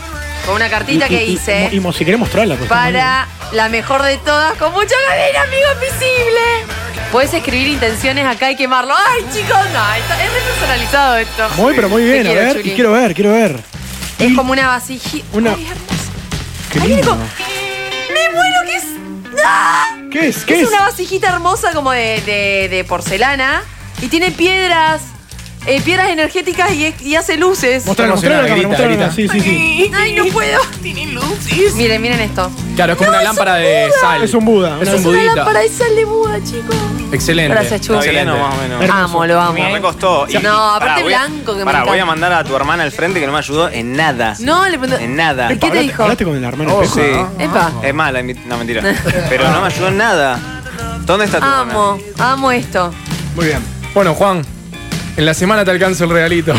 Speaker 3: Con una cartita
Speaker 2: y-
Speaker 3: que
Speaker 2: y- y-
Speaker 3: hice.
Speaker 2: Y, mo- si querés mostrarla, pues.
Speaker 3: Para la mejor de todas, con mucho cariño, amigo visible. Puedes escribir intenciones acá y quemarlo. ¡Ay, chicos! No, esto- es re personalizado esto.
Speaker 2: Muy, pero muy
Speaker 3: Te
Speaker 2: bien, a
Speaker 3: quiero,
Speaker 2: ver.
Speaker 3: Chuli.
Speaker 2: Y quiero ver, quiero ver.
Speaker 3: Es
Speaker 2: Y-
Speaker 3: como una vasijita.
Speaker 2: Una-
Speaker 3: Ay, hermoso.
Speaker 2: Qué
Speaker 3: Ahí viene
Speaker 2: lindo.
Speaker 3: con- ¡Me muero! ¿Qué es? ¡Ah!
Speaker 2: ¿Qué es? ¿Qué
Speaker 3: es,
Speaker 2: es?
Speaker 3: una vasijita hermosa como de, de- de porcelana y tiene piedras, eh, piedras energéticas y, y hace luces.
Speaker 2: Mostrala, mostrala a la cámara,
Speaker 4: Grita,
Speaker 2: mostrala a la cámara. Sí,
Speaker 4: grita.
Speaker 2: sí, sí.
Speaker 3: Ay, no puedo. Tiene luces. Miren, miren esto.
Speaker 4: Claro, es como una lámpara de sal.
Speaker 2: Es un Buda.
Speaker 4: Es
Speaker 2: una-
Speaker 4: un budita.
Speaker 3: lámpara y sale muda, chicos.
Speaker 4: Excelente.
Speaker 3: Gracias, Chu.
Speaker 7: Está bien
Speaker 4: Excelente.
Speaker 7: o más o menos.
Speaker 2: Hermoso.
Speaker 3: Amo, lo amo.
Speaker 7: Me costó. Y-
Speaker 3: No, aparte
Speaker 7: pará, voy a-
Speaker 3: blanco que me
Speaker 7: Pará, voy
Speaker 3: encanta.
Speaker 7: a mandar a tu hermana al frente que no me ayudó en nada.
Speaker 3: No, le pregunto.
Speaker 7: En nada.
Speaker 3: ¿Pero qué te
Speaker 2: ¿Hablaste-
Speaker 3: dijo?
Speaker 2: ¿Hablaste con el hermano
Speaker 7: Oh,
Speaker 2: Espejo?
Speaker 7: sí.
Speaker 3: Epa.
Speaker 7: Es mala, invi- no mentira. Pero no me ayudó en nada. ¿Dónde está tu
Speaker 3: Amo, amo esto.
Speaker 2: Muy bien.
Speaker 4: Bueno, Juan, en la semana te alcanzo el regalito.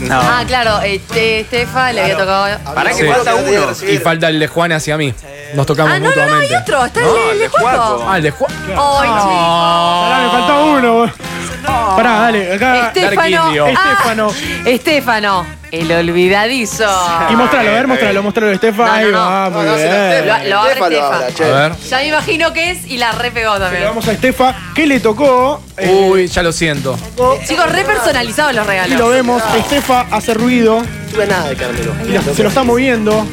Speaker 7: hermana?
Speaker 3: Ah, claro, eh, te- Estefa le había tocado.
Speaker 7: No. Pará que
Speaker 4: Sí.
Speaker 7: falta uno.
Speaker 4: Y falta el de Juan hacia mí. Nos tocamos
Speaker 3: Ah, no, no, no,
Speaker 4: mutuamente.
Speaker 3: hay otro. Está
Speaker 7: No,
Speaker 3: el, el de Juaco.
Speaker 4: Ah, el de Juan.
Speaker 3: Ay, chicos.
Speaker 2: Pará, me falta
Speaker 3: Oh.
Speaker 2: uno. Pará, dale, acá.
Speaker 3: Estefano.
Speaker 4: Darkinio.
Speaker 3: Ah, Estefano. El olvidadizo.
Speaker 2: Y mostralo, a ver, mostralo, mostralo, Estefa.
Speaker 3: No, no,
Speaker 2: Ahí
Speaker 3: no.
Speaker 2: va, muy
Speaker 1: No, no, se la
Speaker 2: bien.
Speaker 1: Estefa.
Speaker 3: Lo, lo abre
Speaker 1: Estefa lo
Speaker 3: Estefa.
Speaker 1: habla,
Speaker 4: A
Speaker 1: che.
Speaker 4: ver.
Speaker 3: Ya me imagino que es y la repegó
Speaker 2: Le
Speaker 3: también.
Speaker 2: damos a Estefa, que le tocó. Eh,
Speaker 4: Uy, ya lo siento.
Speaker 3: Chicos, re personalizados los
Speaker 2: y lo
Speaker 3: regalos.
Speaker 2: vemos, Estefa hace ruido
Speaker 1: No tuve nada de Carmelo.
Speaker 2: y la- se lo está moviendo.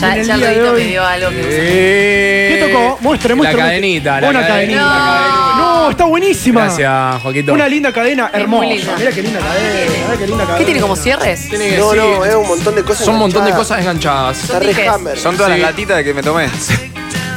Speaker 3: Ya,
Speaker 2: en
Speaker 3: ya
Speaker 2: el
Speaker 3: el
Speaker 2: día de
Speaker 3: dedito me
Speaker 2: hoy.
Speaker 3: dio algo que
Speaker 2: ¿Qué tocó? Muestre, muestre.
Speaker 4: Eh, La
Speaker 2: muestre.
Speaker 4: cadenita, la
Speaker 2: Una
Speaker 4: cadenita.
Speaker 2: cadenita.
Speaker 3: No.
Speaker 2: No, está buenísima.
Speaker 4: Gracias, Joaquito.
Speaker 2: Una linda cadena, hermosa.
Speaker 3: muy linda.
Speaker 2: Mirá qué linda cadena. mirá qué linda cadena.
Speaker 3: ¿Qué tiene como cierres?
Speaker 1: No, no, es un montón de cosas.
Speaker 4: Son un montón de
Speaker 1: enganchadas.
Speaker 4: cosas enganchadas.
Speaker 1: Está re
Speaker 3: Dijes.
Speaker 1: hammer.
Speaker 7: Son todas
Speaker 4: Sí.
Speaker 7: las latitas que me tomé.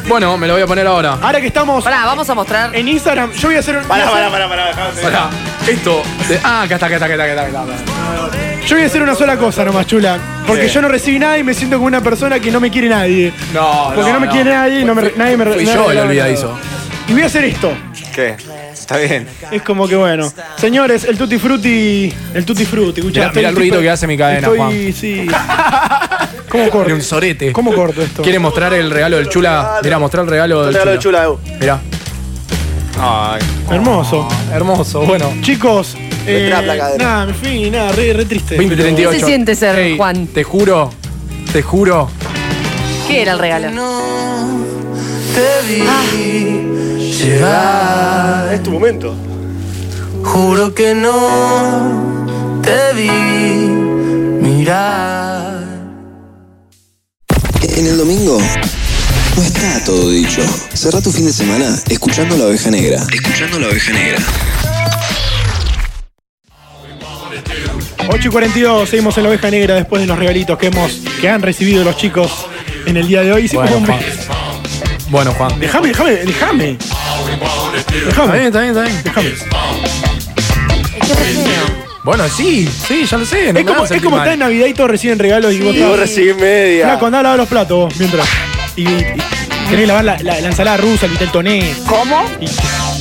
Speaker 4: Bueno, me lo voy a poner ahora.
Speaker 2: Ahora que estamos
Speaker 3: Pará, vamos a mostrar.
Speaker 2: en Instagram, yo voy a hacer un.
Speaker 1: Pará,
Speaker 2: voy a
Speaker 1: pará, pará,
Speaker 2: hacer-
Speaker 1: pará. dejame.
Speaker 4: Pará, esto. de- ah, acá está, acá está, acá está, acá está, acá está, acá está.
Speaker 2: Yo voy a hacer una sola cosa nomás, chula. Porque
Speaker 4: Bien.
Speaker 2: yo no recibí nada y me siento como una persona que no me quiere nadie.
Speaker 4: No,
Speaker 2: Porque no, me quiere nadie y no me, nadie me
Speaker 4: Fui
Speaker 2: nadie
Speaker 4: yo
Speaker 2: me
Speaker 4: el
Speaker 2: regaló
Speaker 4: olvidadizo.
Speaker 2: nada. Y voy a hacer esto.
Speaker 7: ¿Qué? Está bien.
Speaker 2: Es como que bueno. Señores, el Tutti Frutti. El Tutti Frutti, escuchá,
Speaker 4: Mirá-
Speaker 2: estoy-
Speaker 4: mirá el ruido que hace mi cadena,
Speaker 2: estoy,
Speaker 4: Juan.
Speaker 2: Sí. ¿Cómo corto?
Speaker 4: Era un sorete.
Speaker 2: ¿Cómo corto esto?
Speaker 4: ¿Quiere mostrar el regalo del chula? Mirá, mostrar el regalo
Speaker 1: Son
Speaker 4: del
Speaker 1: regalos de
Speaker 4: chula.
Speaker 1: chula, Edu.
Speaker 4: Mirá.
Speaker 7: Ay.
Speaker 2: Hermoso.
Speaker 4: Hermoso, bueno.
Speaker 2: Chicos. Eh,
Speaker 1: trap la cadena.
Speaker 2: nada, en fin, nada, re, re triste.
Speaker 4: 2038.
Speaker 3: ¿Qué se siente ser Juan?
Speaker 4: Te juro, te juro.
Speaker 3: ¿Qué era el regalo?
Speaker 15: Es tu momento. Juro que no te vi mirar.
Speaker 12: En el domingo no está todo dicho. Cerra tu fin de semana escuchando la oveja negra. Escuchando la oveja negra.
Speaker 2: 8 y 42, seguimos en la oveja negra después de los regalitos que hemos, que han recibido los chicos en el día de hoy. Hicimos
Speaker 4: Bueno,
Speaker 2: un-
Speaker 4: Juan. Bueno, Juan.
Speaker 2: Déjame, déjame, déjame.
Speaker 4: Está bien,
Speaker 2: Déjame.
Speaker 4: está bien, está bien.
Speaker 3: Es que re feo.
Speaker 4: Bueno, sí, sí, ya lo sé. no
Speaker 2: Es
Speaker 4: me
Speaker 2: como,
Speaker 4: hagas
Speaker 2: es
Speaker 4: sentir
Speaker 2: como
Speaker 4: mal.
Speaker 2: está en Navidad y todos reciben regalos y vos
Speaker 3: Sí.
Speaker 1: Y vos
Speaker 2: estás.
Speaker 1: recibís media.
Speaker 2: Flaco, andá a lavar los platos vos, mientras. Y, y- y querés lavar la, la- la ensalada rusa, el vitel toné.
Speaker 14: ¿Cómo?
Speaker 2: Y,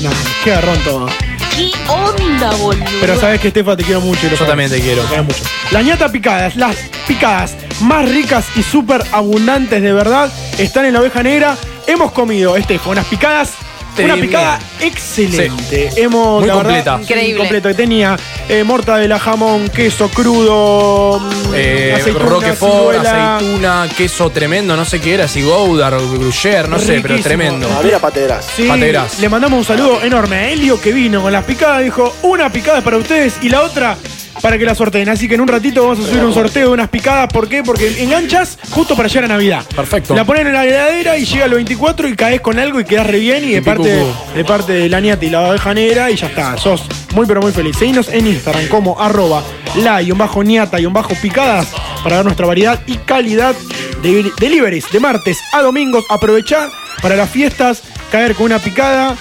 Speaker 2: no, qué garrón todo.
Speaker 14: ¿Qué onda, boludo?
Speaker 2: Pero sabes que Estefa te quiero mucho. y lo
Speaker 4: Yo
Speaker 2: sabes.
Speaker 4: también te quiero.
Speaker 2: Te quiero mucho. Las ñatas picadas, las picadas más ricas y súper abundantes de verdad, están en la oveja negra. Hemos comido, Estefa, unas picadas.
Speaker 4: Te
Speaker 2: una
Speaker 4: di
Speaker 2: picada excelente. Hemos,
Speaker 4: Muy
Speaker 2: la verdad,
Speaker 4: completa.
Speaker 3: Increíble.
Speaker 2: Completa. que Tenía eh, mortadela, jamón, queso crudo, mm,
Speaker 4: Eh,
Speaker 2: aceituna,
Speaker 4: Roquefort,
Speaker 2: ciruela.
Speaker 4: aceituna, queso tremendo, no sé qué era, si Gouda, Gruyère, no sé, pero
Speaker 2: Riquísimo.
Speaker 4: tremendo.
Speaker 1: A mí la patedras.
Speaker 2: Sí,
Speaker 4: Pateras.
Speaker 2: le mandamos un saludo enorme a Elio que vino con las picadas. Dijo, una picada es para ustedes y la otra para que las sorteen. Así que en un ratito vamos a subir un sorteo de unas picadas. ¿Por qué? Porque enganchas justo para llegar a Navidad.
Speaker 4: Perfecto.
Speaker 2: La ponen en la heladera y llega el 24 y caes con algo y quedas re bien. Y de
Speaker 4: Pipi
Speaker 2: parte,
Speaker 4: cucú.
Speaker 2: de parte de la niata y la oveja negra y ya está. Sos muy pero muy feliz. Seguinos en Instagram como arroba la y un bajo niata y un bajo picadas para ver nuestra variedad y calidad de deliveries de martes a domingos. Aprovechá para las fiestas, caer con una picada.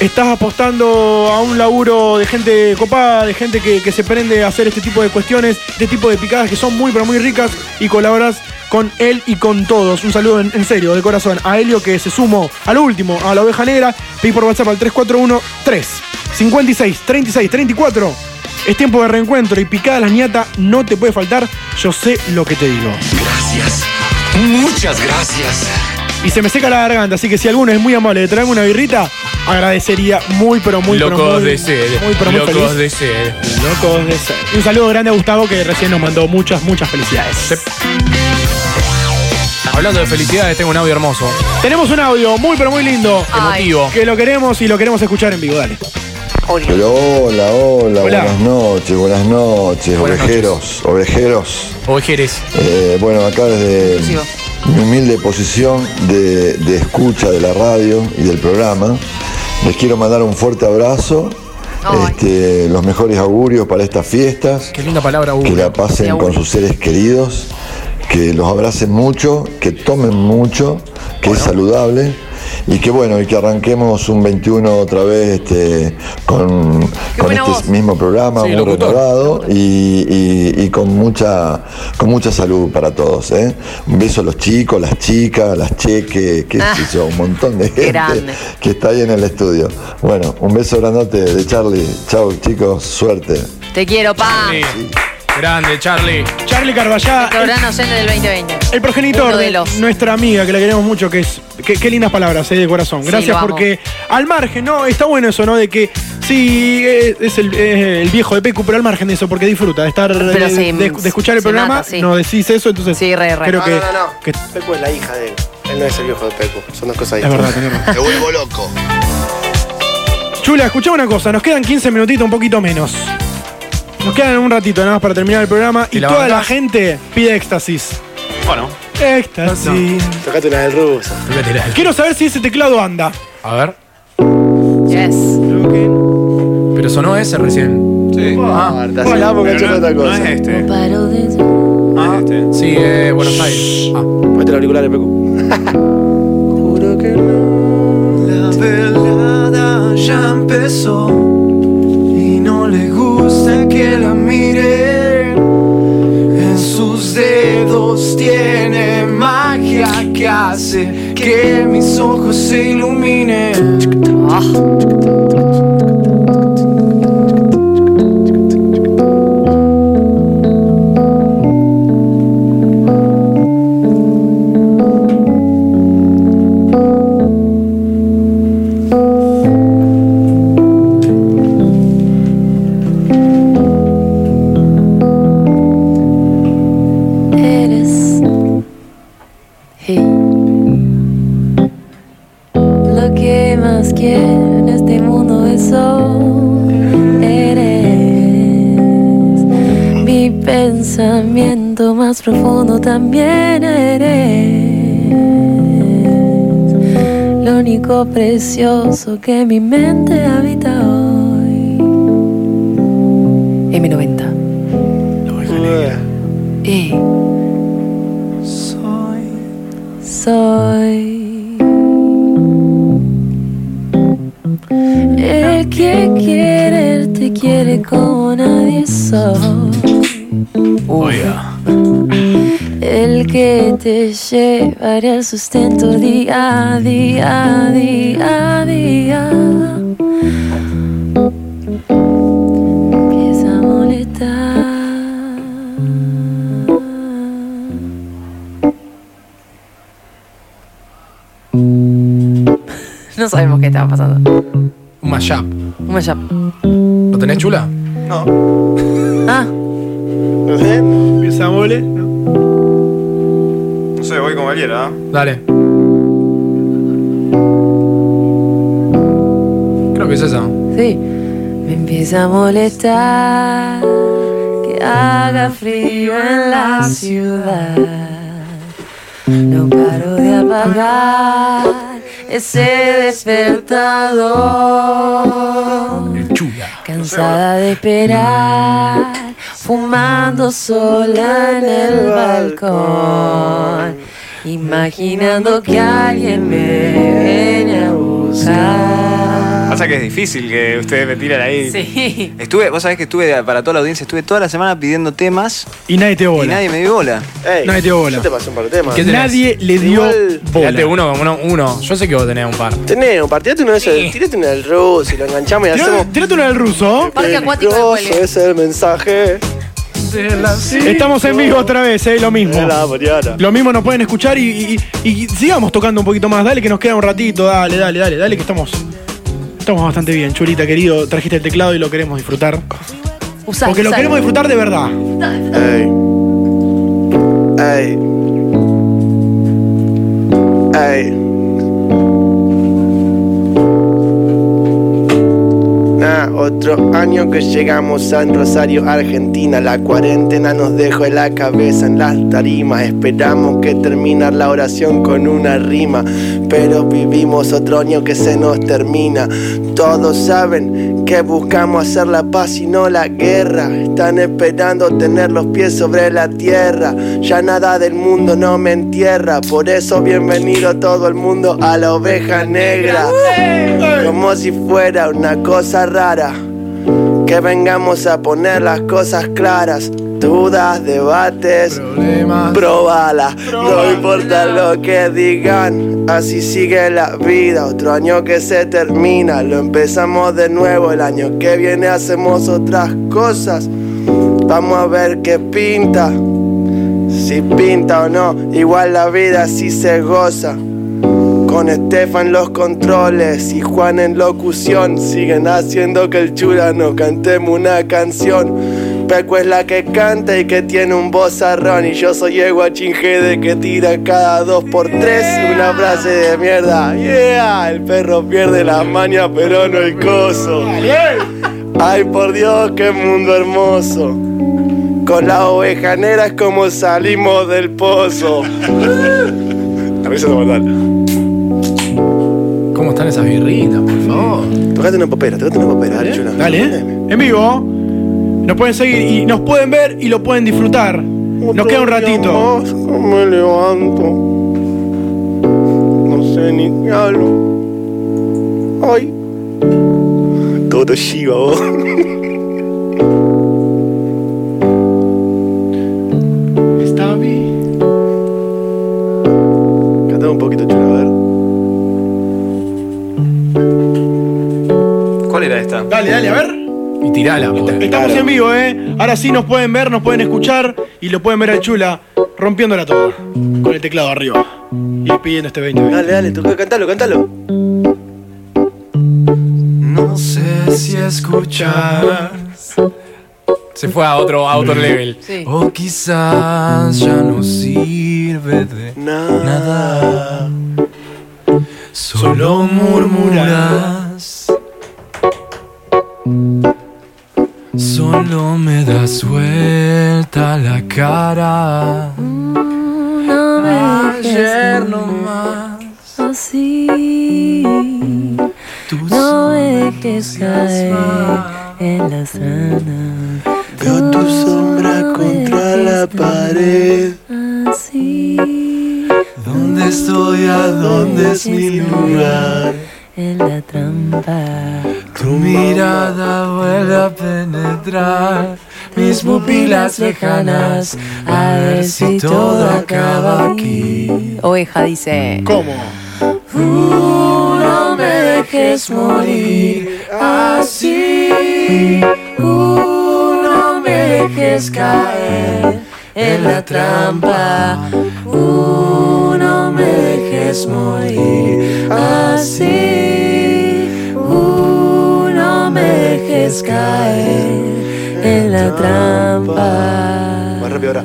Speaker 2: Estás apostando a un laburo de gente copada, de gente que, que se prende a hacer este tipo de cuestiones, este tipo de picadas que son muy pero muy ricas y colaboras con él y con todos. Un saludo en, en serio, de corazón, a Helio que se sumó a lo último, a la oveja negra. Pedís por WhatsApp al 3413 56 36 34. Es tiempo de reencuentro y picada las ñata no te puede faltar. Yo sé lo que te digo.
Speaker 12: Gracias. Muchas gracias.
Speaker 2: Y se me seca la garganta, así que si alguno es muy amable de traerme una birrita, agradecería muy pero muy pero
Speaker 4: locos
Speaker 2: muy-
Speaker 4: de sed.
Speaker 2: Muy pero muy feliz.
Speaker 4: Locos de sed.
Speaker 2: Locos de ser. Un saludo grande a Gustavo que recién nos mandó muchas, muchas felicidades.
Speaker 4: Hablando de felicidades, tengo un audio hermoso.
Speaker 2: Tenemos un audio muy, pero muy lindo.
Speaker 3: Ay.
Speaker 4: Emotivo.
Speaker 2: Que lo queremos y lo queremos escuchar en vivo, dale.
Speaker 8: Pero hola, hola,
Speaker 2: Hola.
Speaker 8: buenas noches, buenas noches,
Speaker 4: Buenas
Speaker 8: ovejeros, ovejeros.
Speaker 4: Ovejeres.
Speaker 8: Eh, bueno, acá desde
Speaker 3: Inclusivo.
Speaker 8: mi humilde posición de, de escucha de la radio y del programa, les quiero mandar un fuerte abrazo,
Speaker 3: Ay.
Speaker 8: este, los mejores augurios para estas fiestas,
Speaker 4: Qué linda palabra,
Speaker 8: que
Speaker 4: Hugo.
Speaker 8: la pasen con sus seres queridos, que los abracen mucho, que tomen mucho, que es saludable y que bueno, y que arranquemos un 21 otra vez este, con, con
Speaker 3: buena
Speaker 8: este
Speaker 3: voz.
Speaker 8: mismo programa,
Speaker 4: Sí,
Speaker 8: muy
Speaker 4: locutor.
Speaker 8: renovado y, y- y con, mucha, con mucha salud para todos. ¿eh? Un beso a los chicos, las chicas, las cheques, qué
Speaker 3: Ah,
Speaker 8: sé yo, un montón de gente
Speaker 3: grande.
Speaker 8: que está ahí en el estudio. Bueno, un beso grandote de Charlie. Chao chicos, suerte.
Speaker 3: Te quiero, pa.
Speaker 4: Sí. Grande, Charlie.
Speaker 2: Charlie Carballá, el,
Speaker 3: Programa oyente del 2020.
Speaker 2: el progenitor
Speaker 3: Uno de
Speaker 2: de
Speaker 3: los.
Speaker 2: nuestra amiga, que la queremos mucho, que es. que- Qué lindas palabras, eh, de corazón.
Speaker 3: Sí,
Speaker 2: Gracias
Speaker 3: lo amo.
Speaker 2: porque al margen, ¿no? Está bueno eso, ¿no? De que sí, eh, es el, eh, el viejo de Pecu, pero al margen de eso, porque disfruta de estar.
Speaker 3: Pero
Speaker 2: de,
Speaker 3: sí,
Speaker 2: de- de escuchar el
Speaker 3: se
Speaker 2: programa,
Speaker 3: mata, sí.
Speaker 2: no decís eso, entonces.
Speaker 3: Sí, re, re.
Speaker 2: Creo
Speaker 1: No,
Speaker 2: que,
Speaker 1: no, no, no.
Speaker 2: que-
Speaker 1: Pecu es Pues la hija de él. Él no es el viejo de Pecu. Son dos cosas
Speaker 2: Es verdad,
Speaker 1: distintas.
Speaker 2: tenés razón.
Speaker 12: Te vuelvo loco.
Speaker 2: Chula, escuchá una cosa, nos quedan 15 minutitos, un poquito menos. Nos quedan un ratito nada más para terminar el programa y
Speaker 4: ¿Te la
Speaker 2: toda la
Speaker 4: bancás?
Speaker 2: gente pide éxtasis.
Speaker 7: Bueno.
Speaker 2: Éxtasis.
Speaker 1: Tocate una del ruso.
Speaker 2: Quiero saber si ese teclado anda.
Speaker 5: A ver.
Speaker 16: Yes.
Speaker 5: Pero sonó ese recién.
Speaker 1: Sí. Ah, te hablamos,
Speaker 7: Pero
Speaker 1: cacho,
Speaker 7: no,
Speaker 1: otra
Speaker 7: no
Speaker 1: cosa.
Speaker 7: es este.
Speaker 5: Ah, sí, eh, Buenos Aires. Ah.
Speaker 1: Ponete el auricular, Pecu.
Speaker 4: Juro que no. La velada ya empezó y no le gusta que la miren. En sus dedos tiene magia que hace que mis ojos se iluminen.
Speaker 3: Eres.
Speaker 16: Hey.
Speaker 3: Lo que más quiero en este mundo eso eres. Mi pensamiento más profundo también eres. Lo único precioso que mi mente habita hoy.
Speaker 16: M90.
Speaker 3: Eh. Soy. Soy. El que quiere te quiere como nadie soy. El que te llevará el sustento día a día, día a día. Empieza a molestar.
Speaker 16: No sabemos qué estaba pasando.
Speaker 5: Un mashup.
Speaker 16: Un mashup.
Speaker 5: ¿Lo tenés chula?
Speaker 3: 啊
Speaker 16: Ah,
Speaker 2: Empieza a mole.
Speaker 7: No sé, voy con Valiera. ¿eh?
Speaker 5: Dale. Creo que es esa.
Speaker 3: Sí. Me empieza a molestar que haga frío en la ciudad. No paro de apagar ese despertador. Cansada de esperar, fumando sola en el balcón. Imaginando que alguien me viene a buscar.
Speaker 7: Pasa que es difícil que ustedes me tiren ahí.
Speaker 16: Sí.
Speaker 7: Estuve, vos sabés que estuve para toda la audiencia, estuve toda la semana pidiendo temas
Speaker 2: Y nadie te
Speaker 7: y
Speaker 2: bola.
Speaker 7: nadie me dio bola.
Speaker 1: Ey,
Speaker 2: Nadie dio bola.
Speaker 1: Yo te pasé un par de temas.
Speaker 5: ¿Qué tenés?
Speaker 2: Nadie le dio
Speaker 5: Tirate
Speaker 2: bola.
Speaker 5: uno, uno, uno. eh. Yo sé que vos tenés un par.
Speaker 1: Tenés, un partidate uno de esos. Tirate uno del ruso y lo enganchamos y hacemos.
Speaker 2: Tirate uno del ruso.
Speaker 16: Parque acuático de
Speaker 1: Peligroso
Speaker 16: Huele.
Speaker 1: es el mensaje
Speaker 2: Estamos en vivo otra vez, eh, lo mismo.
Speaker 1: de la mañana.
Speaker 2: Lo mismo nos pueden escuchar y, y- y sigamos tocando un poquito más. Dale que nos queda un ratito, dale, dale, dale, dale que estamos. Estamos bastante bien, Chulita querido. Trajiste el teclado y lo queremos disfrutar.
Speaker 16: usá,
Speaker 2: Porque lo
Speaker 16: usá.
Speaker 2: queremos disfrutar de verdad.
Speaker 1: Ey. Ey. Ey. Nah, otro año que llegamos a San Rosario, Argentina. La cuarentena nos dejó la cabeza en las tarimas. Esperamos que terminar la oración con una rima. Pero vivimos otro año que se nos termina. Todos saben que buscamos hacer la paz y no la guerra. Están esperando tener los pies sobre la tierra. Ya nada del mundo no me entierra. Por eso bienvenido todo el mundo a la oveja negra. Como si fuera una cosa rara. Que vengamos a poner las cosas claras. Dudas, debates,
Speaker 5: Problemas.
Speaker 1: probala. No importa lo que digan, así sigue la vida. Otro año que se termina, lo empezamos de nuevo. El año que viene hacemos otras cosas. Vamos a ver qué pinta. Si pinta o no, igual la vida sí se goza. Con Estefan los controles y Juan en locución siguen haciendo que el chura no cantemos una canción. Peco es la que canta y que tiene un vozarrón y yo soy el guachín Gede que tira cada dos por tres una frase de mierda. Yeah, el perro pierde la maña pero no el coso. Ay por Dios, qué mundo hermoso.
Speaker 17: Con las ovejas negras es como salimos del pozo. La risa es mortal.
Speaker 4: ¿Cómo están esas birritas, por favor?
Speaker 1: Tocate una popera, tocate una popera, dale, chula.
Speaker 2: Dale, ¿eh? En vivo. Nos pueden seguir y nos pueden ver y lo pueden disfrutar. Nos queda un ratito.
Speaker 17: me levanto. No sé ni qué hablo. Ay. Todo Shiva, vos.
Speaker 2: Está bien.
Speaker 1: Cantame un poquito, chula, a ver.
Speaker 7: ¿Cuál era esta?
Speaker 2: Dale, dale, a ver.
Speaker 4: Y tirala, pobre.
Speaker 2: Estamos en vivo, ¿eh? Ahora sí nos pueden ver, nos pueden escuchar y lo pueden ver al Chula rompiéndola toda. Con el teclado arriba. Y pidiendo este 20.
Speaker 1: Dale, dale, toca, cantalo, cantalo.
Speaker 4: No sé si escuchar. Se fue a otro, a otro level.
Speaker 18: Sí.
Speaker 4: Mm. O quizás ya no sirve de nada. Solo murmuras. Solo me das vuelta la cara.
Speaker 3: Mm, No me
Speaker 4: Ayer
Speaker 3: dejes nomás así. No me dejes caer en la sana. Veo tu sombra contra la pared. Así. ¿Dónde estoy? ¿A dónde es mi lugar? En la trampa.
Speaker 4: Tu mirada vuelve a penetrar mis pupilas lejanas. A ver si todo acaba aquí.
Speaker 18: Oveja dice.
Speaker 2: ¿Cómo?
Speaker 3: No me dejes morir así. Uh, no me dejes caer en la trampa. Uh, no me dejes morir así. Uh, no me dejes caer en la trampa.
Speaker 1: Más rápido ahora.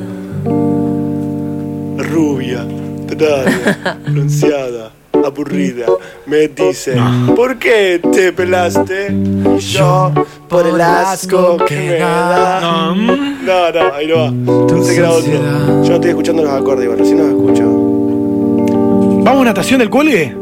Speaker 1: Rubia, traga, pronunciada, aburrida, me dice, ¿por qué te pelaste? Y yo, por el asco que me da. No, no, ahí no va. Pensé que era otro. Yo no estoy escuchando los acordes, igual, recién los escucho.
Speaker 2: ¿Vamos a natación del cuelgue?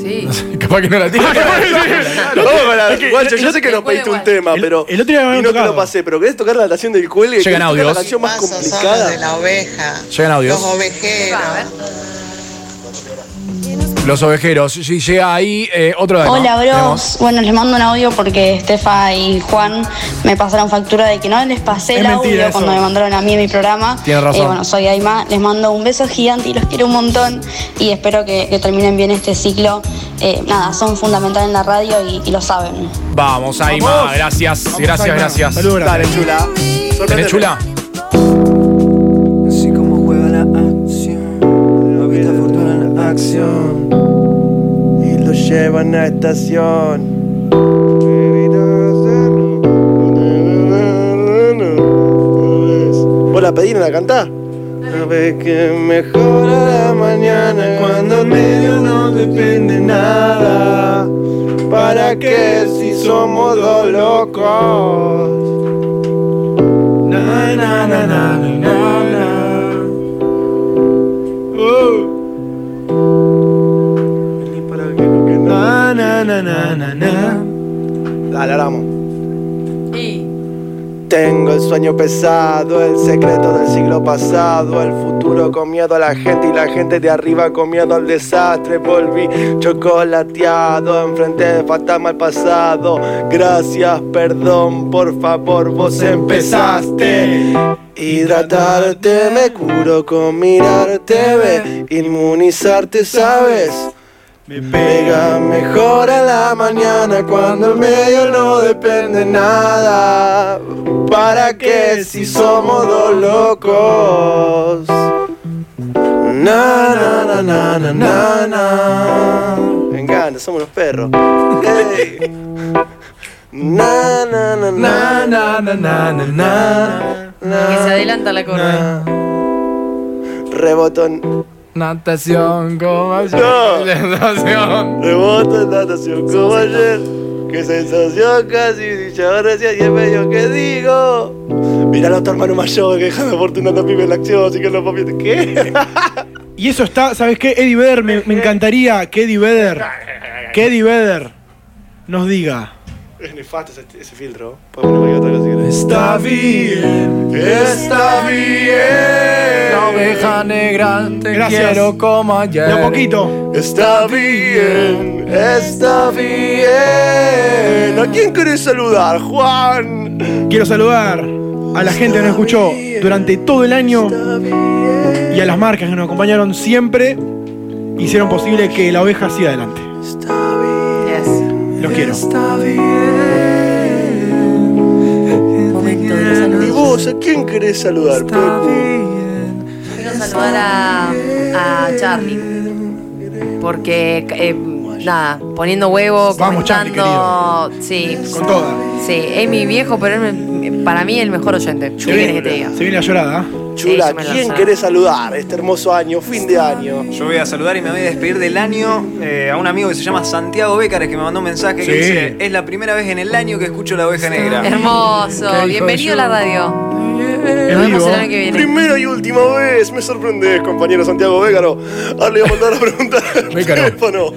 Speaker 18: Sí.
Speaker 4: Capaz que no la tiene.
Speaker 1: Vamos con la- Guacho, yo sé que nos
Speaker 18: Después,
Speaker 1: pediste un
Speaker 18: guacho.
Speaker 1: tema, pero.
Speaker 2: El otro día me
Speaker 1: Y
Speaker 2: habían
Speaker 1: no te lo
Speaker 2: tocado.
Speaker 1: pasé, pero ¿querés tocar la canción del cuelgue? ¿Querés
Speaker 4: Llegan
Speaker 1: tocar
Speaker 4: audios.
Speaker 1: La canción más
Speaker 6: Pasos son los de
Speaker 1: complicada.
Speaker 6: la oveja.
Speaker 4: Llegan audios.
Speaker 6: Los ovejeros.
Speaker 4: Los ovejeros. Si llega ahí, eh, otro dato.
Speaker 8: Hola, bros.
Speaker 4: Tenemos-
Speaker 8: Bueno, les mando un audio porque Estefa y Juan me pasaron factura de que no les pasé
Speaker 4: Es
Speaker 8: el audio
Speaker 4: mentira eso.
Speaker 8: cuando me mandaron a mí mi programa.
Speaker 4: Tienes razón.
Speaker 8: Eh, bueno, soy Aima. Les mando un beso gigante y los quiero un montón. Y espero que, que terminen bien este ciclo. Eh, nada, son fundamentales en la radio y- y lo saben.
Speaker 4: Vamos, Aima.
Speaker 1: Vamos.
Speaker 4: Gracias, gracias,
Speaker 1: Aima.
Speaker 4: gracias.
Speaker 2: Saludos.
Speaker 1: Dale, chula. Sorprendeme.
Speaker 4: ¿Tenés chula?
Speaker 19: Así como juega la acción.
Speaker 17: Lo que está fortuna en la acción y lo llevan a estación.
Speaker 1: ¿Vos la pedí, no la cantás?
Speaker 17: Sabes que mejora la mañana cuando el medio no depende nada. ¿Para qué si somos dos locos? Na, na, na, na, na, na, na. Uh. Vení para que no que na, na, na, na, na, na.
Speaker 1: Dale, ahora vamos.
Speaker 18: Y
Speaker 1: Tengo el sueño pesado, el secreto del siglo pasado, el futuro con miedo a la gente y la gente de arriba con miedo al desastre. Volví chocolateado, enfrente del fantasma al pasado. Gracias, perdón, por favor, vos empezaste. Hidratarte me curo con mirarte, ve, inmunizarte, sabes.
Speaker 17: Me
Speaker 1: Pega mejor a la mañana cuando el medio no depende nada. ¿Para qué si somos dos locos? Na na na na na na na. Me encanta, somos los perros. Ey. Na na na na
Speaker 4: na na na na na.
Speaker 18: que se
Speaker 1: na.
Speaker 18: adelanta la corda.
Speaker 1: na. Rebotón.
Speaker 4: Natación, como ayer.
Speaker 1: No.
Speaker 4: Natación.
Speaker 1: Reboto en natación como ayer. Qué sensación casi dicha gracias y es medio que digo. Miralo a tu hermano mayor que deja de aportunar a pibe en la acción, así que no papi, ¿qué?
Speaker 2: Y eso está, ¿sabes qué? Eddie Vedder, me, me encantaría que Eddie Vedder, que Eddie Vedder nos diga.
Speaker 1: Es nefasto ese, ese filtro.
Speaker 4: Está bien,
Speaker 1: está
Speaker 4: bien. La oveja negra, te quiero como ayer.
Speaker 2: De a poquito.
Speaker 1: Está bien, está bien. ¿A quién querés saludar, Juan?
Speaker 2: Quiero saludar a la gente que nos escuchó durante todo el año y a las marcas que nos acompañaron siempre. Hicieron posible que la oveja siga adelante. Los quiero.
Speaker 1: ¿Y vos a quién querés saludar, Pepo?
Speaker 3: Quiero saludar a, a Charlie. Porque, eh, nada, poniendo huevo,
Speaker 2: Vamos, Charlie,
Speaker 3: comentando. Sí.
Speaker 2: Con toda.
Speaker 3: Sí, es mi viejo, pero es mi- para mí el mejor oyente. ¿Qué quieres que te diga?
Speaker 2: Se viene la llorada. ¿eh?
Speaker 1: Chula,
Speaker 3: Sí, yo me lo
Speaker 1: ¿quién
Speaker 3: sé.
Speaker 1: querés saludar este hermoso año, fin de año?
Speaker 7: Yo voy a saludar y me voy a despedir del año eh, a un amigo que se llama Santiago Bécares que me mandó un mensaje
Speaker 2: Sí.
Speaker 7: que dice: Es la primera vez en el año que escucho la oveja negra.
Speaker 3: Hermoso. Bienvenido a la radio. Nos vemos el año que viene.
Speaker 1: Primera y última vez, me sorprendés, compañero Santiago Bécaro. Ahora le voy a mandar a preguntar al teléfono.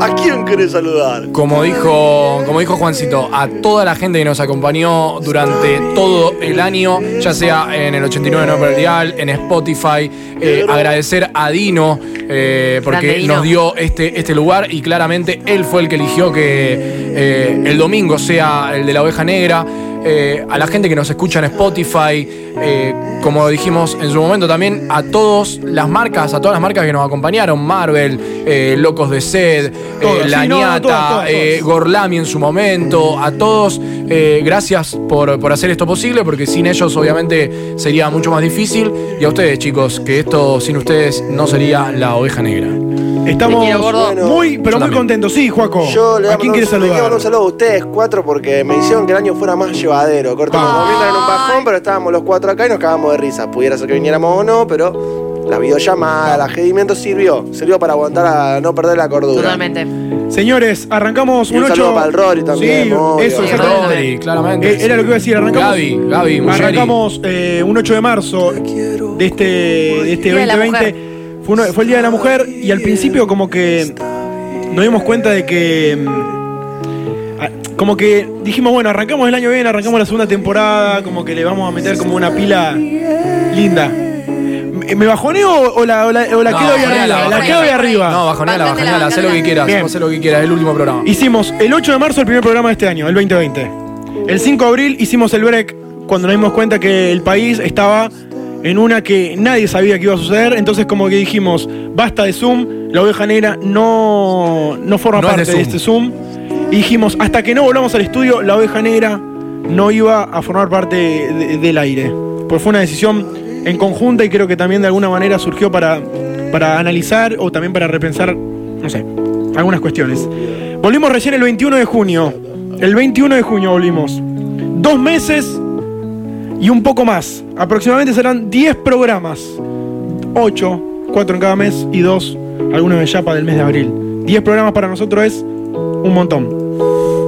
Speaker 1: ¿A quién querés saludar?
Speaker 4: Como dijo, como dijo Juancito, a toda la gente que nos acompañó durante todo el año, ya sea en el 89 No Perdial, en Spotify, eh, agradecer a Dino eh,
Speaker 10: Grande
Speaker 4: porque
Speaker 10: Dino.
Speaker 4: nos dio este, este lugar y claramente él fue el que eligió que eh, el domingo sea el de la oveja negra. eh, a la gente que nos escucha en Spotify, eh, como dijimos en su momento también, a todas las marcas, a todas las marcas que nos acompañaron, Marvel, eh, Locos de Sed, eh,
Speaker 10: Todas,
Speaker 4: La
Speaker 10: sí, no, no,
Speaker 4: Ñata,
Speaker 10: todas, todas,
Speaker 4: eh,
Speaker 10: todas.
Speaker 4: Gorlami en su momento, a todos, eh, gracias por, por hacer esto posible, porque sin ellos obviamente sería mucho más difícil. Y a ustedes, chicos, que esto sin ustedes no sería la oveja negra.
Speaker 2: Estamos
Speaker 4: Te quiero, gordo.
Speaker 2: muy, pero muy contentos. Sí, Juaco.
Speaker 1: Yo le voy
Speaker 2: ¿A quién quieres
Speaker 1: mandar un- le quiero mandar un
Speaker 2: saludar?
Speaker 1: saludo a ustedes cuatro porque me hicieron que el año fuera más llevadero. Corto,
Speaker 2: Ah.
Speaker 1: nos mandaron en un bajón, pero estábamos los cuatro acá y nos cagamos de risa. Pudiera ser que viniéramos o no, pero la videollamada, el ajedimiento sirvió. Sirvió para aguantar a no perder la cordura.
Speaker 3: Totalmente.
Speaker 2: Señores, arrancamos
Speaker 1: Y
Speaker 2: un
Speaker 1: un
Speaker 2: 8.
Speaker 1: saludo para el Rory también,
Speaker 2: Sí,
Speaker 1: obvio.
Speaker 2: eso,
Speaker 1: Sí,
Speaker 2: exactamente.
Speaker 1: Rory, claramente.
Speaker 2: Eh, era lo que iba a decir, arrancamos.
Speaker 4: Gaby, Gaby, Muggeri.
Speaker 2: Arrancamos eh, un 8 de marzo de este, de este
Speaker 4: Día de la
Speaker 2: 2020. Fue, uno- fue el Día de la Mujer y al principio como que nos dimos cuenta de que... mm, ah, Como que dijimos, bueno, arrancamos el año bien, arrancamos la segunda temporada, como que le vamos a meter como una pila linda. ¿Me me bajoneo o o la, o la, o la
Speaker 4: No,
Speaker 2: quedo ahí arriba? La
Speaker 4: bajoneala, bajoneala.
Speaker 2: quedo ahí arriba.
Speaker 4: No, bajoneala, bajoneala, haz lo que quieras, haz lo que quieras, es el último programa.
Speaker 2: Hicimos el 8 de marzo el primer programa de este año, el 2020. El 5 de abril hicimos el break cuando nos dimos cuenta que el país estaba en una que nadie sabía que iba a suceder, entonces como que dijimos, basta de Zoom, la oveja negra no, no forma
Speaker 4: No es de
Speaker 2: parte de, este Zoom. Y dijimos, hasta que no volvamos al estudio, la oveja negra no iba a formar parte de- del aire. Pues fue una decisión en conjunta y creo que también de alguna manera surgió para, para analizar o también para repensar, no sé, algunas cuestiones. Volvimos recién el 21 de junio. El 21 de junio volvimos. Dos meses y un poco más. Aproximadamente serán 10 programas. 8, 4 en cada mes y 2, algunos de Yapa del mes de abril. 10 programas para nosotros es un montón.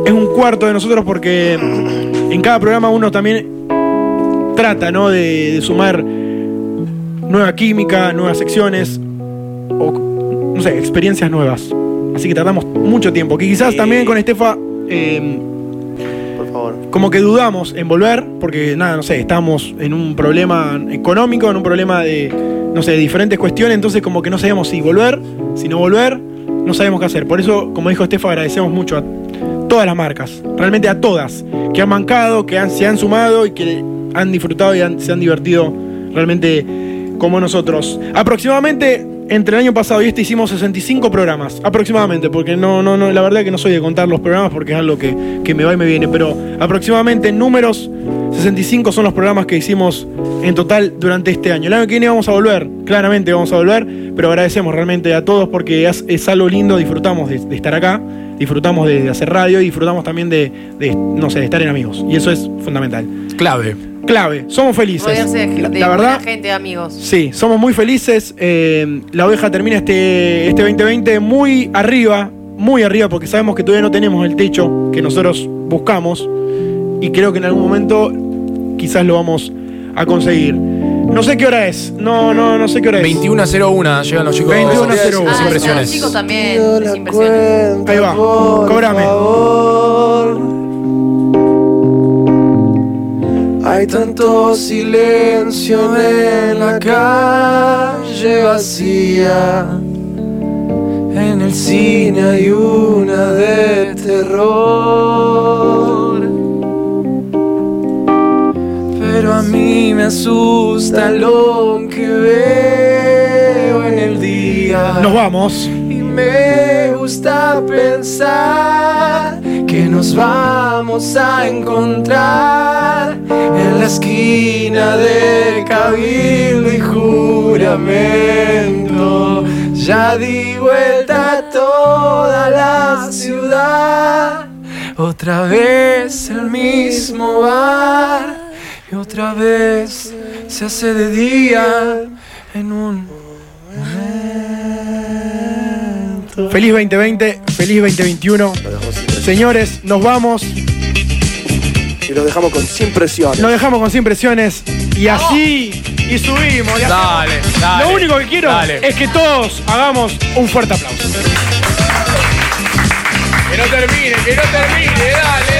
Speaker 2: Es un cuarto de nosotros porque en cada programa uno también trata ¿no? de, de sumar nueva química, nuevas secciones o, no sé, experiencias nuevas. Así que tardamos mucho tiempo. Que quizás también con Estefa eh,
Speaker 1: Por favor.
Speaker 2: como que dudamos en volver, porque nada, no sé, estábamos en un problema económico, en un problema de, no sé, de diferentes cuestiones, entonces como que no sabíamos si volver, si no volver, no sabíamos qué hacer. Por eso, como dijo Estefa, agradecemos mucho a todas las marcas, realmente a todas, que han mancado, que han- se han sumado y que han disfrutado y han- se han divertido realmente como nosotros. Aproximadamente entre el año pasado y este hicimos 65 programas, aproximadamente, porque no, no, no, la verdad que no soy de contar los programas porque es algo que, que me va y me viene, pero aproximadamente en números 65 son los programas que hicimos en total durante este año. El año que viene vamos a volver, claramente vamos a volver, pero agradecemos realmente a todos porque es, es algo lindo, disfrutamos de, de estar acá, disfrutamos de, de hacer radio y disfrutamos también de, de, no sé, de estar en amigos, y eso es fundamental.
Speaker 4: Clave.
Speaker 2: Clave, somos felices.
Speaker 3: Rodearse de,
Speaker 2: La-
Speaker 3: de
Speaker 2: la verdad,
Speaker 3: buena gente, amigos.
Speaker 2: Sí, somos muy felices. eh, la oveja termina este, este 2020 muy arriba, muy arriba, porque sabemos que todavía no tenemos el techo que nosotros buscamos. Y creo que en algún momento quizás lo vamos a conseguir. No sé qué hora es. No, no, no sé qué hora es.
Speaker 3: 21.01 llegan Ah, los chicos.
Speaker 2: 21.01.
Speaker 3: Las impresiones.
Speaker 1: chicos también. las impresiones.
Speaker 2: Ahí va. Cobrame.
Speaker 4: Hay tanto silencio en la calle vacía. En el cine hay una de terror. Pero a mí me asusta lo que veo en el día.
Speaker 2: Nos vamos.
Speaker 4: Y me gusta pensar que nos vamos a encontrar en la esquina de Cabildo y Juramento. Ya di vuelta a toda la ciudad, otra vez el mismo bar y otra vez se hace de día en un
Speaker 2: Feliz 2020, feliz 2021. Señores, nos vamos.
Speaker 20: Y los dejamos con sin presión.
Speaker 2: Nos dejamos con 100 presiones. Y así, y subimos. y hacemos.
Speaker 3: Dale, dale,
Speaker 2: Lo único que quiero
Speaker 3: dale.
Speaker 2: es que todos hagamos un fuerte aplauso.
Speaker 3: Que no termine, que no termine, dale.